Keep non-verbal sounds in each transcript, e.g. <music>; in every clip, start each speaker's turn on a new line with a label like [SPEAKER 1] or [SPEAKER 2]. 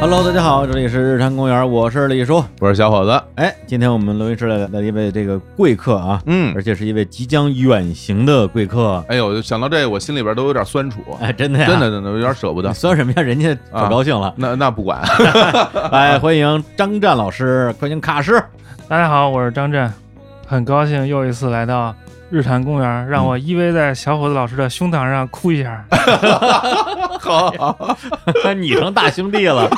[SPEAKER 1] Hello，大家好，这里是日坛公园，我是李叔。
[SPEAKER 2] 我是小伙子，
[SPEAKER 1] 哎，今天我们录音室来了一位这个贵客啊，
[SPEAKER 2] 嗯
[SPEAKER 1] 而，且是一位即将远行的贵客，
[SPEAKER 2] 哎呦，想到这我心里边都有点酸楚，
[SPEAKER 1] 哎，真的呀，
[SPEAKER 2] 真的啊真的有点舍不
[SPEAKER 1] 你 <laughs>
[SPEAKER 2] 得。
[SPEAKER 1] 酸什么呀？
[SPEAKER 2] <laughs>
[SPEAKER 1] 人家可高兴了。
[SPEAKER 2] 那那不管， <laughs>
[SPEAKER 1] 哎，欢迎张湛老师，欢迎卡师。
[SPEAKER 3] 大家好，我是张震，很高兴又一次来到日坛公园，让我依偎在小伙子老师的胸膛上哭一
[SPEAKER 1] <laughs>
[SPEAKER 3] 下。
[SPEAKER 2] 好，好
[SPEAKER 1] 你成大兄
[SPEAKER 2] <laughs>
[SPEAKER 1] 弟了，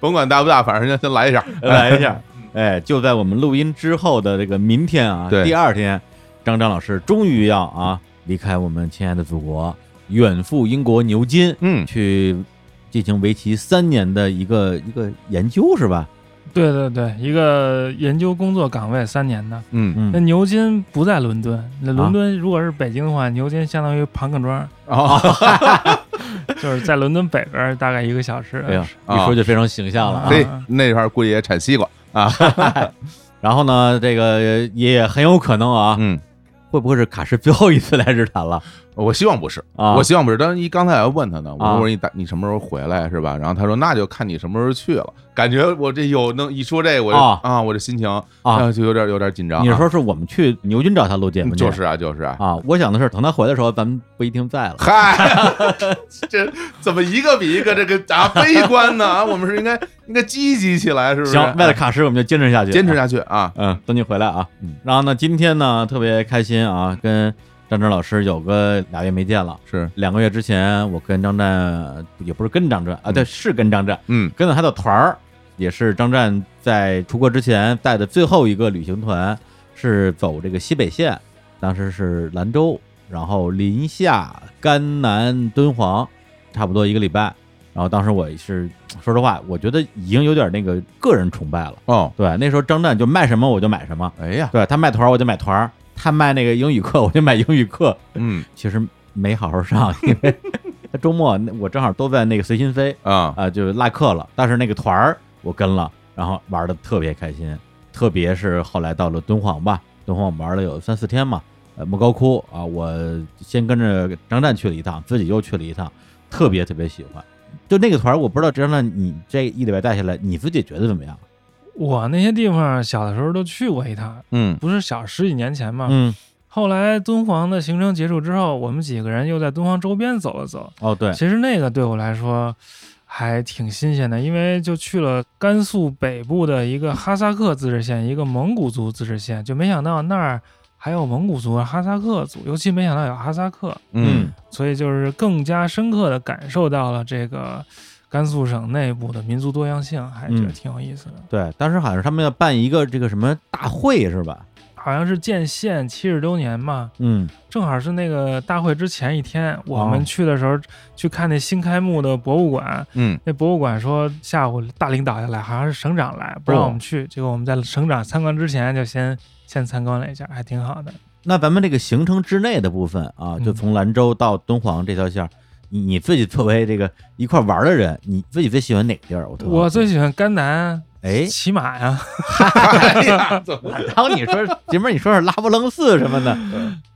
[SPEAKER 2] 甭管大不大，反正先先来一下。
[SPEAKER 1] 来一下。哎，就在我们录音之后的这个明天啊，
[SPEAKER 2] 对
[SPEAKER 1] 第二天，张湛老师终于要啊离开我们亲爱的祖国，远赴英国牛津
[SPEAKER 2] 嗯，
[SPEAKER 1] 去进行为期三年的一个一个研究，是吧？
[SPEAKER 3] 对对对，一个研究工作岗位三年的。
[SPEAKER 2] 嗯，
[SPEAKER 3] 那
[SPEAKER 1] 嗯，
[SPEAKER 3] 牛津不在伦敦，那
[SPEAKER 1] 啊
[SPEAKER 3] 伦敦如果是北京的话，牛津相当于庞各
[SPEAKER 1] <laughs>
[SPEAKER 3] 庄，
[SPEAKER 1] 啊
[SPEAKER 2] 哦，
[SPEAKER 3] 就是在伦敦北边大概一个小时。
[SPEAKER 1] 哎呀，
[SPEAKER 2] 啊
[SPEAKER 1] 一说就非常形象了啊。
[SPEAKER 2] 嘿，那块儿估计也产西瓜啊，
[SPEAKER 1] 然后呢，这个也很有可能啊，
[SPEAKER 2] 嗯，
[SPEAKER 1] 会不会是卡什最后一次来日坛了
[SPEAKER 2] 我希望不是，
[SPEAKER 1] 啊？
[SPEAKER 2] 我希望不是。当时一刚才还问他呢，
[SPEAKER 1] 啊
[SPEAKER 2] 我说你打你什么时候回来是吧？然后他说那就看你什么时候去了。感觉我这有能一说这个我就
[SPEAKER 1] 啊
[SPEAKER 2] 啊，我这心情就有点有点紧张啊。
[SPEAKER 1] 你说是我们去牛津找他录节目去，
[SPEAKER 2] 就是啊，就是啊，
[SPEAKER 1] 啊，我想的是等他回来的时候，咱们不一定在了。
[SPEAKER 2] 嗨， <laughs> 这怎么一个比一个这个啊悲观呢？啊，我们是应该应该积极起来，是不是？
[SPEAKER 1] 行，为了
[SPEAKER 2] 哎
[SPEAKER 1] 卡什，我们就坚持下去，
[SPEAKER 2] 坚持
[SPEAKER 1] 啊。
[SPEAKER 2] 下去啊！
[SPEAKER 1] 嗯，等你回来啊
[SPEAKER 2] 嗯。
[SPEAKER 1] 然后呢，今天呢特别开心啊，跟张震老师有个俩月没见了。
[SPEAKER 2] 是，
[SPEAKER 1] 两个月之前，我跟张湛呃也不是跟张湛啊，对，是跟张湛，
[SPEAKER 2] 嗯，
[SPEAKER 1] 跟了他的团儿，也是张湛在出国之前带的最后一个旅行团，是走这个西北线，当时是兰州，然后临夏、甘南、敦煌，差不多一个礼拜。然后当时我是说实话，我觉得已经有点那个个人崇拜了。
[SPEAKER 2] 哦，
[SPEAKER 1] 对，那时候张湛就卖什么我就买什么，
[SPEAKER 2] 哎呀，
[SPEAKER 1] 对他卖团儿我就买团儿，他卖那个英语课我就买英语课。
[SPEAKER 2] 嗯
[SPEAKER 1] 其实没好好上，因为他周末那我正好都在那个随心飞
[SPEAKER 2] 啊，
[SPEAKER 1] 啊、就落课了。但是那个团儿我跟了，然后玩的特别开心，特别是后来到了敦煌吧，敦煌我们玩了有三四天嘛，呃，莫高窟啊，我先跟着张湛去了一趟，自己又去了一趟，特别特别喜欢。就那个团儿，我不知道张湛你这一礼拜带下来，你自己觉得怎么样？
[SPEAKER 3] 我那些地方小的时候都去过一趟，
[SPEAKER 2] 嗯
[SPEAKER 3] 不是小十几年前嘛。
[SPEAKER 1] 嗯，
[SPEAKER 3] 后来敦煌的行程结束之后，我们几个人又在敦煌周边走了走，
[SPEAKER 1] 哦对，
[SPEAKER 3] 其实那个对我来说还挺新鲜的，因为就去了甘肃北部的一个哈萨克自治县，一个蒙古族自治县，就没想到那儿还有蒙古族、哈萨克族，尤其没想到有哈萨克，
[SPEAKER 2] 嗯，
[SPEAKER 3] 所以就是更加深刻的感受到了这个甘肃省内部的民族多样性，还觉得
[SPEAKER 1] 嗯
[SPEAKER 3] 挺有意思的。
[SPEAKER 1] 对，当时好像是他们要办一个这个什么大会是吧？
[SPEAKER 3] 好像是建县七十周年嘛，
[SPEAKER 1] 嗯，
[SPEAKER 3] 正好是那个大会之前一天，我
[SPEAKER 1] 哦
[SPEAKER 3] 们去的时候、去看那新开幕的博物馆，
[SPEAKER 2] 嗯，
[SPEAKER 3] 那博物馆说下午大领导要来，好像是省长来，不让我
[SPEAKER 1] 哦
[SPEAKER 3] 们去。结果我们在省长参观之前就先先参观了一下，还挺好的。
[SPEAKER 1] 那咱们这个行程之内的部分啊，
[SPEAKER 3] 嗯
[SPEAKER 1] 就从兰州到敦煌这条线儿，你你自己作为这个一块玩儿的人，你自己最喜欢哪个地儿？我特好奇
[SPEAKER 3] 我最喜欢甘南，
[SPEAKER 1] 哎，
[SPEAKER 3] 骑马呀，
[SPEAKER 2] 哎呀，怎么
[SPEAKER 1] 然后你说 <laughs> 前面你说是拉卜楞寺什么的，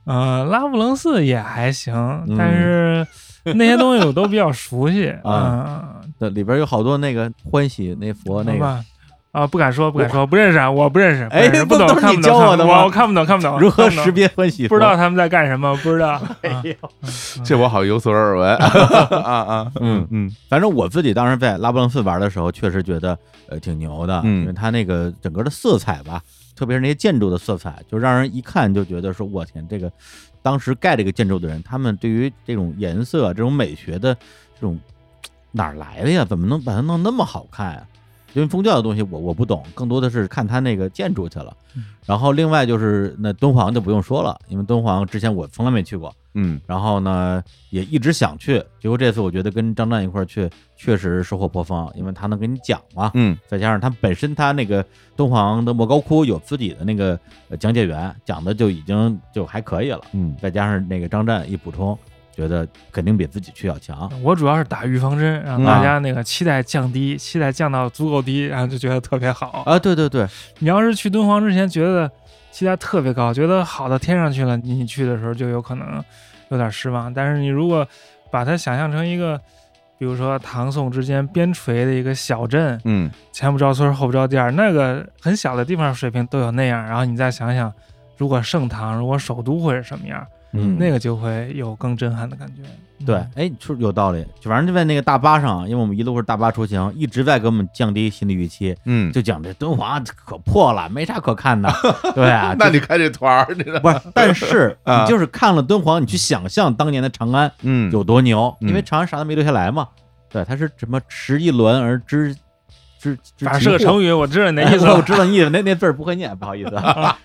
[SPEAKER 3] 呃，拉卜楞寺也还行，
[SPEAKER 1] 嗯
[SPEAKER 3] 但是那些东西我都比较熟悉
[SPEAKER 1] <laughs> 啊对里边有好多那个欢喜那佛
[SPEAKER 3] 嗯，
[SPEAKER 1] 那
[SPEAKER 3] 好
[SPEAKER 1] 个
[SPEAKER 3] 吧。啊，不敢说，不敢说，不认识啊，我不认识，不
[SPEAKER 1] 哎
[SPEAKER 3] 认识不懂
[SPEAKER 1] 不，都是
[SPEAKER 3] 看
[SPEAKER 1] 你
[SPEAKER 3] 不
[SPEAKER 1] 教
[SPEAKER 3] 懂，
[SPEAKER 1] 我
[SPEAKER 3] 看不懂，我看不
[SPEAKER 1] 的吗
[SPEAKER 3] 懂，看不懂，
[SPEAKER 1] 如何
[SPEAKER 3] 看不懂
[SPEAKER 1] 识？别欢喜
[SPEAKER 3] 不
[SPEAKER 1] 佛？
[SPEAKER 3] 知道他们在干什么，不知道。啊
[SPEAKER 1] <laughs> 哎呦，
[SPEAKER 2] 这我好像有所耳闻 <laughs> 啊啊，
[SPEAKER 1] 嗯，
[SPEAKER 2] 嗯
[SPEAKER 1] 反正我自己当时在拉卜楞寺玩的时候，确实觉得呃挺牛的，
[SPEAKER 2] 嗯
[SPEAKER 1] 因为它那个整个的色彩吧，特别是那些建筑的色彩，就让人一看就觉得说，我天，这个当时盖这个建筑的人，他们对于这种颜色、这种美学的这种哪儿来的呀？怎么能把它弄那么好看呀、因为宗教的东西我我不懂，更多的是看它那个建筑去了
[SPEAKER 3] 嗯。
[SPEAKER 1] 然后另外就是那敦煌就不用说了，因为敦煌之前我从来没去过，
[SPEAKER 2] 嗯，
[SPEAKER 1] 然后呢，也一直想去，结果这次我觉得跟张湛一块儿去，确实收获颇丰，因为他能给你讲嘛，
[SPEAKER 2] 嗯
[SPEAKER 1] 再加上他本身他那个敦煌的莫高窟有自己的那个呃讲解员，讲的就已经就还可以了，
[SPEAKER 2] 嗯，
[SPEAKER 1] 再加上那个张湛一补充，觉得肯定比自己去要强。
[SPEAKER 3] 啊我主要是打预防针，让大
[SPEAKER 1] 啊
[SPEAKER 3] 家那个期待降低，期待降到足够低，然后就觉得特别好。
[SPEAKER 1] 啊，对对对，
[SPEAKER 3] 你要是去敦煌之前觉得期待特别高，觉得好到天上去了，你去的时候就有可能有点失望。但是你如果把它想象成一个，比比如说唐宋之间边陲的一个小镇，
[SPEAKER 2] 嗯，
[SPEAKER 3] 前不着村后不着店儿，那个很小的地方水平都有那样。然后你再想想，如果盛唐，如果首都会是什么样，
[SPEAKER 1] 嗯
[SPEAKER 3] 那个就会有更震撼的感觉。嗯
[SPEAKER 1] 对，哎，是有道理。就反正就在那个大巴上，因为我们一路是大巴出行，一直在给我们降低心理预期，
[SPEAKER 2] 嗯，
[SPEAKER 1] 就讲这敦煌可破了，没啥可看的。对啊，
[SPEAKER 2] 那你看这团儿，这个
[SPEAKER 1] 不是，
[SPEAKER 2] <laughs>
[SPEAKER 1] 但是
[SPEAKER 2] 啊
[SPEAKER 1] 你就是看了敦煌，你去想象当年的长安
[SPEAKER 2] 嗯
[SPEAKER 1] 有多牛，
[SPEAKER 2] 嗯
[SPEAKER 1] 因为长安啥都没留下来嘛。对，它是什么十一轮而知知知
[SPEAKER 3] 反
[SPEAKER 1] 其
[SPEAKER 3] 射
[SPEAKER 1] 户
[SPEAKER 3] 成语，我知道你那意思
[SPEAKER 1] 我
[SPEAKER 3] 了。
[SPEAKER 1] 知道你意思，那 <laughs> 那字儿不会念，不好意思。
[SPEAKER 3] <laughs>
[SPEAKER 1] 啊。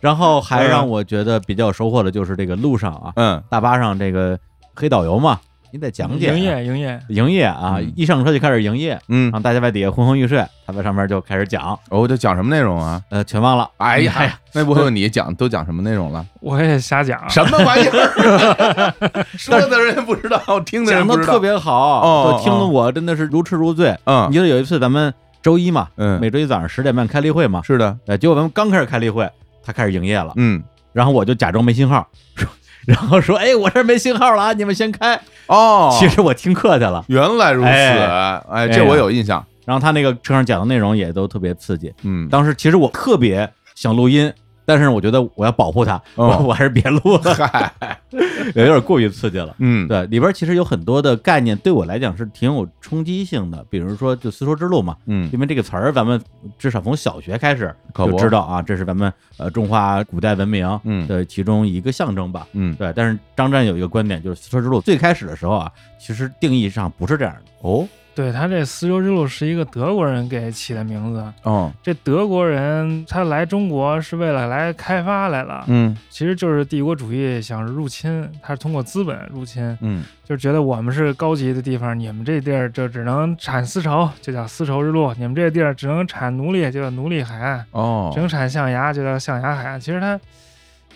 [SPEAKER 1] 然后还让我觉得比较有收获的就是这个路上啊，
[SPEAKER 2] 嗯
[SPEAKER 1] 大巴上这个黑导游嘛，你得讲解啊
[SPEAKER 3] 嗯营业，营业，
[SPEAKER 1] 营业啊，
[SPEAKER 2] 嗯
[SPEAKER 1] 一上车就开始营业，
[SPEAKER 2] 嗯
[SPEAKER 1] 然，后大家在底下昏昏欲睡，他在上面就开始讲，
[SPEAKER 2] 哦，这讲什么内容啊？
[SPEAKER 1] 呃，全忘了。
[SPEAKER 2] 哎呀
[SPEAKER 1] 哎呀，
[SPEAKER 2] 那不问你讲都讲什么内容了？
[SPEAKER 3] 我也瞎讲。
[SPEAKER 2] <laughs> 什么玩意儿？ <laughs> 说的人不知道，听的人
[SPEAKER 1] 讲
[SPEAKER 2] 不
[SPEAKER 1] 的
[SPEAKER 2] 知道。
[SPEAKER 1] 特别好，
[SPEAKER 2] 哦
[SPEAKER 1] 就听得我真的是如痴如醉。你
[SPEAKER 2] 嗯
[SPEAKER 1] 记得有一次咱们周一嘛，
[SPEAKER 2] 嗯，
[SPEAKER 1] 每周一早上十点半开例会嘛，
[SPEAKER 2] 是的，
[SPEAKER 1] 呃，结果咱们刚开始开例会，他开始营业了，
[SPEAKER 2] 嗯，
[SPEAKER 1] 然后我就假装没信号，说， <laughs> 然后说，哎，我这儿没信号了啊，你们先开。
[SPEAKER 2] 哦，
[SPEAKER 1] 其实我听课去了，
[SPEAKER 2] 原来如此，
[SPEAKER 1] 哎
[SPEAKER 2] 哎，这我有印象。
[SPEAKER 1] 然后他那个车上讲的内容也都特别刺激。
[SPEAKER 2] 嗯，
[SPEAKER 1] 当时其实我特别想录音，但是我觉得我要保护他，
[SPEAKER 2] 哦
[SPEAKER 1] 我我还是别录了，
[SPEAKER 2] 嗨，
[SPEAKER 1] <laughs> 有点过于刺激了。
[SPEAKER 2] 嗯，
[SPEAKER 1] 对，里边其实有很多的概念，对我来讲是挺有冲击性的。比如说，就丝绸之路嘛，
[SPEAKER 2] 嗯，
[SPEAKER 1] 因为这个词儿，咱们至少从小学开始
[SPEAKER 2] 可
[SPEAKER 1] 就
[SPEAKER 2] 不
[SPEAKER 1] 知道啊，这是咱们呃中华古代文明
[SPEAKER 2] 嗯
[SPEAKER 1] 的其中一个象征吧。
[SPEAKER 2] 嗯，
[SPEAKER 1] 对，但是张湛有一个观点，就是丝绸之路最开始的时候啊，其实定义上不是这样的哦，
[SPEAKER 3] 对他这丝绸之路是一个德国人给起的名字。
[SPEAKER 2] 哦，
[SPEAKER 3] 这德国人他来中国是为了来开发来了，
[SPEAKER 2] 嗯
[SPEAKER 3] 其实就是帝国主义想入侵，他是通过资本入侵，
[SPEAKER 2] 嗯
[SPEAKER 3] 就是觉得我们是高级的地方，你们这地儿就只能产丝绸，就叫丝绸之路；你们这地儿只能产奴隶，就叫奴隶海岸；
[SPEAKER 2] 哦
[SPEAKER 3] 只，能产象牙，就叫象牙海岸。其实它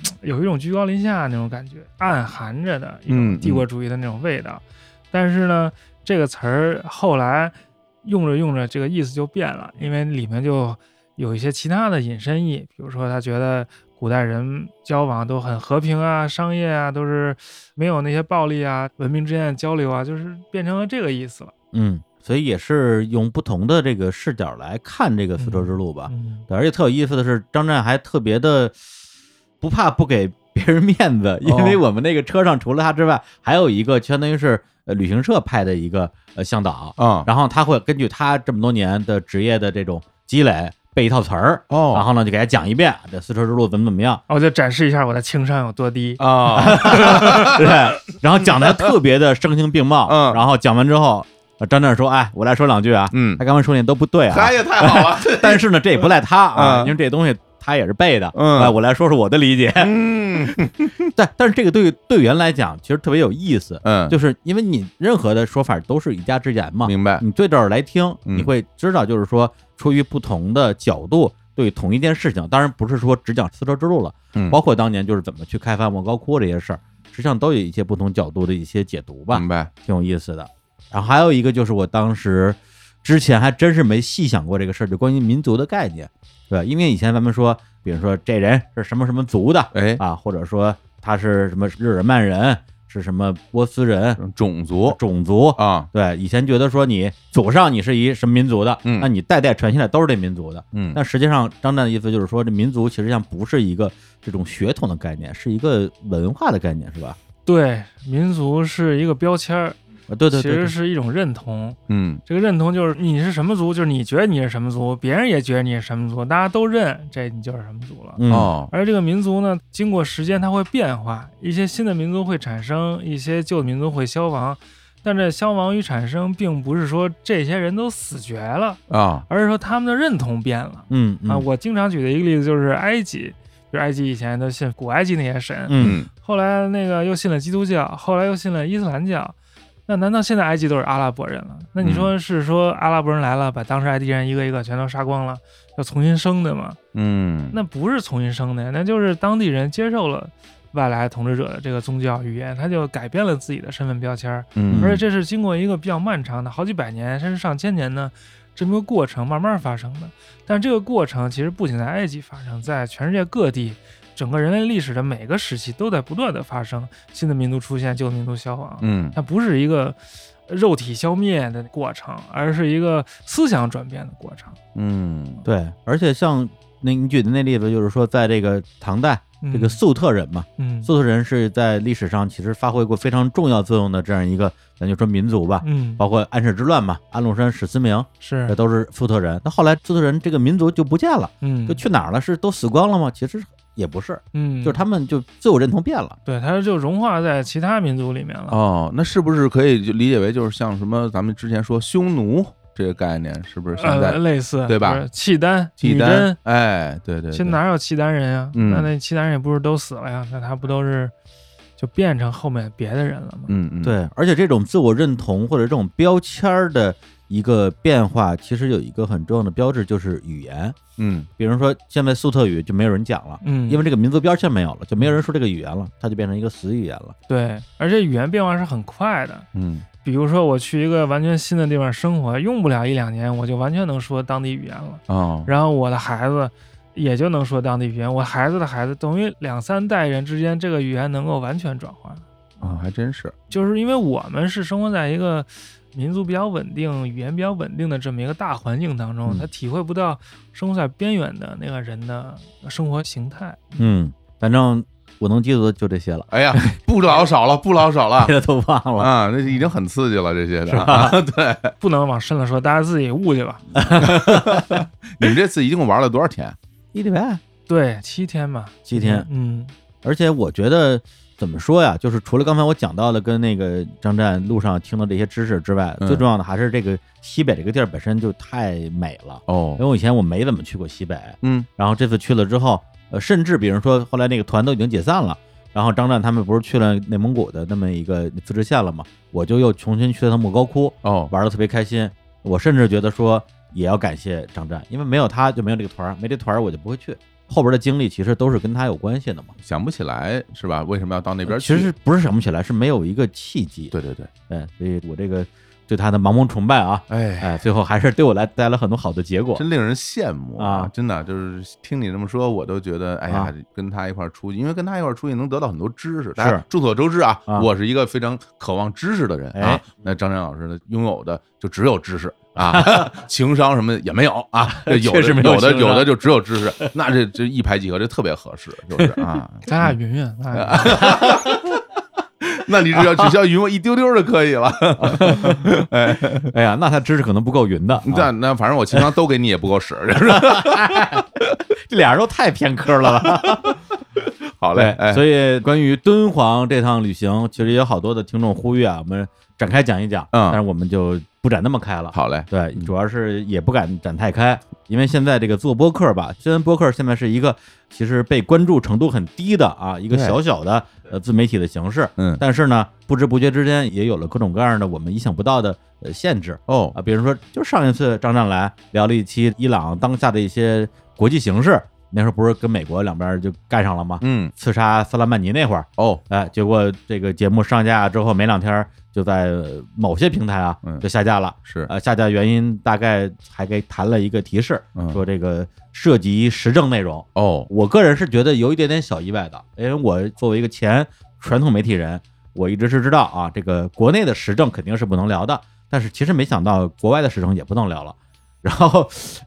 [SPEAKER 3] 嘖有一种居高临下那种感觉，暗含着的一
[SPEAKER 2] 嗯
[SPEAKER 3] 种
[SPEAKER 2] 嗯
[SPEAKER 3] 帝国主义的那种味道。但是呢，这个词儿后来用着用着，这个意思就变了，因为里面就有一些其他的引申义，比如说他觉得古代人交往都很和平啊，商业啊都是没有那些暴力啊，文明之间的交流啊，就是变成了这个意思了。
[SPEAKER 1] 嗯，所以也是用不同的这个视角来看这个丝绸之路吧。
[SPEAKER 3] 嗯，
[SPEAKER 1] 对，而且特有意思的是，张湛还特别的不怕不给别人面子，因
[SPEAKER 2] 哦
[SPEAKER 1] 为我们那个车上除了他之外，还有一个相当于是呃旅行社派的一个呃向导，
[SPEAKER 2] 啊，
[SPEAKER 1] 然后他会根据他这么多年的职业的这种积累背一套词儿，
[SPEAKER 2] 哦
[SPEAKER 1] 然后呢就给他讲一遍这丝绸之路怎么怎么样，
[SPEAKER 3] 啊我就展示一下我的情商有多低。
[SPEAKER 2] 啊，
[SPEAKER 1] 对，然
[SPEAKER 2] <laughs>
[SPEAKER 1] 后讲的特别的声情并茂，
[SPEAKER 2] 嗯
[SPEAKER 1] 然后讲完之后，呃张湛说，哎，我来说两句啊，
[SPEAKER 2] <laughs> 嗯
[SPEAKER 1] 他，刚刚说那都不对啊，
[SPEAKER 2] 哎呀，太好了，
[SPEAKER 1] 但是呢这也不赖他啊，
[SPEAKER 2] 嗯
[SPEAKER 1] 因为这东西他也是背的，
[SPEAKER 2] 嗯
[SPEAKER 1] 哎我来说说我的理解， <laughs>
[SPEAKER 2] 嗯
[SPEAKER 1] 但但是这个对于队员来讲，其实特别有意思，
[SPEAKER 2] 嗯，
[SPEAKER 1] 就是因为你任何的说法都是一家之言嘛，
[SPEAKER 2] 明白，
[SPEAKER 1] 你对照着来听，
[SPEAKER 2] 嗯
[SPEAKER 1] 你会知道，就是说出于不同的角度对同一件事情，当然不是说只讲丝绸之路了，
[SPEAKER 2] 嗯
[SPEAKER 1] 包括当年就是怎么去开发莫高窟这些事儿，实际上都有一些不同角度的一些解读吧，
[SPEAKER 2] 明白，
[SPEAKER 1] 挺有意思的。然后还有一个就是我当时之前还真是没细想过这个事儿，就关于民族的概念，对吧？因为以前咱们说，比如说这人是什么什么族的，
[SPEAKER 2] 哎，
[SPEAKER 1] 啊，或者说他是什么日耳曼人，是什么波斯人、
[SPEAKER 2] 种族
[SPEAKER 1] 种族。
[SPEAKER 2] 啊，
[SPEAKER 1] 对，以前觉得说你祖上你是一什么民族的，
[SPEAKER 2] 嗯
[SPEAKER 1] 那你代代传下来都是这民族的。
[SPEAKER 2] 嗯，
[SPEAKER 1] 但实际上，张湛的意思就是说，这民族其实上不是一个这种血统的概念，是一个文化的概念，是吧？
[SPEAKER 3] 对，民族是一个标签儿，
[SPEAKER 1] 啊，对对
[SPEAKER 3] 其
[SPEAKER 1] 对
[SPEAKER 3] 实
[SPEAKER 1] 对，
[SPEAKER 3] 是一种认同。
[SPEAKER 2] 嗯
[SPEAKER 3] 这个认同就是你是什么族，就是你觉得你是什么族，别人也觉得你是什么族，大家都认，这你就是什么族了。
[SPEAKER 1] 嗯，
[SPEAKER 2] 哦，
[SPEAKER 3] 而这个民族呢，经过时间它会变化，一些新的民族会产生，一些旧的民族会消亡。但这消亡与产生，并不是说这些人都死绝了，
[SPEAKER 2] 啊，
[SPEAKER 3] 而是说他们的认同变了
[SPEAKER 1] 嗯嗯
[SPEAKER 3] 啊。我经常举的一个例子就是埃及，就是埃及以前都信古埃及那些神，
[SPEAKER 1] 嗯，
[SPEAKER 3] 后来那个又信了基督教，后来又信了伊斯兰教。那难道现在埃及都是阿拉伯人了？那你说是说阿拉伯人来了，把当时埃及人一个一个全都杀光了，要重新生的吗？
[SPEAKER 2] 嗯，
[SPEAKER 3] 那不是重新生的，那就是当地人接受了外来统治者的这个宗教语言，他就改变了自己的身份标签儿。
[SPEAKER 2] 嗯，
[SPEAKER 3] 而且这是经过一个比较漫长的好几百年甚至上千年的这么一个过程慢慢发生的。但这个过程其实不仅在埃及发生，在全世界各地整个人类历史的每个时期都在不断的发生新的民族出现，旧的民族消亡。
[SPEAKER 4] 嗯
[SPEAKER 3] 它不是一个肉体消灭的过程，而是一个思想转变的过程。
[SPEAKER 4] 嗯
[SPEAKER 1] 对，而且像那你举的那例子，就是说在这个唐代，
[SPEAKER 3] 嗯、
[SPEAKER 1] 这个粟特人嘛，
[SPEAKER 3] 嗯
[SPEAKER 1] 粟特人是在历史上其实发挥过非常重要作用的这样一个，咱就说民族吧，
[SPEAKER 3] 嗯
[SPEAKER 1] 包括安史之乱嘛，安禄山、史思明，这
[SPEAKER 3] 是
[SPEAKER 1] 都是粟特人。那后来粟特人这个民族就不见了，
[SPEAKER 3] 嗯
[SPEAKER 1] 就去哪儿了？是都死光了吗？其实也不是，
[SPEAKER 3] 嗯
[SPEAKER 1] 就是他们就自我认同变了。
[SPEAKER 3] 对它就融化在其他民族里面了。
[SPEAKER 4] 哦，那是不是可以就理解为就是像什么咱们之前说匈奴这个概念，是不是现
[SPEAKER 3] 呃，
[SPEAKER 4] 在
[SPEAKER 3] 类似
[SPEAKER 4] 对吧？
[SPEAKER 3] 就是契丹、
[SPEAKER 4] 契
[SPEAKER 3] 女
[SPEAKER 4] 丹
[SPEAKER 3] 真，？
[SPEAKER 4] 哎，对对，
[SPEAKER 3] 其
[SPEAKER 4] 对
[SPEAKER 3] 实哪有契丹人呀？
[SPEAKER 4] 嗯
[SPEAKER 3] 那那契丹人也不是都死了呀？那他不都是就变成后面别的人了吗？
[SPEAKER 4] 嗯嗯，
[SPEAKER 1] 对，而且这种自我认同或者这种标签儿的一个变化，其实有一个很重要的标志就是语言。
[SPEAKER 4] 嗯
[SPEAKER 1] 比如说，现在粟特语就没有人讲了，
[SPEAKER 3] 嗯，
[SPEAKER 1] 因为这个民族标签没有了，就没有人说这个语言了，它就变成一个死语言了。
[SPEAKER 3] 对，而且语言变化是很快的。
[SPEAKER 4] 嗯
[SPEAKER 3] 比如说，我去一个完全新的地方生活，用不了一两年，我就完全能说当地语言了。
[SPEAKER 4] 哦，
[SPEAKER 3] 然后我的孩子也就能说当地语言，我孩子的孩子，等于两三代人之间，这个语言能够完全转换。
[SPEAKER 4] 啊，还真是，
[SPEAKER 3] 就是因为我们是生活在一个民族比较稳定、语言比较稳定的这么一个大环境当中，
[SPEAKER 1] 嗯
[SPEAKER 3] 他体会不到生活在边缘的那个人的生活形态。
[SPEAKER 1] 嗯，反正我能记住的就这些了，
[SPEAKER 4] 哎呀，不老少了，不老少了 <laughs>
[SPEAKER 1] 别的都忘了。
[SPEAKER 4] 啊，那已经很刺激了，这些的啊， <laughs> 对，
[SPEAKER 3] 不能往深了说，大家自己悟去吧。
[SPEAKER 4] 你们这次一共玩了多少天？
[SPEAKER 1] 一礼拜
[SPEAKER 3] 对，七天嘛，
[SPEAKER 1] 七天，
[SPEAKER 3] 嗯，
[SPEAKER 1] 而且我觉得怎么说呀，就是除了刚才我讲到的跟那个张湛路上听到这些知识之外，
[SPEAKER 4] 嗯
[SPEAKER 1] 最重要的还是这个西北这个地儿本身就太美了。因为
[SPEAKER 4] 哦，
[SPEAKER 1] 我以前我没怎么去过西北，
[SPEAKER 4] 嗯
[SPEAKER 1] 然后这次去了之后，呃，甚至比如说后来那个团都已经解散了，然后张湛他们不是去了内蒙古的那么一个自治县了嘛，我就又重新去了趟莫高窟，
[SPEAKER 4] 哦，
[SPEAKER 1] 玩的特别开心。我甚至觉得说也要感谢张湛，因为没有他就没有这个团儿，没这团儿我就不会去。后边的经历其实都是跟他有关系的嘛。
[SPEAKER 4] 想不起来是吧？为什么要到那边去？
[SPEAKER 1] 其实不是想不起来，是没有一个契机。
[SPEAKER 4] 对对对，
[SPEAKER 1] 对，所以我这个对他的盲目崇拜啊，
[SPEAKER 4] 哎，
[SPEAKER 1] 哎，最后还是对我来带来很多好的结果。
[SPEAKER 4] 真令人羡慕
[SPEAKER 1] 啊
[SPEAKER 4] 真的就是听你这么说，我都觉得，哎呀
[SPEAKER 1] 啊，
[SPEAKER 4] 跟他一块儿出去，因为跟他一块儿出去能得到很多知识。大家
[SPEAKER 1] 是
[SPEAKER 4] 众所周知啊，
[SPEAKER 1] 啊
[SPEAKER 4] 我是一个非常渴望知识的人啊
[SPEAKER 1] 哎。
[SPEAKER 4] 那张震老师呢，拥有的就只有知识。
[SPEAKER 1] <laughs>
[SPEAKER 4] 啊，情商什么的也没有啊，这有
[SPEAKER 1] 确
[SPEAKER 4] 的
[SPEAKER 1] 实没有
[SPEAKER 4] 有的
[SPEAKER 1] 情商
[SPEAKER 4] 有的就只有知识，那这这一拍即合，这特别合适，就是
[SPEAKER 1] <laughs>
[SPEAKER 4] 啊。
[SPEAKER 3] 咱俩云云，咱俩云云
[SPEAKER 4] 那你只要只需要云我一丢丢就可以
[SPEAKER 1] 啊
[SPEAKER 4] 了。
[SPEAKER 1] 哎呀，那他知识可能不够匀的，啊、
[SPEAKER 4] 那那反正我情商都给你也不够使，就是 <laughs>
[SPEAKER 1] 这俩人都太偏科了吧？
[SPEAKER 4] 好
[SPEAKER 1] 对
[SPEAKER 4] 嘞，，哎，
[SPEAKER 1] 所以关于敦煌这趟旅行，其实也有好多的听众呼吁啊，我们展开讲一讲，
[SPEAKER 4] 嗯
[SPEAKER 1] 但是我们就不展那么开了。
[SPEAKER 4] 好嘞，
[SPEAKER 1] 对，主要是也不敢展太开，因为现在这个做播客吧，虽然播客现在是一个其实被关注程度很低的啊，一个
[SPEAKER 4] 对
[SPEAKER 1] 小小的呃自媒体的形式，
[SPEAKER 4] 嗯，
[SPEAKER 1] 但是呢，不知不觉之间也有了各种各样的我们意想不到的呃限制
[SPEAKER 4] 哦，
[SPEAKER 1] 啊，比如说，就上一次张湛来聊了一期伊朗当下的一些国际形势，那时候不是跟美国两边就干上了吗？
[SPEAKER 4] 嗯，
[SPEAKER 1] 刺杀萨拉曼尼那会儿，
[SPEAKER 4] 哦，
[SPEAKER 1] 哎，结果这个节目上架之后没两天，就在呃某些平台啊
[SPEAKER 4] 嗯
[SPEAKER 1] 就下架了。
[SPEAKER 4] 是，
[SPEAKER 1] 呃，下架原因大概还给谈了一个提示，
[SPEAKER 4] 嗯
[SPEAKER 1] 说这个涉及时政内容。
[SPEAKER 4] 哦，
[SPEAKER 1] 我个人是觉得有一点点小意外的，因为我作为一个前传统媒体人，我一直是知道啊，这个国内的时政肯定是不能聊的，但是其实没想到国外的时政也不能聊了。 <laughs> 然后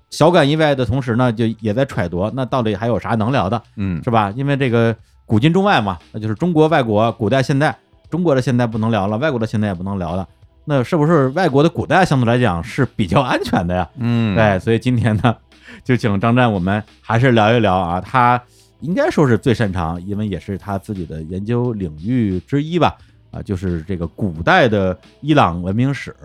[SPEAKER 1] 小感意外的同时呢，就也在揣度，那到底还有啥能聊的，
[SPEAKER 4] 嗯，
[SPEAKER 1] 是吧？因为这个古今中外嘛，那就是中国、外国、古代、现代，中国的现代不能聊了，外国的现代也不能聊了。那是不是外国的古代相对来讲是比较安全的呀？
[SPEAKER 4] 嗯，
[SPEAKER 1] 对，所以今天呢，就请张湛，我们还是聊一聊啊，他应该说是最擅长，因为也是他自己的研究领域之一吧，啊，就是这个古代的伊朗文明史。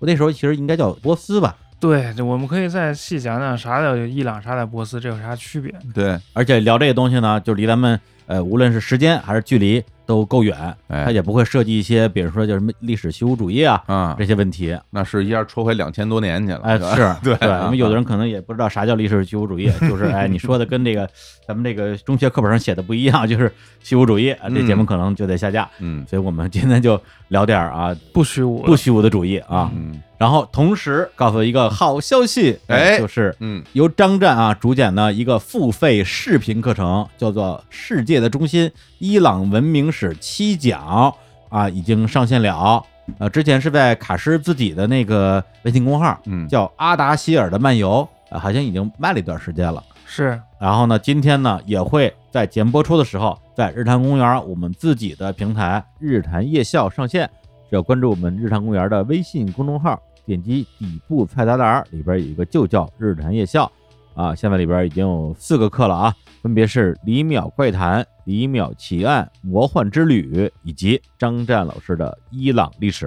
[SPEAKER 1] 我那时候其实应该叫波斯吧，
[SPEAKER 3] <laughs> 对，这我们可以再细讲讲啥叫伊朗，啥叫波斯，这有啥区别？
[SPEAKER 4] 对，
[SPEAKER 1] 而且聊这个东西呢，就离咱们呃，无论是时间还是距离，都够远，
[SPEAKER 2] 哎
[SPEAKER 1] 他也不会涉及一些，比如说叫什么历史虚无主义啊
[SPEAKER 2] 啊
[SPEAKER 1] 这，些问题。
[SPEAKER 2] 那是一下戳回两千多年去了，
[SPEAKER 1] 哎，
[SPEAKER 2] 吧 <laughs>
[SPEAKER 1] 是
[SPEAKER 2] 对
[SPEAKER 1] 对，因为有的
[SPEAKER 2] 人
[SPEAKER 1] 人可能也不知道啥叫历史虚无
[SPEAKER 2] <laughs>
[SPEAKER 1] 主义，就是哎，你说的跟这个咱们这个中学课本上写的不一样，就是虚无主义，啊这节目可能就得下架。
[SPEAKER 2] 嗯
[SPEAKER 1] 所以我们今天就聊点儿啊
[SPEAKER 3] 不虚无
[SPEAKER 1] 不虚无的主义啊，
[SPEAKER 2] 嗯
[SPEAKER 1] 然后同时告诉一个好消息，
[SPEAKER 2] 哎
[SPEAKER 1] 就是
[SPEAKER 2] 嗯
[SPEAKER 1] 由张湛啊主讲的一个付费视频课程，叫做《世界的中啊心：伊朗文明史七讲》啊，已经上线了。呃，之前是在卡诗自己的那个微信公号
[SPEAKER 2] 嗯，
[SPEAKER 1] 叫《阿达希尔的漫游》啊，好像已经卖了一段时间了。
[SPEAKER 3] 是
[SPEAKER 1] 然后呢，今天呢也会在节目播出的时候，在日坛公园我们自己的平台“日坛夜校”上线。只要关注我们日坛公园的微信公众号，点击底部菜单栏儿里边有一个就叫“日坛夜校”，啊，下面里边已经有四个课了啊，分别是《李淼怪谈》《李淼奇案》《魔幻之旅》以及张湛老师的《伊朗历史》，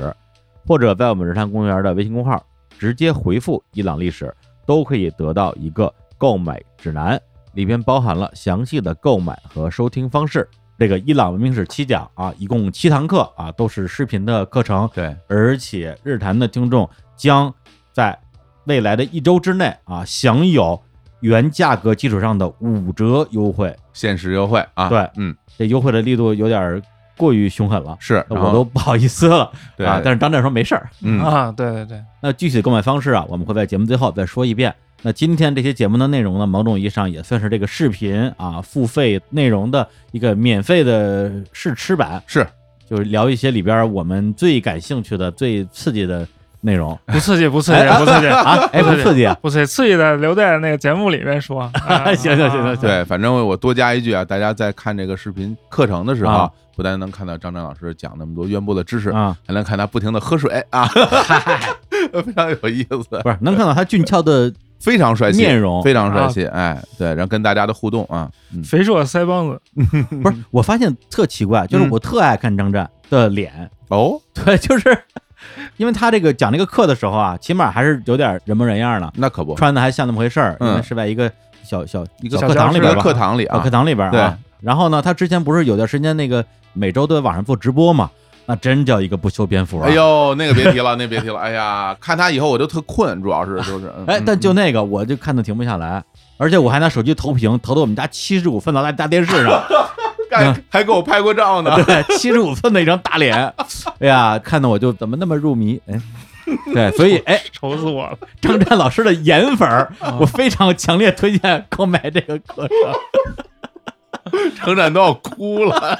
[SPEAKER 1] 或者在我们日坛公园的微信公号直接回复“伊朗历史”，都可以得到一个购买指南，里边包含了详细的购买和收听方式。这个伊朗文明史七讲啊，一共七堂课啊，都是视频的课程，
[SPEAKER 2] 对，
[SPEAKER 1] 而且日坛的听众将在未来的一周之内啊，享有原价格基础上的五折优惠。
[SPEAKER 2] 限时优惠啊，
[SPEAKER 1] 对
[SPEAKER 2] 嗯
[SPEAKER 1] 这优惠的力度有点过于凶狠了，
[SPEAKER 2] 是，然
[SPEAKER 1] 我
[SPEAKER 2] 后
[SPEAKER 1] 都不好意思了
[SPEAKER 2] <laughs> 对
[SPEAKER 1] 啊。但是张湛说没事儿，
[SPEAKER 2] 嗯
[SPEAKER 3] 啊，对对对，
[SPEAKER 1] 那具体的购买方式啊，我们会在节目最后再说一遍。那今天这些节目的内容呢，某种意义上也算是这个视频啊付费内容的一个免费的试吃版，
[SPEAKER 2] 是
[SPEAKER 1] 就是聊一些里边我们最感兴趣的、最刺激的内容
[SPEAKER 3] 不刺激，不刺 <laughs> 激，不刺激
[SPEAKER 1] 啊！哎，不刺激啊！
[SPEAKER 3] 不刺激，刺激的留在那个节目里面说。 <laughs> 啊
[SPEAKER 1] 行行行行行
[SPEAKER 2] 对，反正我多加一句啊，大家在看这个视频课程的时候
[SPEAKER 1] 啊，
[SPEAKER 2] 不但能看到张张老师讲那么多渊博的知识，
[SPEAKER 1] 啊，
[SPEAKER 2] 还能看他不停的喝水啊， <laughs> 非常有意思，
[SPEAKER 1] 不是能看到他俊俏的
[SPEAKER 2] 非常帅气，
[SPEAKER 1] 面容啊
[SPEAKER 2] 非常帅气，哎，对，然后跟大家的互动啊，嗯，
[SPEAKER 3] 肥硕腮帮子，
[SPEAKER 1] 不是，我发现特奇怪，就是我特爱看张湛的脸，
[SPEAKER 2] 哦，
[SPEAKER 1] 对，就是因为他这个讲这个课的时候啊，起码还是有点人模人样的，
[SPEAKER 2] 那可不，
[SPEAKER 1] 穿的还像那么回事儿，
[SPEAKER 2] 嗯
[SPEAKER 1] 因为是在一个小小
[SPEAKER 2] 一个
[SPEAKER 3] 小
[SPEAKER 1] 小课堂里
[SPEAKER 2] 一
[SPEAKER 1] 边
[SPEAKER 2] 个
[SPEAKER 1] 吧，
[SPEAKER 2] 课堂里
[SPEAKER 1] 啊
[SPEAKER 2] 啊
[SPEAKER 1] 课，堂里边啊。然后呢，他之前不是有段时间那个每周都在网上做直播嘛，那真叫一个不修边幅啊。
[SPEAKER 2] 哎呦，那个别提了，那个别提了，哎呀，看他以后我就特困，主要是就是，嗯
[SPEAKER 1] 哎，但就那个我就看的停不下来，而且我还拿手机投屏，投到我们家七十五寸老大大电视上，
[SPEAKER 2] 还还给我拍过照呢，
[SPEAKER 1] 对，七十五寸的一张
[SPEAKER 2] <laughs>
[SPEAKER 1] 大脸，哎呀，看得我就怎么那么入迷，哎，对，所以哎，
[SPEAKER 3] 愁死我了。
[SPEAKER 1] 张湛老师的颜粉儿，
[SPEAKER 2] 哦
[SPEAKER 1] 我非常强烈推荐购买这个课程。
[SPEAKER 2] 成长都要哭了，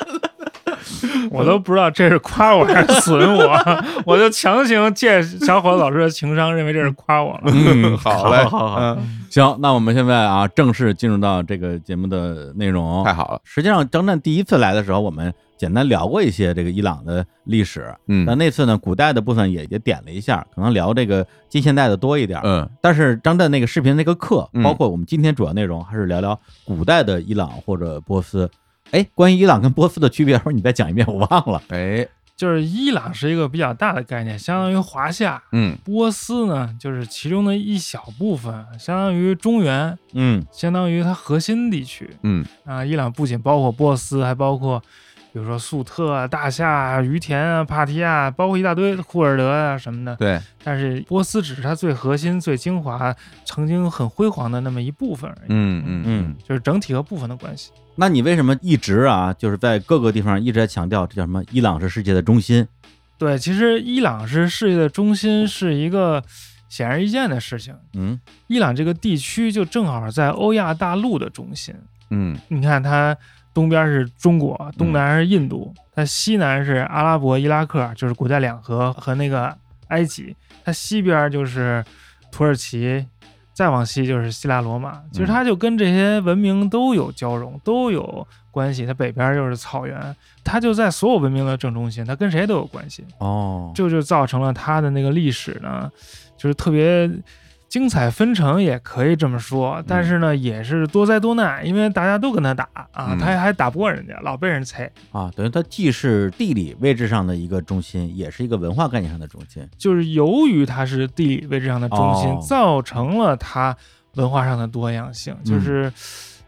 [SPEAKER 2] <laughs>
[SPEAKER 3] 我都不知道这是夸我还是损我，我就强行借小伙子老师的情商，认为这是夸我了。
[SPEAKER 2] 嗯，好嘞，
[SPEAKER 1] 好好好
[SPEAKER 2] 嗯
[SPEAKER 1] 行，那我们现在啊，正式进入到这个节目的内容
[SPEAKER 2] 太。好了，
[SPEAKER 1] 实际上，张湛第一次来的时候，我们简单聊过一些这个伊朗的历史，但
[SPEAKER 2] 嗯
[SPEAKER 1] 那次呢，古代的部分也也点了一下，可能聊这个近现代的多一点。
[SPEAKER 2] 嗯，
[SPEAKER 1] 但是张湛那个视频那个课
[SPEAKER 2] 嗯，
[SPEAKER 1] 包括我们今天主要内容，还是聊聊古代的伊朗或者波斯。哎，关于伊朗跟波斯的区别，或者你再讲一遍，我忘了。
[SPEAKER 2] 哎，
[SPEAKER 3] 就是伊朗是一个比较大的概念，相当于华夏；
[SPEAKER 2] 嗯
[SPEAKER 3] 波斯呢，就是其中的一小部分，相当于中原，
[SPEAKER 1] 嗯
[SPEAKER 3] 相当于它核心地区
[SPEAKER 2] 嗯
[SPEAKER 3] 啊。伊朗不仅包括波斯，还包括比如说粟特啊、大夏啊、于田啊、帕提亚啊，包括一大堆库尔德啊什么的。
[SPEAKER 2] 对，
[SPEAKER 3] 但是波斯只是它最核心、最精华、曾经很辉煌的那么一部分而已，
[SPEAKER 2] 嗯嗯嗯，
[SPEAKER 3] 就是整体和部分的关系。
[SPEAKER 1] 那你为什么一直啊，就是在各个地方一直在强调这叫什么？伊朗是世界的中心。
[SPEAKER 3] 对，其实伊朗是世界的中心，是一个显而易见的事情。
[SPEAKER 1] 嗯
[SPEAKER 3] 伊朗这个地区就正好在欧亚大陆的中心。
[SPEAKER 2] 嗯
[SPEAKER 3] 你看，它东边是中国，东南是印度，它西南是阿拉伯、伊拉克，就是古代两河和那个埃及；它西边就是土耳其，再往西就是希腊罗马。其实它就跟这些文明都有交融，都有关系。它北边又是草原，它就在所有文明的正中心，它跟谁都有关系。
[SPEAKER 1] 哦，
[SPEAKER 3] 这就造成了它的那个历史呢，就是特别精彩纷呈，也可以这么说。
[SPEAKER 1] 嗯
[SPEAKER 3] 但是呢，也是多灾多难，因为大家都跟他打啊
[SPEAKER 2] 嗯，
[SPEAKER 3] 他还打不过人家，老被人踩。
[SPEAKER 1] 啊，等于它既是地理位置上的一个中心，也是一个文化概念上的中心。
[SPEAKER 3] 就是由于它是地理位置上的中心，
[SPEAKER 1] 哦嗯
[SPEAKER 3] 造成了它文化上的多样性，就是。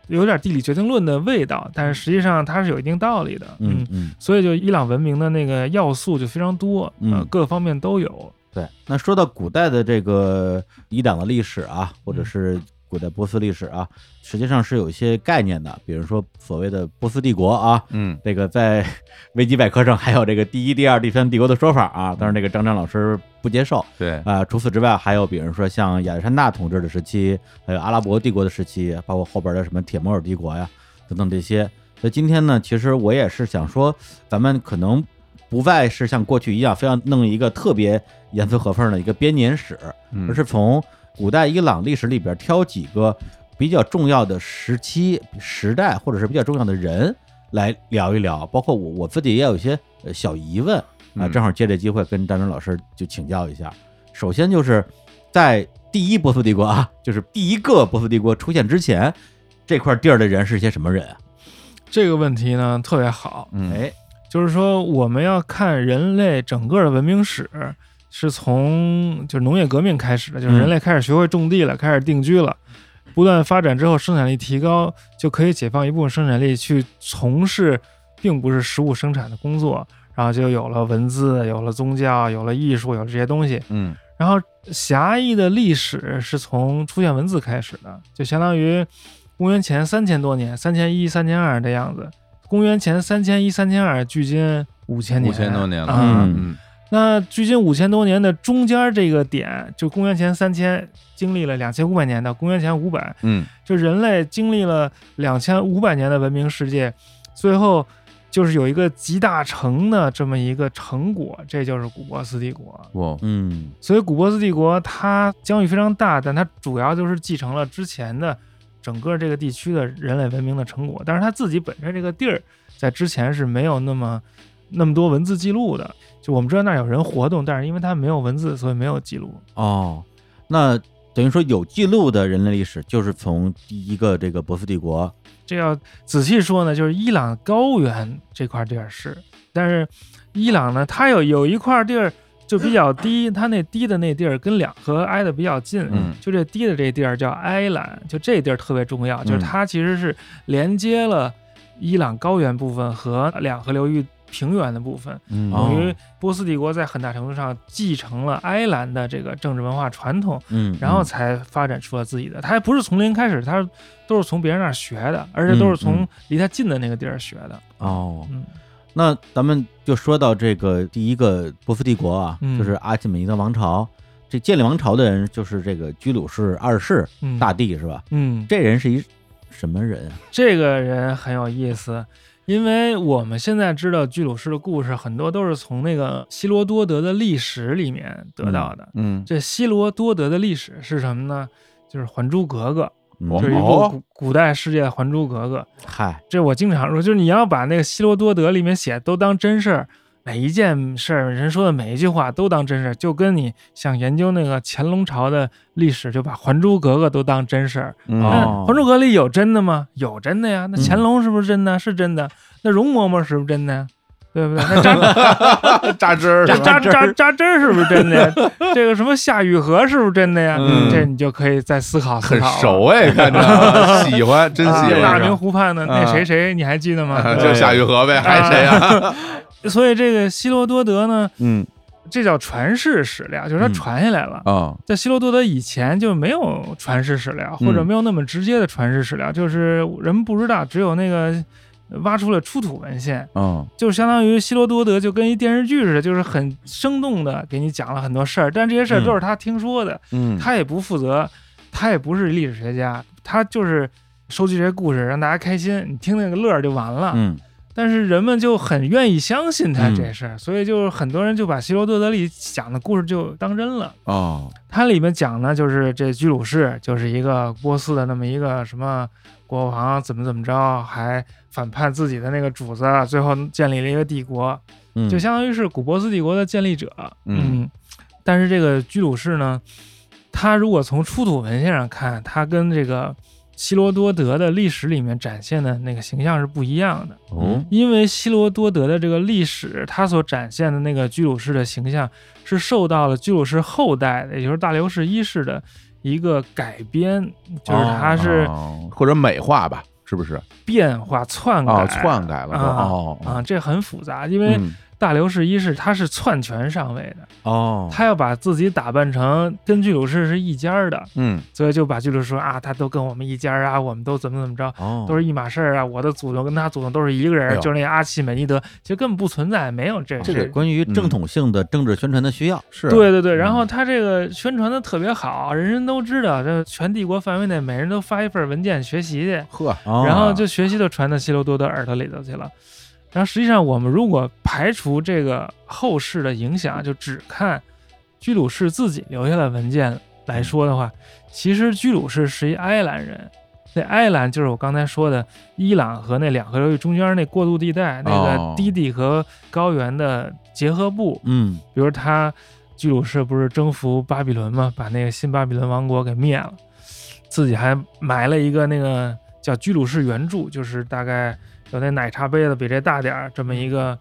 [SPEAKER 3] 有点地理决定论的味道，但是实际上它是有一定道理的。
[SPEAKER 1] 嗯嗯，
[SPEAKER 3] 所以就伊朗文明的那个要素就非常多，呃
[SPEAKER 1] 嗯，
[SPEAKER 3] 各方面都有。
[SPEAKER 1] 对。那说到古代的这个伊朗的历史啊，或者
[SPEAKER 3] 嗯
[SPEAKER 1] 是古代波斯历史啊，实际上是有一些概念的，比如说所谓的波斯帝国啊，
[SPEAKER 2] 嗯
[SPEAKER 1] 这个在 <laughs> 维基百科上还有这个第一、第二、第三帝国的说法啊，但是这个张张老师不接受。
[SPEAKER 2] 对，
[SPEAKER 1] 啊、除此之外，还有比如说像亚历山大统治的时期，还有阿拉伯帝国的时期，包括后边的什么铁木尔帝国呀等等这些。所以今天呢，其实我也是想说，咱们可能不再是像过去一样，非要弄一个特别严丝合缝的一个编年史，
[SPEAKER 2] 嗯
[SPEAKER 1] 而是从古代伊朗历史里边挑几个比较重要的时期、时代，或者是比较重要的人来聊一聊。包括我我自己也有一些呃小疑问啊，
[SPEAKER 2] 嗯
[SPEAKER 1] 正好借这机会跟张真老师就请教一下。首先就是在第一波斯帝国啊，就是第一个波斯帝国出现之前，这块地儿的人是些什么人啊？
[SPEAKER 3] 这个问题呢特别好，
[SPEAKER 2] 嗯
[SPEAKER 1] 哎，
[SPEAKER 3] 就是说我们要看人类整个的文明史，是从就是农业革命开始的，就是
[SPEAKER 1] 嗯
[SPEAKER 3] 人类开始学会种地了，开始定居了。不断发展之后，生产力提高，就可以解放一部分生产力去从事并不是食物生产的工作，然后就有了文字，有了宗教，有了艺术，有了这些东西。
[SPEAKER 2] 嗯
[SPEAKER 3] 然后狭义的历史是从出现文字开始的，就相当于公元前三千多年，三千一、三千二这样子。公元前三千一、三千二，距今五千年，
[SPEAKER 2] 5000多年了
[SPEAKER 3] 啊
[SPEAKER 1] 嗯
[SPEAKER 2] 嗯
[SPEAKER 3] 那距今五千多年的中间这个点，就公元前三千经历了两千五百年到公元前五百，
[SPEAKER 2] 嗯
[SPEAKER 3] 就人类经历了两千五百年的文明世界，最后就是有一个集大成的这么一个成果，这就是古波斯帝国。
[SPEAKER 2] 哇
[SPEAKER 1] 嗯
[SPEAKER 3] 所以古波斯帝国它疆域非常大，但它主要就是继承了之前的整个这个地区的人类文明的成果，但是它自己本身这个地儿在之前是没有那么那么多文字记录的。就我们知道那儿有人活动，但是因为它没有文字，所以没有记录。
[SPEAKER 1] 哦，那等于说有记录的人类历史就是从第一个这个波斯帝国，
[SPEAKER 3] 这要仔细说呢，就是伊朗高原这块地儿是，但是伊朗呢，它有有一块地儿就比较低，它那低的那地儿跟两河挨得比较近，
[SPEAKER 2] 嗯
[SPEAKER 3] 就这低的这地儿叫埃兰，就这地儿特别重要，就是它其实是连接了伊朗高原部分和两河流域平原的部分，
[SPEAKER 2] 嗯
[SPEAKER 1] 哦
[SPEAKER 3] 等于波斯帝国在很大程度上继承了埃兰的这个政治文化传统，
[SPEAKER 1] 嗯，
[SPEAKER 3] 然后才发展出了自己的。他还不是从零开始，他都是从别人那儿学的，而且都是
[SPEAKER 1] 嗯
[SPEAKER 3] 从离他近的那个地儿学的。
[SPEAKER 1] 哦，
[SPEAKER 3] 嗯，
[SPEAKER 1] 那咱们就说到这个第一个波斯帝国啊，
[SPEAKER 3] 嗯
[SPEAKER 1] 就是阿契美尼德王朝。这建立王朝的人就是这个居鲁士二世
[SPEAKER 3] 嗯
[SPEAKER 1] 大帝是吧？
[SPEAKER 3] 嗯，
[SPEAKER 1] 这人是一什么人啊？
[SPEAKER 3] 这个人很有意思，因为我们现在知道居鲁士的故事很多都是从那个希罗多德的历史里面得到的。
[SPEAKER 2] 嗯
[SPEAKER 3] 这希罗多德的历史是什么呢？就是《还珠格格
[SPEAKER 1] 嗯》，
[SPEAKER 2] 我
[SPEAKER 3] 这是一部
[SPEAKER 2] 哦
[SPEAKER 3] 古古代世界的《还珠格格》。
[SPEAKER 1] 嗨，
[SPEAKER 3] 这我经常说，就是你要把那个希罗多德里面写的都当真事儿，每一件事儿人说的每一句话都当真事儿，就跟你想研究那个乾隆朝的历史，就把《还珠格格》都当真事儿。
[SPEAKER 2] 嗯
[SPEAKER 3] 那
[SPEAKER 1] 哦
[SPEAKER 3] 《还珠格格》里有真的吗？有真的呀。那
[SPEAKER 1] 嗯
[SPEAKER 3] 乾隆是不是真的？是真的。那容嬷嬷是不是真的呀？对不对？
[SPEAKER 2] <laughs>
[SPEAKER 3] 那扎
[SPEAKER 2] 榨汁儿
[SPEAKER 3] 扎
[SPEAKER 2] 是吧
[SPEAKER 3] 扎扎扎针儿是不是真的呀？这个什么夏雨荷是不是真的呀？
[SPEAKER 2] 嗯
[SPEAKER 3] 这你就可以再思考思
[SPEAKER 2] 很
[SPEAKER 3] 考了。
[SPEAKER 2] 熟哎，看着喜欢，真喜
[SPEAKER 3] 啊，大
[SPEAKER 2] 欢是 <laughs>
[SPEAKER 3] 明
[SPEAKER 2] 吧，
[SPEAKER 3] 湖畔的那
[SPEAKER 2] 啊
[SPEAKER 3] 谁谁，你还记得吗？
[SPEAKER 2] <laughs> 啊
[SPEAKER 3] 对
[SPEAKER 2] 就夏雨荷呗，还谁啊？
[SPEAKER 3] 所以这个希罗多德呢，
[SPEAKER 2] 嗯
[SPEAKER 3] 这叫传世史料，就是它
[SPEAKER 1] 嗯
[SPEAKER 3] 传下来了。
[SPEAKER 2] <laughs> 哦，
[SPEAKER 3] 在希罗多德以前就没有传世史料，或者
[SPEAKER 2] 嗯
[SPEAKER 3] 没有那么直接的传世史料，就是人们不知道，只有那个呃挖出了出土文献，
[SPEAKER 2] 哦，
[SPEAKER 3] 就相当于希罗多德就跟一电视剧似的，就是很生动的给你讲了很多事儿，但这些事儿
[SPEAKER 1] 嗯
[SPEAKER 3] 都是他听说的，
[SPEAKER 2] 嗯
[SPEAKER 3] 他也不负责，他也不是历史学家，他就是收集这些故事让大家开心，你听那个乐儿就完了。
[SPEAKER 1] 嗯
[SPEAKER 3] 但是人们就很愿意相信他这事儿，所以就是很多人就把希罗多德里讲的故事就当真了。
[SPEAKER 2] 哦，
[SPEAKER 3] 它里面讲呢，就是这居鲁士就是一个波斯的那么一个什么国王，怎么怎么着，还反叛自己的那个主子，最后建立了一个帝国，
[SPEAKER 1] 嗯，
[SPEAKER 3] 就相当于是古波斯帝国的建立者。
[SPEAKER 2] 嗯
[SPEAKER 3] 但是这个居鲁士呢，他如果从出土文献上看，他跟这个希罗多德的历史里面展现的那个形象是不一样的。
[SPEAKER 1] 哦，
[SPEAKER 3] 因为希罗多德的这个历史，他所展现的那个居鲁士的形象，是受到了居鲁士后代，也就是大流士一世的一个改编，就是他是、
[SPEAKER 2] 哦
[SPEAKER 4] 哦
[SPEAKER 2] 或者美化吧，
[SPEAKER 4] 是不是？
[SPEAKER 3] 变化篡改
[SPEAKER 4] 哦，篡改了都
[SPEAKER 3] 啊
[SPEAKER 4] 哦
[SPEAKER 3] 啊，这很复杂，因为
[SPEAKER 4] 嗯
[SPEAKER 3] 大流士一世他是篡权上位的，
[SPEAKER 4] 哦，
[SPEAKER 3] 他要把自己打扮成跟居鲁士是一家儿的，
[SPEAKER 4] 嗯
[SPEAKER 3] 所以就把居鲁士说啊，他都跟我们一家儿啊，我们都怎么怎么着。
[SPEAKER 4] 哦，
[SPEAKER 3] 都是一码事儿啊！我的祖宗跟他祖宗都是一个人
[SPEAKER 4] 哎
[SPEAKER 3] 儿，
[SPEAKER 4] 呦
[SPEAKER 3] 就是那阿契美尼德，其实根本不存在，没有这
[SPEAKER 1] 这个
[SPEAKER 3] 事
[SPEAKER 1] 关于正统性的政治宣传的需要，
[SPEAKER 4] 是
[SPEAKER 3] 对对对，
[SPEAKER 1] 嗯
[SPEAKER 3] 然后他这个宣传的特别好，人人都知道，这全帝国范围内每人都发一份文件学习去，
[SPEAKER 4] 呵，
[SPEAKER 1] 哦
[SPEAKER 3] 然后就学习就传到希罗多德耳朵里头去了。然后实际上，我们如果排除这个后世的影响，就只看居鲁士自己留下的文件来说的话，其实居鲁士是一埃兰人。那埃兰就是我刚才说的伊朗和那两河流域中间那过渡地带，那个
[SPEAKER 4] 哦
[SPEAKER 3] 低地和高原的结合部。
[SPEAKER 1] 嗯
[SPEAKER 3] 比如他居鲁士不是征服巴比伦嘛，把那个新巴比伦王国给灭了，自己还埋了一个那个叫居鲁士圆柱，就是大概有那奶茶杯子比这大点儿，这么一个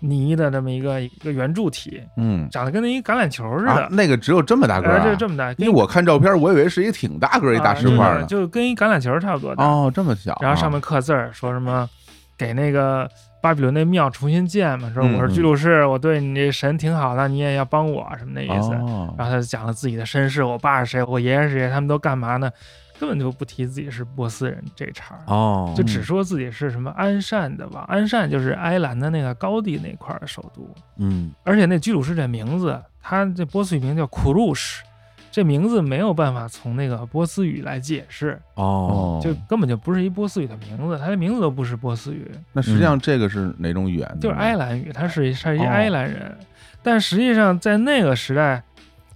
[SPEAKER 3] 泥的这么一个一个圆柱体，
[SPEAKER 4] 嗯
[SPEAKER 3] 长得跟那一橄榄球似的，
[SPEAKER 4] 啊，那个只有这么大个儿
[SPEAKER 3] 哎
[SPEAKER 4] 啊，
[SPEAKER 3] 这这么大，
[SPEAKER 4] 因为我看照片，我以为是一挺大个儿一大石块
[SPEAKER 3] 啊
[SPEAKER 4] 儿呢。
[SPEAKER 3] 就是就跟一橄榄球差不多大。
[SPEAKER 4] 哦，这么小啊，
[SPEAKER 3] 然后上面刻字儿，说什么给那个巴比伦那庙重新建嘛，
[SPEAKER 4] 嗯
[SPEAKER 3] 说我是居鲁士，我对你这神挺好的，你也要帮我什么那意思。
[SPEAKER 4] 哦
[SPEAKER 3] 然后他就讲了自己的身世，我爸是谁，我爷爷是谁，他们都干嘛呢？根本就不提自己是波斯人这一茬儿，
[SPEAKER 1] 哦
[SPEAKER 3] 就只说自己是什么安善的王。安善就是埃兰的那个高地那块儿的首都，
[SPEAKER 1] 嗯
[SPEAKER 3] 而且那居鲁士这名字，他这波斯语名叫库鲁什，这名字没有办法从那个波斯语来解释，
[SPEAKER 1] 哦
[SPEAKER 3] 就根本就不是一波斯语的名字，他的名字都不是波斯语，
[SPEAKER 4] 那实际上这个是哪种语言呢？
[SPEAKER 3] 嗯
[SPEAKER 1] 嗯
[SPEAKER 3] 就是埃兰语，他是一他是一
[SPEAKER 4] 哦
[SPEAKER 3] 埃兰人，但实际上在那个时代，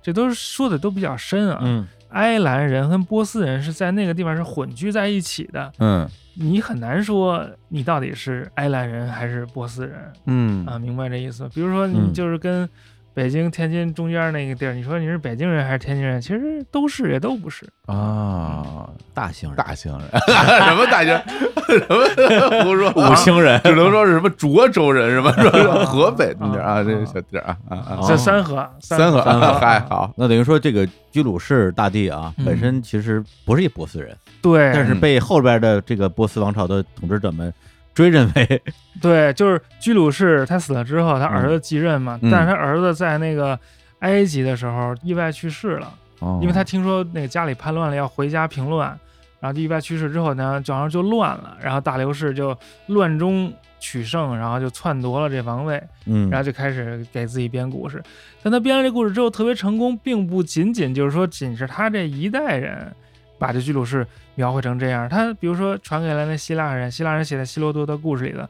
[SPEAKER 3] 这都是说的都比较深啊，
[SPEAKER 1] 嗯
[SPEAKER 3] 埃兰人跟波斯人是在那个地方是混居在一起的，
[SPEAKER 4] 嗯
[SPEAKER 3] 你很难说你到底是埃兰人还是波斯人啊，
[SPEAKER 4] 嗯
[SPEAKER 3] 明白这意思吗？比如说
[SPEAKER 1] 嗯
[SPEAKER 3] 你就是跟北京、天津中间那个地儿，你说你是北京人还是天津人，其实都是也都不是。
[SPEAKER 4] 啊，
[SPEAKER 1] 大型
[SPEAKER 3] 嗯
[SPEAKER 1] 人
[SPEAKER 4] 大型人， <laughs>
[SPEAKER 2] 什么大家什么胡说
[SPEAKER 4] 啊
[SPEAKER 1] 五
[SPEAKER 2] 八道，
[SPEAKER 1] 星人
[SPEAKER 2] 只能说是什么涿州人什么，说是
[SPEAKER 3] <laughs> 啊
[SPEAKER 2] 河北那点儿啊，
[SPEAKER 3] 啊
[SPEAKER 2] 这个小地儿啊啊
[SPEAKER 4] 哦
[SPEAKER 2] 啊，
[SPEAKER 3] 这三河，
[SPEAKER 2] 三河
[SPEAKER 1] 三河
[SPEAKER 2] 啊嗨好，
[SPEAKER 1] 那等于说，这个居鲁士大帝啊，
[SPEAKER 3] 嗯
[SPEAKER 1] 本身其实不是一波斯人，
[SPEAKER 3] 对，
[SPEAKER 1] 但是被后边的这个波斯王朝的统治者们追认为，
[SPEAKER 3] 对，就是居鲁士他死了之后，他儿子继任嘛，
[SPEAKER 4] 嗯
[SPEAKER 3] 但是他儿子在那个埃及的时候意外去世了。
[SPEAKER 1] <laughs>
[SPEAKER 4] 哦
[SPEAKER 3] 因为他听说那个家里叛乱了，要回家平乱，然后就意外去世之后呢，就好像就乱了，然后大流士就乱中取胜，然后就篡夺了这王位，
[SPEAKER 1] 嗯
[SPEAKER 3] 然后就开始给自己编故事。但他编了这故事之后特别成功，并不仅仅就是说仅是他这一代人把这居鲁士描绘成这样，他比如说传给了那希腊人，希腊人写在希罗多德故事里的，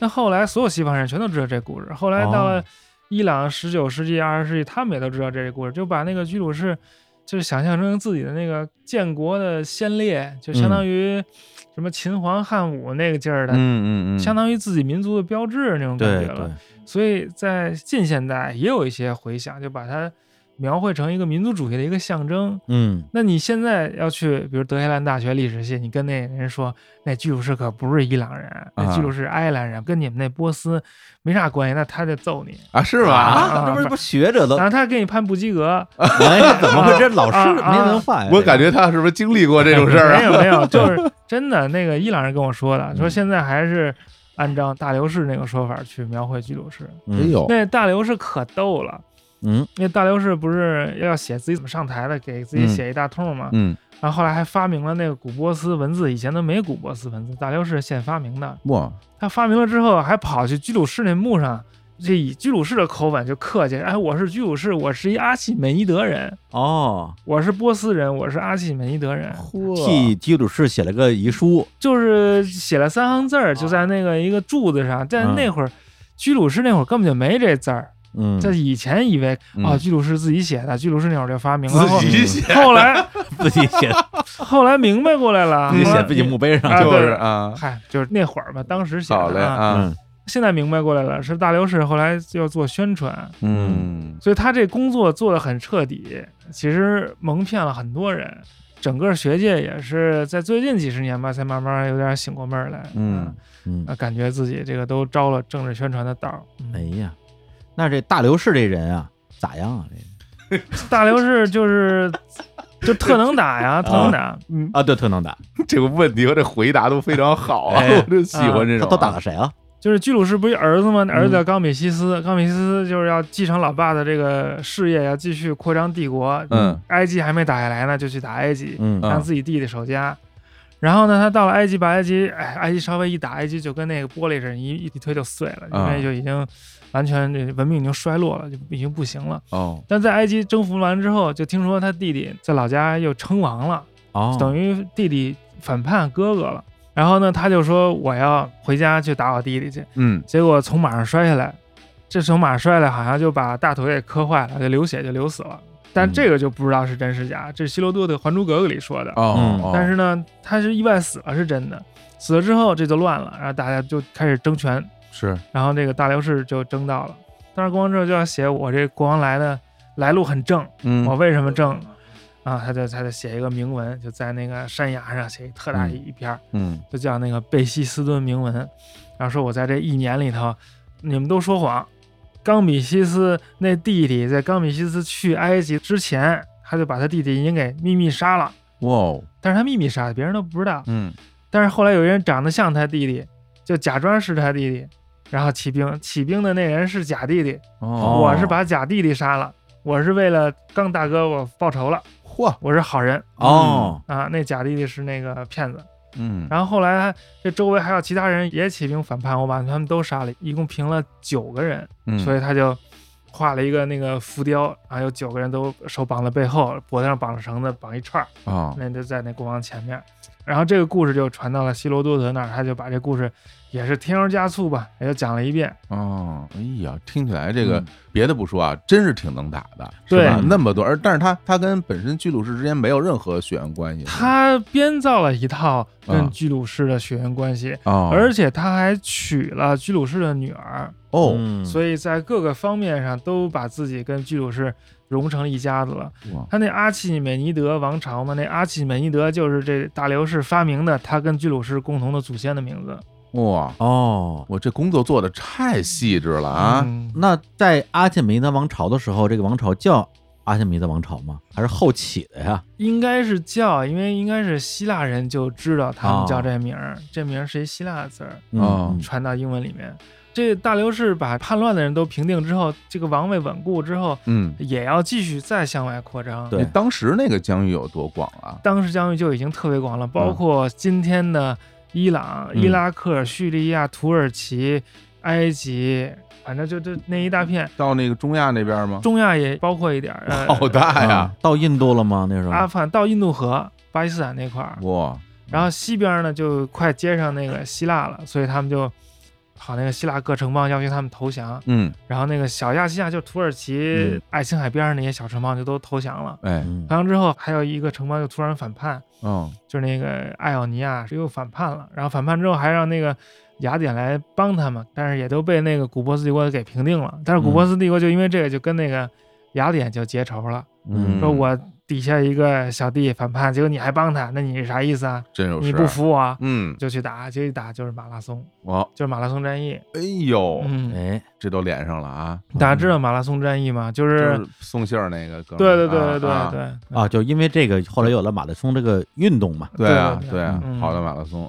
[SPEAKER 3] 那后来所有西方人全都知道这故事，后来到了
[SPEAKER 1] 哦
[SPEAKER 3] 伊朗十九世纪、二十世纪，他们也都知道这个故事，就把那个居鲁士。就是想象成自己的那个建国的先烈，就相
[SPEAKER 1] 嗯
[SPEAKER 3] 当于什么秦皇汉武那个劲儿的，
[SPEAKER 4] 嗯嗯嗯，
[SPEAKER 3] 相当于自己民族的标志那种感
[SPEAKER 1] 对
[SPEAKER 3] 觉了。
[SPEAKER 1] 对，
[SPEAKER 3] 所以在近现代也有一些回响，就把它描绘成一个民族主义的一个象征。
[SPEAKER 1] 嗯
[SPEAKER 3] 那你现在要去，比如德黑兰大学历史系，你跟那人说，那居鲁士可不是伊朗人，那居
[SPEAKER 2] 啊
[SPEAKER 3] 鲁士埃兰人，跟你们那波斯没啥关系，那他得揍你。
[SPEAKER 4] 啊是吗？
[SPEAKER 1] 啊，这不是不是学者
[SPEAKER 2] 呃
[SPEAKER 1] 都
[SPEAKER 3] 然，后他给你判不及格，
[SPEAKER 1] 哎，怎么会这老师
[SPEAKER 3] 啊啊
[SPEAKER 1] 没文
[SPEAKER 4] <laughs>
[SPEAKER 1] 化呀？
[SPEAKER 2] 我感觉他是不是经历过这种事儿
[SPEAKER 3] 哎
[SPEAKER 4] 哎
[SPEAKER 3] 没有
[SPEAKER 2] 啊？
[SPEAKER 3] 没有，
[SPEAKER 2] <laughs>
[SPEAKER 3] 就是真的。那个伊朗人跟我说的，说
[SPEAKER 1] 嗯
[SPEAKER 3] 现在还是按照大流士那个说法去描绘居鲁士。
[SPEAKER 1] 嗯
[SPEAKER 2] 哦
[SPEAKER 4] 哎 <laughs> 呦，
[SPEAKER 3] 那大流士可逗了，
[SPEAKER 1] 嗯
[SPEAKER 3] 因为大流士不是要写自己怎么上台的，给自己写一大通嘛。
[SPEAKER 4] 嗯，
[SPEAKER 3] 然后后来还发明了那个古波斯文字，以前都没古波斯文字，大流士现发明的。
[SPEAKER 4] 哇，
[SPEAKER 3] 他发明了之后，还跑去居鲁士那墓上，这以居鲁士的口吻就客气，哎，我是居鲁士，我是一阿契美尼德人，
[SPEAKER 1] 哦，
[SPEAKER 3] 我是波斯人，我是阿契美尼德人，
[SPEAKER 1] 替基鲁士写了个遗书，
[SPEAKER 3] 就是写了三行字儿，就在那个一个柱子上。但那会儿，居鲁士那会儿根本就没这字儿，
[SPEAKER 1] 嗯，
[SPEAKER 3] 在以前以为
[SPEAKER 4] 嗯
[SPEAKER 3] 哦，居鲁士自己写的，居鲁士那会儿就发明了。
[SPEAKER 2] 自己写
[SPEAKER 3] 后后来
[SPEAKER 1] 自己写
[SPEAKER 3] 后来明白过来了，
[SPEAKER 1] 自己
[SPEAKER 3] 后来
[SPEAKER 1] 写自己墓碑上
[SPEAKER 3] 啊
[SPEAKER 1] 就，
[SPEAKER 2] 就是
[SPEAKER 3] 对
[SPEAKER 2] 啊，
[SPEAKER 3] 嗨，就是那会儿吧，当时写的
[SPEAKER 2] 好嘞
[SPEAKER 3] 啊。
[SPEAKER 2] 啊，
[SPEAKER 1] 嗯
[SPEAKER 3] 现在明白过来了，是大流士后来要做宣传，
[SPEAKER 4] 嗯
[SPEAKER 3] 所以他这工作做得很彻底，其实蒙骗了很多人。整个学界也是在最近几十年吧，才慢慢有点醒过味儿来。
[SPEAKER 4] 嗯
[SPEAKER 1] 嗯，
[SPEAKER 3] 啊，感觉自己这个都招了政治宣传的道儿。
[SPEAKER 1] 哎
[SPEAKER 3] 嗯、
[SPEAKER 1] 呀，那这大流士这人啊，咋样啊？这
[SPEAKER 3] 大流士就是就特能打
[SPEAKER 1] <laughs>
[SPEAKER 3] 呀，特能打，嗯，
[SPEAKER 1] 啊，对，特能打，
[SPEAKER 2] 这个问题和这回答都非常好啊，
[SPEAKER 1] 哎
[SPEAKER 2] 我就喜欢这
[SPEAKER 1] 他
[SPEAKER 2] 种啊。
[SPEAKER 1] 都打了谁啊？
[SPEAKER 3] 就是居鲁士不是儿子吗？那儿子叫冈比西斯，冈比西斯就是要继承老爸的这个事业，要继续扩张帝国。
[SPEAKER 4] 嗯，
[SPEAKER 3] 埃及还没打下来呢，就去打埃及，
[SPEAKER 1] 嗯
[SPEAKER 4] 啊
[SPEAKER 3] 当自己弟弟守家。然后呢，他到了埃及，把埃及，哎，埃及稍微一打，埃及就跟那个玻璃似的，一一推就碎了，因
[SPEAKER 4] 啊
[SPEAKER 3] 为就已经完全这文明已经衰落了，就已经不行了。
[SPEAKER 4] 哦，
[SPEAKER 3] 但在埃及征服完之后，就听说他弟弟在老家又称王了，
[SPEAKER 1] 哦，
[SPEAKER 3] 等于弟弟反叛哥哥了。然后呢，他就说我要回家去打我弟弟去，
[SPEAKER 4] 嗯，
[SPEAKER 3] 结果从马上摔下来，这从马上摔下来好像就把大腿给磕坏了，就流血就流死了。但
[SPEAKER 1] 嗯
[SPEAKER 3] 这个就不知道是真是假，这是希罗多德《还珠格格》里说的。
[SPEAKER 4] 哦
[SPEAKER 1] 嗯，
[SPEAKER 4] 哦
[SPEAKER 3] 但是呢，他是意外死了是真的，死了之后这就乱了，然后大家就开始争权，
[SPEAKER 4] 是
[SPEAKER 3] 然后这个大流士就争到了。当时国王之后就要写我这国王来的来路很正，
[SPEAKER 4] 嗯
[SPEAKER 3] 我为什么正啊？他就他就写一个铭文，就在那个山崖上写一特大
[SPEAKER 4] 嗯
[SPEAKER 3] 一篇儿，
[SPEAKER 4] 嗯
[SPEAKER 3] 就叫那个贝希斯敦铭文，然后说我在这一年里头，你们都说谎。冈比西斯那弟弟在冈比西斯去埃及之前，他就把他弟弟已经给秘密杀了，
[SPEAKER 4] 哇哦
[SPEAKER 3] 但是他秘密杀的，别人都不知道。
[SPEAKER 4] 嗯
[SPEAKER 3] 但是后来有人长得像他弟弟，就假装是他弟弟，然后起兵，起兵的那人是假弟弟，
[SPEAKER 4] 哦，
[SPEAKER 3] 我是把假弟弟杀了，我是为了刚大哥我报仇了，
[SPEAKER 4] 嚯
[SPEAKER 3] 我是好人
[SPEAKER 1] 哦，
[SPEAKER 3] 啊。那假弟弟是那个骗子，
[SPEAKER 4] 嗯
[SPEAKER 3] 然后后来这周围还有其他人也起兵反叛，我把他们都杀了，一共平了九个人，
[SPEAKER 4] 嗯
[SPEAKER 3] 所以他就。画了一个那个浮雕，然后有九个人都手绑在背后，脖子上绑着绳子，绑一串儿，
[SPEAKER 4] 啊
[SPEAKER 3] 那就在那国王前面。然后这个故事就传到了希罗多德那儿，他就把这故事也是添油加醋吧，也就讲了一遍。
[SPEAKER 4] 哦，哎呀，听起来这个
[SPEAKER 1] 嗯
[SPEAKER 4] 别的不说啊，真是挺能打的，是
[SPEAKER 3] 对
[SPEAKER 4] 吧？那么多，而但是他他跟本身居鲁士之间没有任何血缘关系，
[SPEAKER 3] 他编造了一套
[SPEAKER 4] 啊
[SPEAKER 3] 跟居鲁士的血缘关系，
[SPEAKER 4] 哦，
[SPEAKER 3] 而且他还娶了居鲁士的女儿，
[SPEAKER 4] 哦，
[SPEAKER 1] 嗯
[SPEAKER 3] 所以在各个方面上都把自己跟居鲁士融成了一家子了。
[SPEAKER 4] 哇
[SPEAKER 3] 他那阿契美尼德王朝嘛，那阿契美尼德就是这大流士发明的，他跟居鲁士共同的祖先的名字
[SPEAKER 4] 哇，
[SPEAKER 1] 哦，
[SPEAKER 4] 我这工作做的太细致了啊！
[SPEAKER 3] 嗯
[SPEAKER 1] 那在阿契美尼德王朝的时候，这个王朝叫阿契美尼德王朝吗？还是后起的呀？
[SPEAKER 3] 应该是叫，因为应该是希腊人就知道他们叫这名儿，这名儿是一希腊字儿，
[SPEAKER 1] 嗯
[SPEAKER 4] 哦
[SPEAKER 1] 嗯
[SPEAKER 3] 传到英文里面。这大流士把叛乱的人都平定之后，这个王位稳固之后，
[SPEAKER 4] 嗯，
[SPEAKER 3] 也要继续再向外扩张。
[SPEAKER 1] 对
[SPEAKER 4] 哎当时那个疆域有多广啊？
[SPEAKER 3] 当时疆域就已经特别广
[SPEAKER 4] 嗯
[SPEAKER 3] 了，包括今天的伊朗、
[SPEAKER 1] 嗯
[SPEAKER 3] 伊拉克、叙利亚、土耳其、埃及，反正就就那一大片，
[SPEAKER 4] 到那个中亚那边吗？
[SPEAKER 3] 中亚也包括一点儿，呃，
[SPEAKER 4] 好大呀！
[SPEAKER 1] 啊到印度了吗？那时候
[SPEAKER 3] 阿富汗到印度河、巴基斯坦那块儿，
[SPEAKER 4] 嗯哇，
[SPEAKER 3] 然后西边呢就快接上那
[SPEAKER 4] <laughs>
[SPEAKER 3] 个希腊了，所以他们就跑那个希腊各城邦要求他们投降，
[SPEAKER 4] 嗯，
[SPEAKER 3] 然后那个小亚细亚就土耳其
[SPEAKER 1] 嗯、
[SPEAKER 3] 爱琴海边上那些小城邦就都投降了。
[SPEAKER 4] 哎，
[SPEAKER 1] 嗯
[SPEAKER 3] 投降之后，还有一个城邦就突然反叛，
[SPEAKER 4] 哦，
[SPEAKER 3] 就是那个爱奥尼亚又反叛了，然后反叛之后还让那个雅典来帮他们，但是也都被那个古波斯帝国给平定了。但是古
[SPEAKER 4] 嗯
[SPEAKER 3] 波斯帝国就因为这个就跟那个雅典就结仇了，
[SPEAKER 1] 嗯
[SPEAKER 3] 说我底下一个小弟反叛，结果你还帮他，那你是啥意思啊？
[SPEAKER 4] 真有事，
[SPEAKER 3] 你不，服我啊？
[SPEAKER 4] 嗯，
[SPEAKER 3] 就去打，就一打就是马拉松，
[SPEAKER 4] 我，
[SPEAKER 3] 就是马拉松战役。
[SPEAKER 4] 哎呦，
[SPEAKER 3] 嗯，
[SPEAKER 1] 哎，
[SPEAKER 4] 这都连上了啊！
[SPEAKER 3] 大家知道马拉松战役吗？就
[SPEAKER 4] 就是是送信儿那个哥们
[SPEAKER 3] 对
[SPEAKER 4] 儿
[SPEAKER 3] 对对对
[SPEAKER 4] 啊
[SPEAKER 3] 对
[SPEAKER 4] 啊
[SPEAKER 3] 对
[SPEAKER 1] 啊，就因为这个，后来有了马拉松这个运动嘛。
[SPEAKER 4] 对啊
[SPEAKER 3] 对对对
[SPEAKER 4] 对啊，
[SPEAKER 3] 嗯
[SPEAKER 4] 跑到马拉松，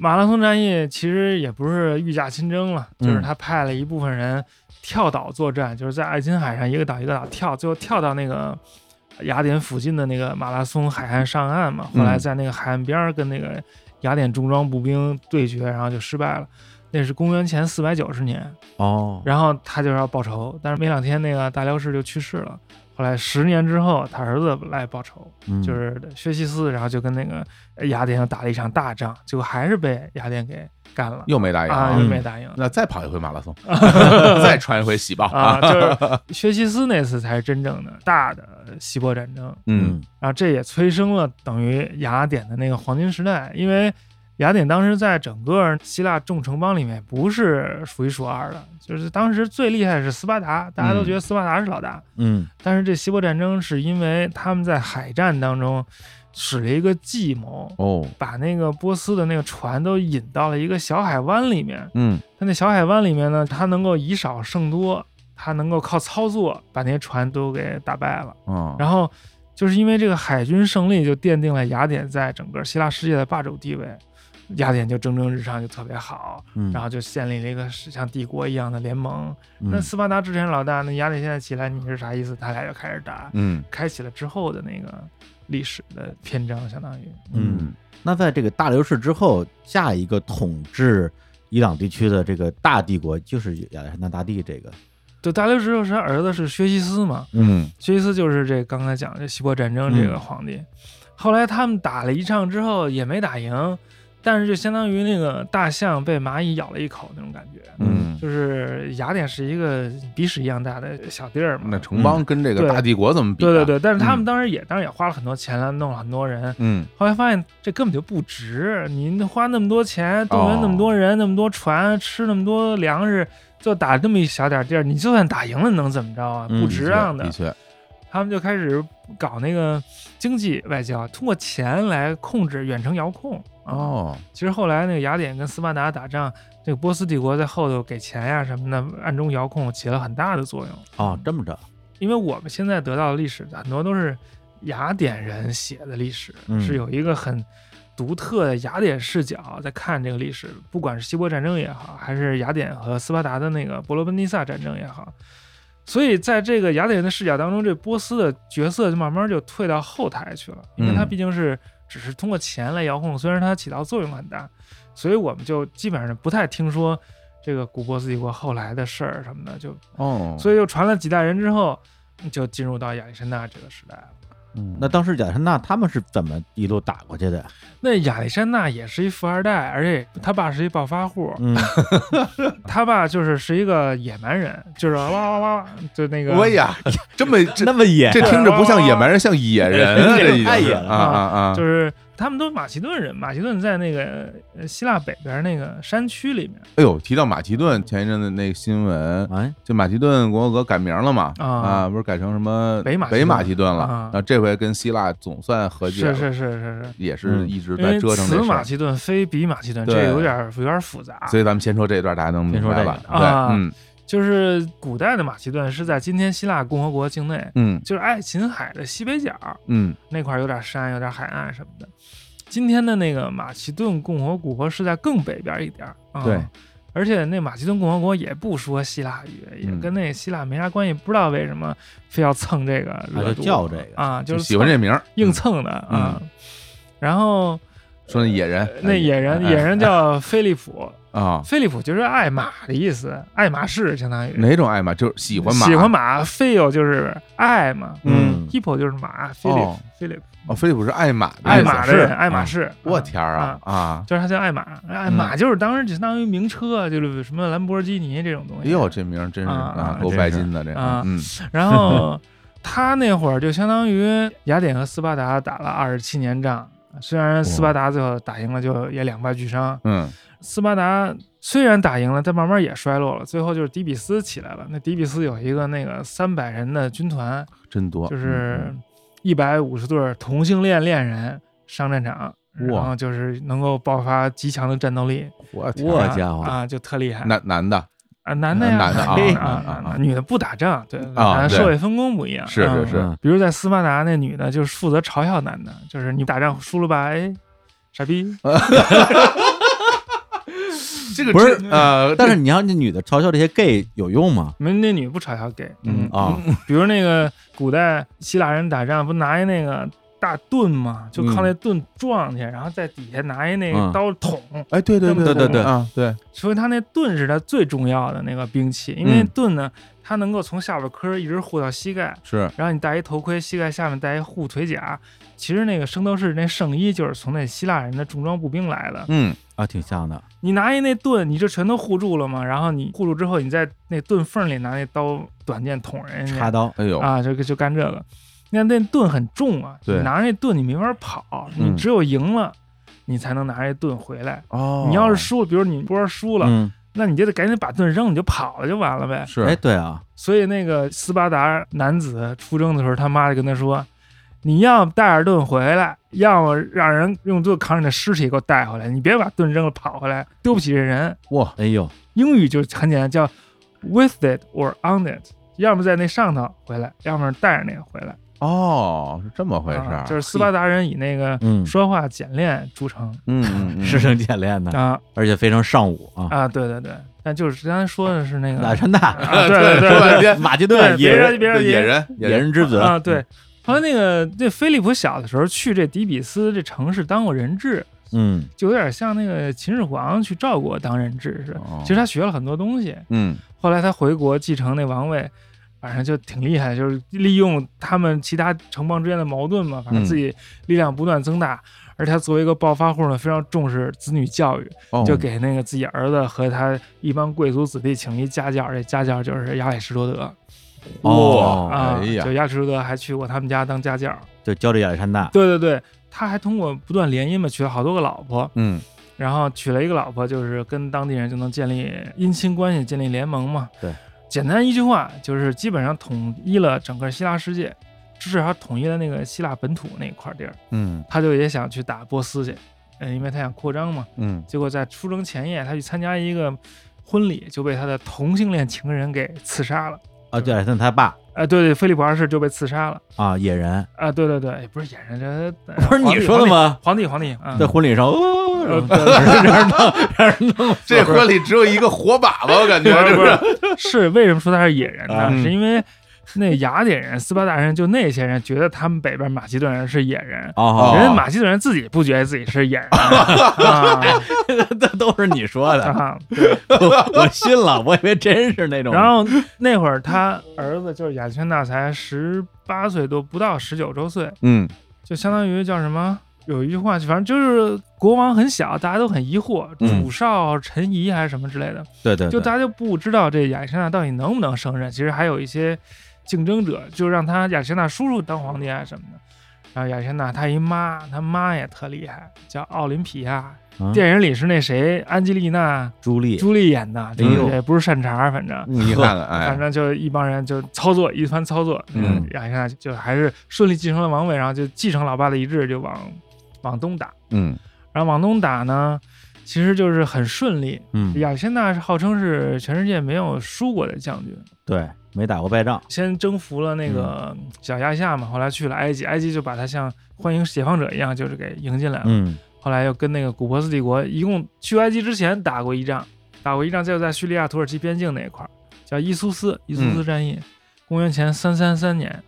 [SPEAKER 3] 马拉松战役其实也不是御驾亲征了，
[SPEAKER 1] 嗯
[SPEAKER 3] 就是他派了一部分人跳岛作战，就是在爱琴海上一个岛一个岛跳，最后跳到那个雅典附近的那个马拉松海岸上岸嘛。
[SPEAKER 4] 嗯
[SPEAKER 3] 后来在那个海岸边儿跟那个雅典重装步兵对决，然后就失败了。那是公元前四百九十年，
[SPEAKER 1] 哦，
[SPEAKER 3] 然后他就是要报仇，但是没两天那个大辽士就去世了。后来十年之后，他儿子来报仇，
[SPEAKER 1] 嗯
[SPEAKER 3] 就是薛西斯，然后就跟那个雅典又打了一场大仗，结果还是被雅典给干了
[SPEAKER 4] 又没打赢
[SPEAKER 3] 啊，
[SPEAKER 4] 啊
[SPEAKER 3] 又
[SPEAKER 1] 嗯。
[SPEAKER 3] 没打赢
[SPEAKER 4] 那再跑一回马拉松， <laughs> 再穿一回喜报
[SPEAKER 3] 啊，就是薛西斯那次才是真正的大的希波战争，
[SPEAKER 4] 嗯，
[SPEAKER 3] 然后这也催生了等于雅典的那个黄金时代，因为雅典当时在整个希腊众城邦里面不是数一数二的，就是当时最厉害是斯巴达，大家都觉得斯巴达是老大，
[SPEAKER 1] 嗯
[SPEAKER 3] 但是这希波战争是因为他们在海战当中使了一个计谋，
[SPEAKER 4] 哦，
[SPEAKER 3] 把那个波斯的那个船都引到了一个小海湾里面。
[SPEAKER 4] 嗯，
[SPEAKER 3] 它那小海湾里面呢，它能够以少胜多，它能够靠操作把那些船都给打败了。
[SPEAKER 4] 哦，
[SPEAKER 3] 然后就是因为这个海军胜利，就奠定了雅典在整个希腊世界的霸主地位，雅典就蒸蒸日上，就特别好，
[SPEAKER 1] 嗯，
[SPEAKER 3] 然后就建立了一个像帝国一样的联盟。那
[SPEAKER 1] 嗯
[SPEAKER 3] 斯巴达之前老大，那雅典现在起来，你是啥意思？他俩就开始打，
[SPEAKER 4] 嗯
[SPEAKER 3] 开启了之后的那个历史的篇章，相当于。
[SPEAKER 1] 嗯，那在这个大流士之后，下一个统治伊朗地区的这个大帝国就是亚历山大大帝这个，
[SPEAKER 3] 就大流士就是他儿子是薛西斯嘛，
[SPEAKER 4] 嗯
[SPEAKER 3] 薛西斯就是这刚才讲这希波战争这个皇帝。后来他们打了一仗之后也没打赢，但是就相当于那个大象被蚂蚁咬了一口那种感觉。
[SPEAKER 4] 嗯，
[SPEAKER 3] 就是雅典是一个鼻屎一样大的小地儿嘛，
[SPEAKER 4] 那城邦跟这个
[SPEAKER 3] 对
[SPEAKER 4] 大帝国怎么比？
[SPEAKER 3] 对对，对，但是他
[SPEAKER 4] 嗯
[SPEAKER 3] 们当时也、当然也花了很多钱了，弄了很多人，
[SPEAKER 4] 嗯
[SPEAKER 3] 后来发现这根本就不值，你花那么多钱，动员那么多人，那么多船，吃那么多粮食，就打那么一小点地儿，你就算打赢了能怎么着啊？
[SPEAKER 4] 嗯
[SPEAKER 3] 不值当的。
[SPEAKER 4] 的确，的确
[SPEAKER 3] 他们就开始搞那个经济外交，通过钱来控制远程遥控。啊，
[SPEAKER 4] 哦，
[SPEAKER 3] 其实后来那个雅典跟斯巴达打仗，这个波斯帝国在后头给钱呀、什么的，暗中遥控起了很大的作用。
[SPEAKER 1] 哦，这么着，
[SPEAKER 3] 因为我们现在得到的历史很多都是雅典人写的历史，
[SPEAKER 1] 嗯
[SPEAKER 3] 是有一个很独特的雅典视角在看这个历史，不管是希波战争也好，还是雅典和斯巴达的那个伯罗奔尼撒战争也好。所以，在这个雅典人的视角当中，这波斯的角色就慢慢就退到后台去了，因为他
[SPEAKER 4] 嗯
[SPEAKER 3] 毕竟是只是通过钱来遥控，虽然它起到作用很大，所以我们就基本上不太听说这个古波斯帝国后来的事儿什么的，就
[SPEAKER 4] 哦，
[SPEAKER 3] 所
[SPEAKER 4] 以
[SPEAKER 3] 以又传了几代人之后，就进入到亚历山大这个时代了。
[SPEAKER 4] 嗯
[SPEAKER 1] 那当时亚历山大他们是怎么一路打过去的？
[SPEAKER 3] 那亚历山大也是一富二代，而且他爸是一暴发户，
[SPEAKER 1] 嗯，
[SPEAKER 3] 他爸就是是一个野蛮人，就是哇哇哇哇，就那个
[SPEAKER 2] 我
[SPEAKER 3] <laughs>
[SPEAKER 2] 呀，这么这
[SPEAKER 1] 那么野，
[SPEAKER 3] 哎
[SPEAKER 4] 这听着不像野蛮人，像野人
[SPEAKER 3] <laughs>
[SPEAKER 4] 啊，
[SPEAKER 1] 这
[SPEAKER 4] 这已经
[SPEAKER 1] 太
[SPEAKER 4] 是
[SPEAKER 1] 野了
[SPEAKER 4] 啊啊啊！
[SPEAKER 3] 就是他们都是马其顿人，马其顿在那个呃希腊北边那个山区里面，
[SPEAKER 4] 哎呦，提到马其顿，前一阵子那个新闻，
[SPEAKER 1] 哎，
[SPEAKER 4] 就马其顿共和国改名了嘛，
[SPEAKER 3] 啊
[SPEAKER 4] 啊，不是改成什么
[SPEAKER 3] 北马其顿
[SPEAKER 4] 北马其顿了，
[SPEAKER 3] 啊
[SPEAKER 4] 然后这回跟希腊总算和解
[SPEAKER 3] 是
[SPEAKER 4] 了，
[SPEAKER 3] 是是是是。
[SPEAKER 4] 也是一直
[SPEAKER 3] 因
[SPEAKER 4] 在
[SPEAKER 3] 为
[SPEAKER 4] 折腾
[SPEAKER 3] 此
[SPEAKER 4] 这事
[SPEAKER 3] 马
[SPEAKER 4] 儿。
[SPEAKER 3] 其顿非彼马其顿，
[SPEAKER 4] 对
[SPEAKER 3] 这有点儿有点儿复杂。
[SPEAKER 4] 所以咱们先说这一段，大家能明
[SPEAKER 1] 先说
[SPEAKER 4] 白
[SPEAKER 1] 这
[SPEAKER 4] 吧？
[SPEAKER 1] 个
[SPEAKER 4] 对，
[SPEAKER 3] 啊
[SPEAKER 4] 嗯
[SPEAKER 3] 就是古代的马其顿是在今天希腊共和国境内，
[SPEAKER 4] 嗯
[SPEAKER 3] 就是爱琴海的西北角。
[SPEAKER 4] 嗯
[SPEAKER 3] 那块儿有点山，有点海岸什么的。今天的那个马其顿共和国是在更北边一点儿，啊
[SPEAKER 4] 对
[SPEAKER 3] 而且那马其顿共和国也不说希腊语，也
[SPEAKER 4] 嗯
[SPEAKER 3] 跟那希腊没啥关系，不知道为什么非要蹭这个热度，
[SPEAKER 1] 就叫这个
[SPEAKER 3] 啊，
[SPEAKER 4] 就是喜欢
[SPEAKER 3] 蹭
[SPEAKER 4] 这名儿，嗯
[SPEAKER 3] 硬蹭的啊。然后
[SPEAKER 4] 说那野人，
[SPEAKER 3] 那野人
[SPEAKER 4] 哎
[SPEAKER 3] 野人叫菲利普，
[SPEAKER 4] 啊，
[SPEAKER 3] 菲利普就是爱马的意思，爱马仕相当于
[SPEAKER 4] 哪种爱马？就是喜欢马，
[SPEAKER 3] 喜欢马，phil 就是爱嘛
[SPEAKER 1] 嗯
[SPEAKER 3] ，hippo 就是马，菲利
[SPEAKER 4] 哦
[SPEAKER 3] 菲利
[SPEAKER 4] 哦，菲利普是爱马的意思，
[SPEAKER 3] 爱马的人，
[SPEAKER 4] 是
[SPEAKER 3] 爱马
[SPEAKER 4] 啊
[SPEAKER 3] 仕，
[SPEAKER 4] 我
[SPEAKER 3] 啊
[SPEAKER 4] 天儿啊啊！
[SPEAKER 3] 就是它叫爱玛，爱玛
[SPEAKER 4] 嗯
[SPEAKER 3] 就是当时就相当于名车啊，就是什么兰博基尼这种东
[SPEAKER 4] 哎
[SPEAKER 3] 西。
[SPEAKER 4] 呦，这名儿真是
[SPEAKER 3] 啊
[SPEAKER 4] 啊
[SPEAKER 3] 啊，
[SPEAKER 4] 够
[SPEAKER 1] 真
[SPEAKER 4] 拜
[SPEAKER 1] 是
[SPEAKER 4] 金的这个
[SPEAKER 3] 啊，
[SPEAKER 4] 嗯
[SPEAKER 3] 然后他那会儿就相当于雅典和斯巴达打了二十七年仗，虽然斯巴达最后打赢了，就也两败俱伤。
[SPEAKER 4] 嗯
[SPEAKER 3] 斯巴达虽然打赢了，但慢慢也衰落了，最后就是底比斯起来了。那底比斯有一个那个三百人的军团，
[SPEAKER 4] 真多，嗯
[SPEAKER 3] 就是一百五十对儿同性恋恋人上战场，然
[SPEAKER 4] 哇
[SPEAKER 3] 后就是能够爆发极强的战斗力。
[SPEAKER 4] 嗯我天
[SPEAKER 1] 我
[SPEAKER 4] 儿，
[SPEAKER 3] 啊
[SPEAKER 1] 家伙
[SPEAKER 3] 啊，就特厉害。
[SPEAKER 4] 男男的
[SPEAKER 3] 啊，男的呀，
[SPEAKER 4] 男的啊
[SPEAKER 3] 嘿
[SPEAKER 4] 啊
[SPEAKER 3] 啊
[SPEAKER 4] 啊啊
[SPEAKER 3] 女的不打仗，对，
[SPEAKER 4] 啊
[SPEAKER 3] 男的
[SPEAKER 4] 对
[SPEAKER 3] 社会分工不一样，
[SPEAKER 4] 是
[SPEAKER 3] 嗯
[SPEAKER 4] 是是，
[SPEAKER 1] 嗯
[SPEAKER 3] 比如在斯巴达，那女的就是负责嘲笑男的，就是你打仗输了吧，哎，傻逼，
[SPEAKER 4] 啊
[SPEAKER 2] 这个
[SPEAKER 1] 不是
[SPEAKER 2] 真
[SPEAKER 4] 呃，
[SPEAKER 1] 但是你让这女的嘲笑这些 gay 有用吗？
[SPEAKER 3] 没那女不嘲笑 gay。
[SPEAKER 4] 嗯
[SPEAKER 1] 啊，
[SPEAKER 3] 比如那个古代希腊人打仗不拿一那个大盾嘛，就
[SPEAKER 4] 嗯
[SPEAKER 3] 靠那盾撞去，然后在底下拿一那
[SPEAKER 1] 嗯
[SPEAKER 3] 个刀捅，
[SPEAKER 4] 哎，对对
[SPEAKER 3] 这么
[SPEAKER 4] 对
[SPEAKER 1] 多
[SPEAKER 4] 对啊，对，
[SPEAKER 3] 所以他那盾是他最重要的那个兵器，因为
[SPEAKER 4] 嗯
[SPEAKER 3] 盾呢，它能够从下巴颏儿一直护到膝盖，
[SPEAKER 4] 是
[SPEAKER 3] 然后你戴一头盔，膝盖下面戴一护腿甲。其实那个圣斗士那圣衣就是从那希腊人的重装步兵来的。
[SPEAKER 4] 嗯
[SPEAKER 1] 啊，挺像的，
[SPEAKER 3] 你拿一那盾，你就全都护住了嘛。然后你护住之后，你在那盾缝里拿那刀短剑捅人
[SPEAKER 1] 插
[SPEAKER 3] 家
[SPEAKER 1] 刀，
[SPEAKER 4] 哎呦，
[SPEAKER 3] 啊，就就干这个。那那盾很重啊，
[SPEAKER 4] 对
[SPEAKER 3] 你拿着那盾你没法跑，
[SPEAKER 4] 嗯
[SPEAKER 3] 你只有赢了，你才能拿着盾回来。
[SPEAKER 4] 哦，
[SPEAKER 3] 你要是输了，比如你波儿输了，
[SPEAKER 1] 嗯，
[SPEAKER 3] 那你就得赶紧把盾扔了，你就跑了就完了呗。
[SPEAKER 4] 是
[SPEAKER 1] 哎，对啊，
[SPEAKER 3] 所以那个斯巴达男子出征的时候，他妈就跟他说：“你要么带着盾回来，要么让人用盾扛着你的尸体给我带回来，你别把盾扔了跑回来，对不起这人。
[SPEAKER 4] 哇，
[SPEAKER 1] 哎呦，”
[SPEAKER 3] 英语就很简单，叫 “with it or on it”，要么在那上头回来，要么带着那个回来。
[SPEAKER 4] 哦，是这么回事
[SPEAKER 3] 啊
[SPEAKER 4] 儿，
[SPEAKER 3] 就是斯巴达人以那个
[SPEAKER 1] 嗯，
[SPEAKER 3] 说话简练著称
[SPEAKER 4] 嗯，嗯，嗯
[SPEAKER 1] 师生简练的，
[SPEAKER 3] 啊
[SPEAKER 1] 而且非常尚武啊。
[SPEAKER 3] 啊，对对对，但就是刚才说的是那
[SPEAKER 1] 亚
[SPEAKER 3] 个
[SPEAKER 1] 历山大、
[SPEAKER 3] 啊，对
[SPEAKER 2] 说
[SPEAKER 3] 对对
[SPEAKER 2] 半天，
[SPEAKER 1] 马其
[SPEAKER 3] 对，
[SPEAKER 1] 顿
[SPEAKER 3] 别
[SPEAKER 1] 野人
[SPEAKER 3] 人别
[SPEAKER 2] 对
[SPEAKER 3] 人
[SPEAKER 2] 野人
[SPEAKER 1] 野人之子
[SPEAKER 3] 啊，
[SPEAKER 4] 嗯
[SPEAKER 3] 对。后来那个这菲利普小的时候去这底比斯这城市当过人质，
[SPEAKER 1] 嗯
[SPEAKER 3] 就有点像那个秦始皇去赵国当人质似的。
[SPEAKER 4] 哦
[SPEAKER 3] 其实他学了很多东西，
[SPEAKER 4] 嗯
[SPEAKER 3] 后来他回国继承那王位，反正就挺厉害，就是利用他们其他城邦之间的矛盾嘛，反正
[SPEAKER 4] 嗯
[SPEAKER 3] 自己力量不断增大。而他作为一个暴发户呢，非常重视子女教育，
[SPEAKER 4] 哦，
[SPEAKER 3] 就给那个自己儿子和他一帮贵族子弟请一家教，这家教就是亚里士多德
[SPEAKER 1] 哦
[SPEAKER 3] 啊，
[SPEAKER 4] 哎呀
[SPEAKER 3] 就亚里士多德还去过他们家当家教。
[SPEAKER 1] 就教这亚历山大，
[SPEAKER 3] 对对对，他还通过不断联姻嘛，娶了好多个老婆，
[SPEAKER 4] 嗯
[SPEAKER 3] 然后娶了一个老婆，就是跟当地人就能建立姻亲关系，建立联盟嘛。
[SPEAKER 1] 对，
[SPEAKER 3] 简单一句话就是基本上统一了整个希腊世界，至少统一了那个希腊本土那块地儿。
[SPEAKER 4] 嗯
[SPEAKER 3] 他就也想去打波斯去，嗯，因为他想扩张嘛。
[SPEAKER 4] 嗯，
[SPEAKER 3] 结果在出征前夜，他去参加一个婚礼，就被他的同性恋情人给刺杀了。
[SPEAKER 1] 啊，对，那他爸
[SPEAKER 3] 哎、对对，菲利普二世就被刺杀了。
[SPEAKER 1] 啊，野人，啊
[SPEAKER 3] 啊、对对对，哎不是演人，这呃
[SPEAKER 1] 不是你说的？吗？
[SPEAKER 3] 皇帝皇帝皇帝，
[SPEAKER 1] 在
[SPEAKER 3] 嗯
[SPEAKER 1] 婚礼上，
[SPEAKER 3] 呃
[SPEAKER 1] 哦，
[SPEAKER 3] 对对
[SPEAKER 1] 让人弄，让人弄，
[SPEAKER 2] 这婚礼只有一个火把吧，我感觉这
[SPEAKER 3] 呃不
[SPEAKER 2] 是。
[SPEAKER 3] 是不是是为什么说他是野人
[SPEAKER 1] 啊
[SPEAKER 3] 呢？
[SPEAKER 4] 嗯
[SPEAKER 3] 是因为那雅典人、斯巴达人就那些人觉得他们北边马其顿人是野人。
[SPEAKER 1] 哦，
[SPEAKER 3] 人家马其顿人自己不觉得自己是野人
[SPEAKER 1] <laughs>
[SPEAKER 3] 啊
[SPEAKER 1] 这都是你说的，
[SPEAKER 3] 啊！
[SPEAKER 1] 我我信了，我以为真是那种。
[SPEAKER 3] 然后那会儿他儿子就是亚历山大才十八岁多，不到十九周岁，
[SPEAKER 4] 嗯
[SPEAKER 3] 就相当于叫什么？有一句话，反正就是国王很小，大家都很疑惑，
[SPEAKER 1] 嗯
[SPEAKER 3] 主少臣疑还是什么之类的。
[SPEAKER 1] 对对，
[SPEAKER 3] 就
[SPEAKER 1] 对
[SPEAKER 3] 大家就不知道这亚历山大到底能不能胜任。其实还有一些竞争者，就让他亚历山大叔叔当皇帝啊什么的。然后亚历山大他姨妈，他妈也特厉害，叫奥林匹亚。
[SPEAKER 1] 嗯
[SPEAKER 3] 电影里是那谁安吉丽娜
[SPEAKER 1] 朱莉，
[SPEAKER 3] 朱莉演的，就
[SPEAKER 1] 哎呦
[SPEAKER 3] 是也不是善茬儿，反正。
[SPEAKER 4] 你看看，哎
[SPEAKER 3] 反，正就一帮人就操作一番操作，
[SPEAKER 4] 嗯，
[SPEAKER 3] 亚历山大就还是顺利继承了王位，然后就继承老爸的遗志，就往往东打，
[SPEAKER 4] 嗯
[SPEAKER 3] 然后往东打呢，其实就是很顺利，
[SPEAKER 1] 嗯，
[SPEAKER 3] 亚历山大是号称是全世界没有输过的将军，
[SPEAKER 1] 对，没打过败仗，
[SPEAKER 3] 先征服了那个小亚细亚嘛，后来去了埃及，埃及就把他像欢迎解放者一样，就是给迎进来了。
[SPEAKER 1] 嗯
[SPEAKER 3] 后来又跟那个古波斯帝国，一共去埃及之前打过一仗，打过一仗，就在叙利亚土耳其边境那一块儿，叫伊苏斯伊苏斯战役，公元前三三三年。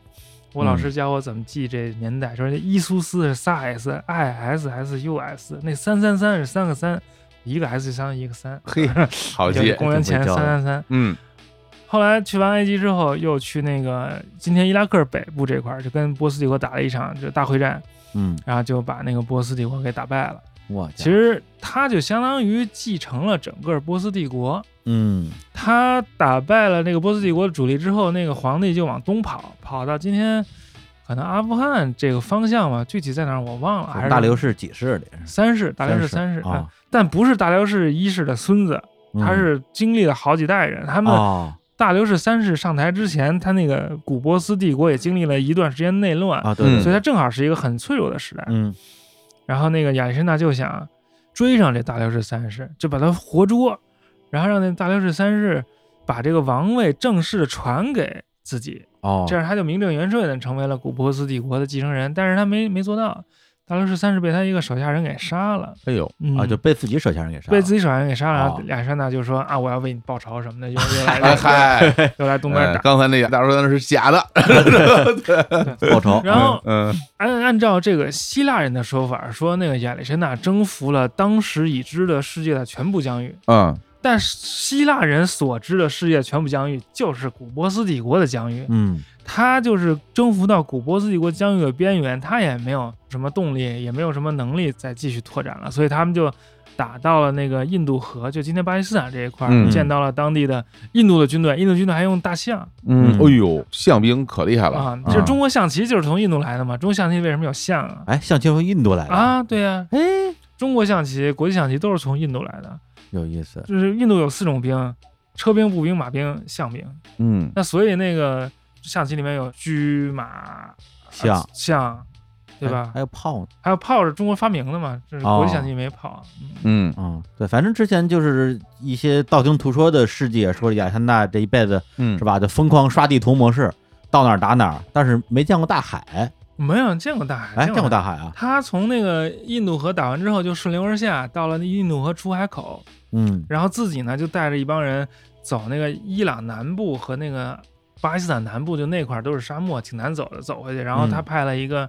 [SPEAKER 3] 我老师教我怎么记这年代，说这伊苏斯是仨 S I S S U S，那三三三是三个三，一个 S 相当于一个三，
[SPEAKER 4] 嘿，
[SPEAKER 2] 好
[SPEAKER 3] 就是
[SPEAKER 2] 记，
[SPEAKER 3] 公元前三
[SPEAKER 1] 挺会教的
[SPEAKER 3] 三三。
[SPEAKER 4] 嗯
[SPEAKER 3] 后来去完埃及之后，又去那个今天伊拉克北部这块儿，就跟波斯帝国打了一场就大会战，
[SPEAKER 1] 嗯，
[SPEAKER 3] 然后就把那个波斯帝国给打败了。
[SPEAKER 1] 我
[SPEAKER 3] 其实他就相当于继承了整个波斯帝国。
[SPEAKER 1] 嗯
[SPEAKER 3] 他打败了那个波斯帝国的主力之后，那个皇帝就往东跑，跑到今天可能阿富汗这个方向吧，具体在哪儿我忘了。还是
[SPEAKER 1] 大流士几世里，
[SPEAKER 3] 三世，大流士三
[SPEAKER 1] 三
[SPEAKER 3] 世，
[SPEAKER 1] 啊，
[SPEAKER 3] 但不是大流士一世的孙子，他
[SPEAKER 1] 嗯
[SPEAKER 3] 是经历了好几代人，他们
[SPEAKER 1] 哦
[SPEAKER 3] 大流士三世上台之前，他那个古波斯帝国也经历了一段时间内乱，
[SPEAKER 1] 啊，对对，
[SPEAKER 4] 嗯
[SPEAKER 3] 所以
[SPEAKER 1] 对
[SPEAKER 3] 他正好是一个很脆弱的时代。
[SPEAKER 1] 嗯
[SPEAKER 3] 然后那个亚历山大就想追上这大流士三世，就把他活捉，然后让那大流士三世把这个王位正式地传给自己，
[SPEAKER 1] 哦，
[SPEAKER 3] 这样他就名正言顺的成为了古波斯帝国的继承人。但是他没没做到，大流士三世被他一个手下人给杀了，
[SPEAKER 4] 哎呦，
[SPEAKER 3] 嗯
[SPEAKER 1] 啊就被自己手下人给杀了，
[SPEAKER 3] 被自己手下人给杀了。然后
[SPEAKER 1] 哦
[SPEAKER 3] 亚历山大就说啊，我要为你报仇什么的，又又
[SPEAKER 1] <laughs>
[SPEAKER 4] 哎
[SPEAKER 3] 来
[SPEAKER 4] 嗨，
[SPEAKER 3] 又来东边
[SPEAKER 4] 哎
[SPEAKER 3] 打。
[SPEAKER 4] 刚才那大叔那是假的，
[SPEAKER 1] 报仇，
[SPEAKER 3] 然后
[SPEAKER 4] 嗯
[SPEAKER 3] 按按照这个希腊人的说法，说那个亚历山大征服了当时已知的世界的全部疆域，
[SPEAKER 4] 嗯
[SPEAKER 3] 但是希腊人所知的世界全部疆域就是古波斯帝国的疆域，
[SPEAKER 1] 嗯
[SPEAKER 3] 他就是征服到古波斯帝国疆域的边缘，他也没有什么动力，也没有什么能力再继续拓展了，所以他们就打到了那个印度河，就今天巴基斯坦这一块儿，
[SPEAKER 4] 嗯
[SPEAKER 3] 见到了当地的印度的军队，印度军队还用大象
[SPEAKER 4] 嗯，
[SPEAKER 1] 嗯
[SPEAKER 4] 哎呦，象兵可厉害了，
[SPEAKER 3] 啊，就是中国象棋就是从印度来的嘛，中国象棋为什么有象啊？
[SPEAKER 1] 哎，象棋从印度来的，
[SPEAKER 3] 啊，对呀、哎，中国象棋、国际象棋都是从印度来的，
[SPEAKER 1] 有意思，
[SPEAKER 3] 就是印度有四种兵：车兵、步兵、马兵、象兵。
[SPEAKER 4] 嗯
[SPEAKER 3] 那所以那个象棋里面有车、马、
[SPEAKER 1] 象
[SPEAKER 3] 呃象，对吧？
[SPEAKER 1] 还有炮呢，
[SPEAKER 3] 还有炮是中国发明的嘛？这是
[SPEAKER 1] 哦
[SPEAKER 3] 国际象棋没炮。嗯
[SPEAKER 4] 嗯
[SPEAKER 1] 嗯，对，反正之前就是一些道听途说的事迹，也说亚历山大这一辈子
[SPEAKER 4] 嗯
[SPEAKER 1] 是吧，就疯狂刷地图模式，到哪儿打哪儿，但是没见过大海。
[SPEAKER 3] 没有见过大海，
[SPEAKER 1] 哎，见过
[SPEAKER 3] 海。
[SPEAKER 1] 大海啊？
[SPEAKER 3] 他从那个印度河打完之后，就顺流而下，到了那印度河出海口，
[SPEAKER 1] 嗯
[SPEAKER 3] 然后自己呢就带着一帮人走那个伊朗南部和那个巴基斯坦南部，就那块儿都是沙漠，挺难走的，走回去。然后他
[SPEAKER 1] 嗯
[SPEAKER 3] 派了一个、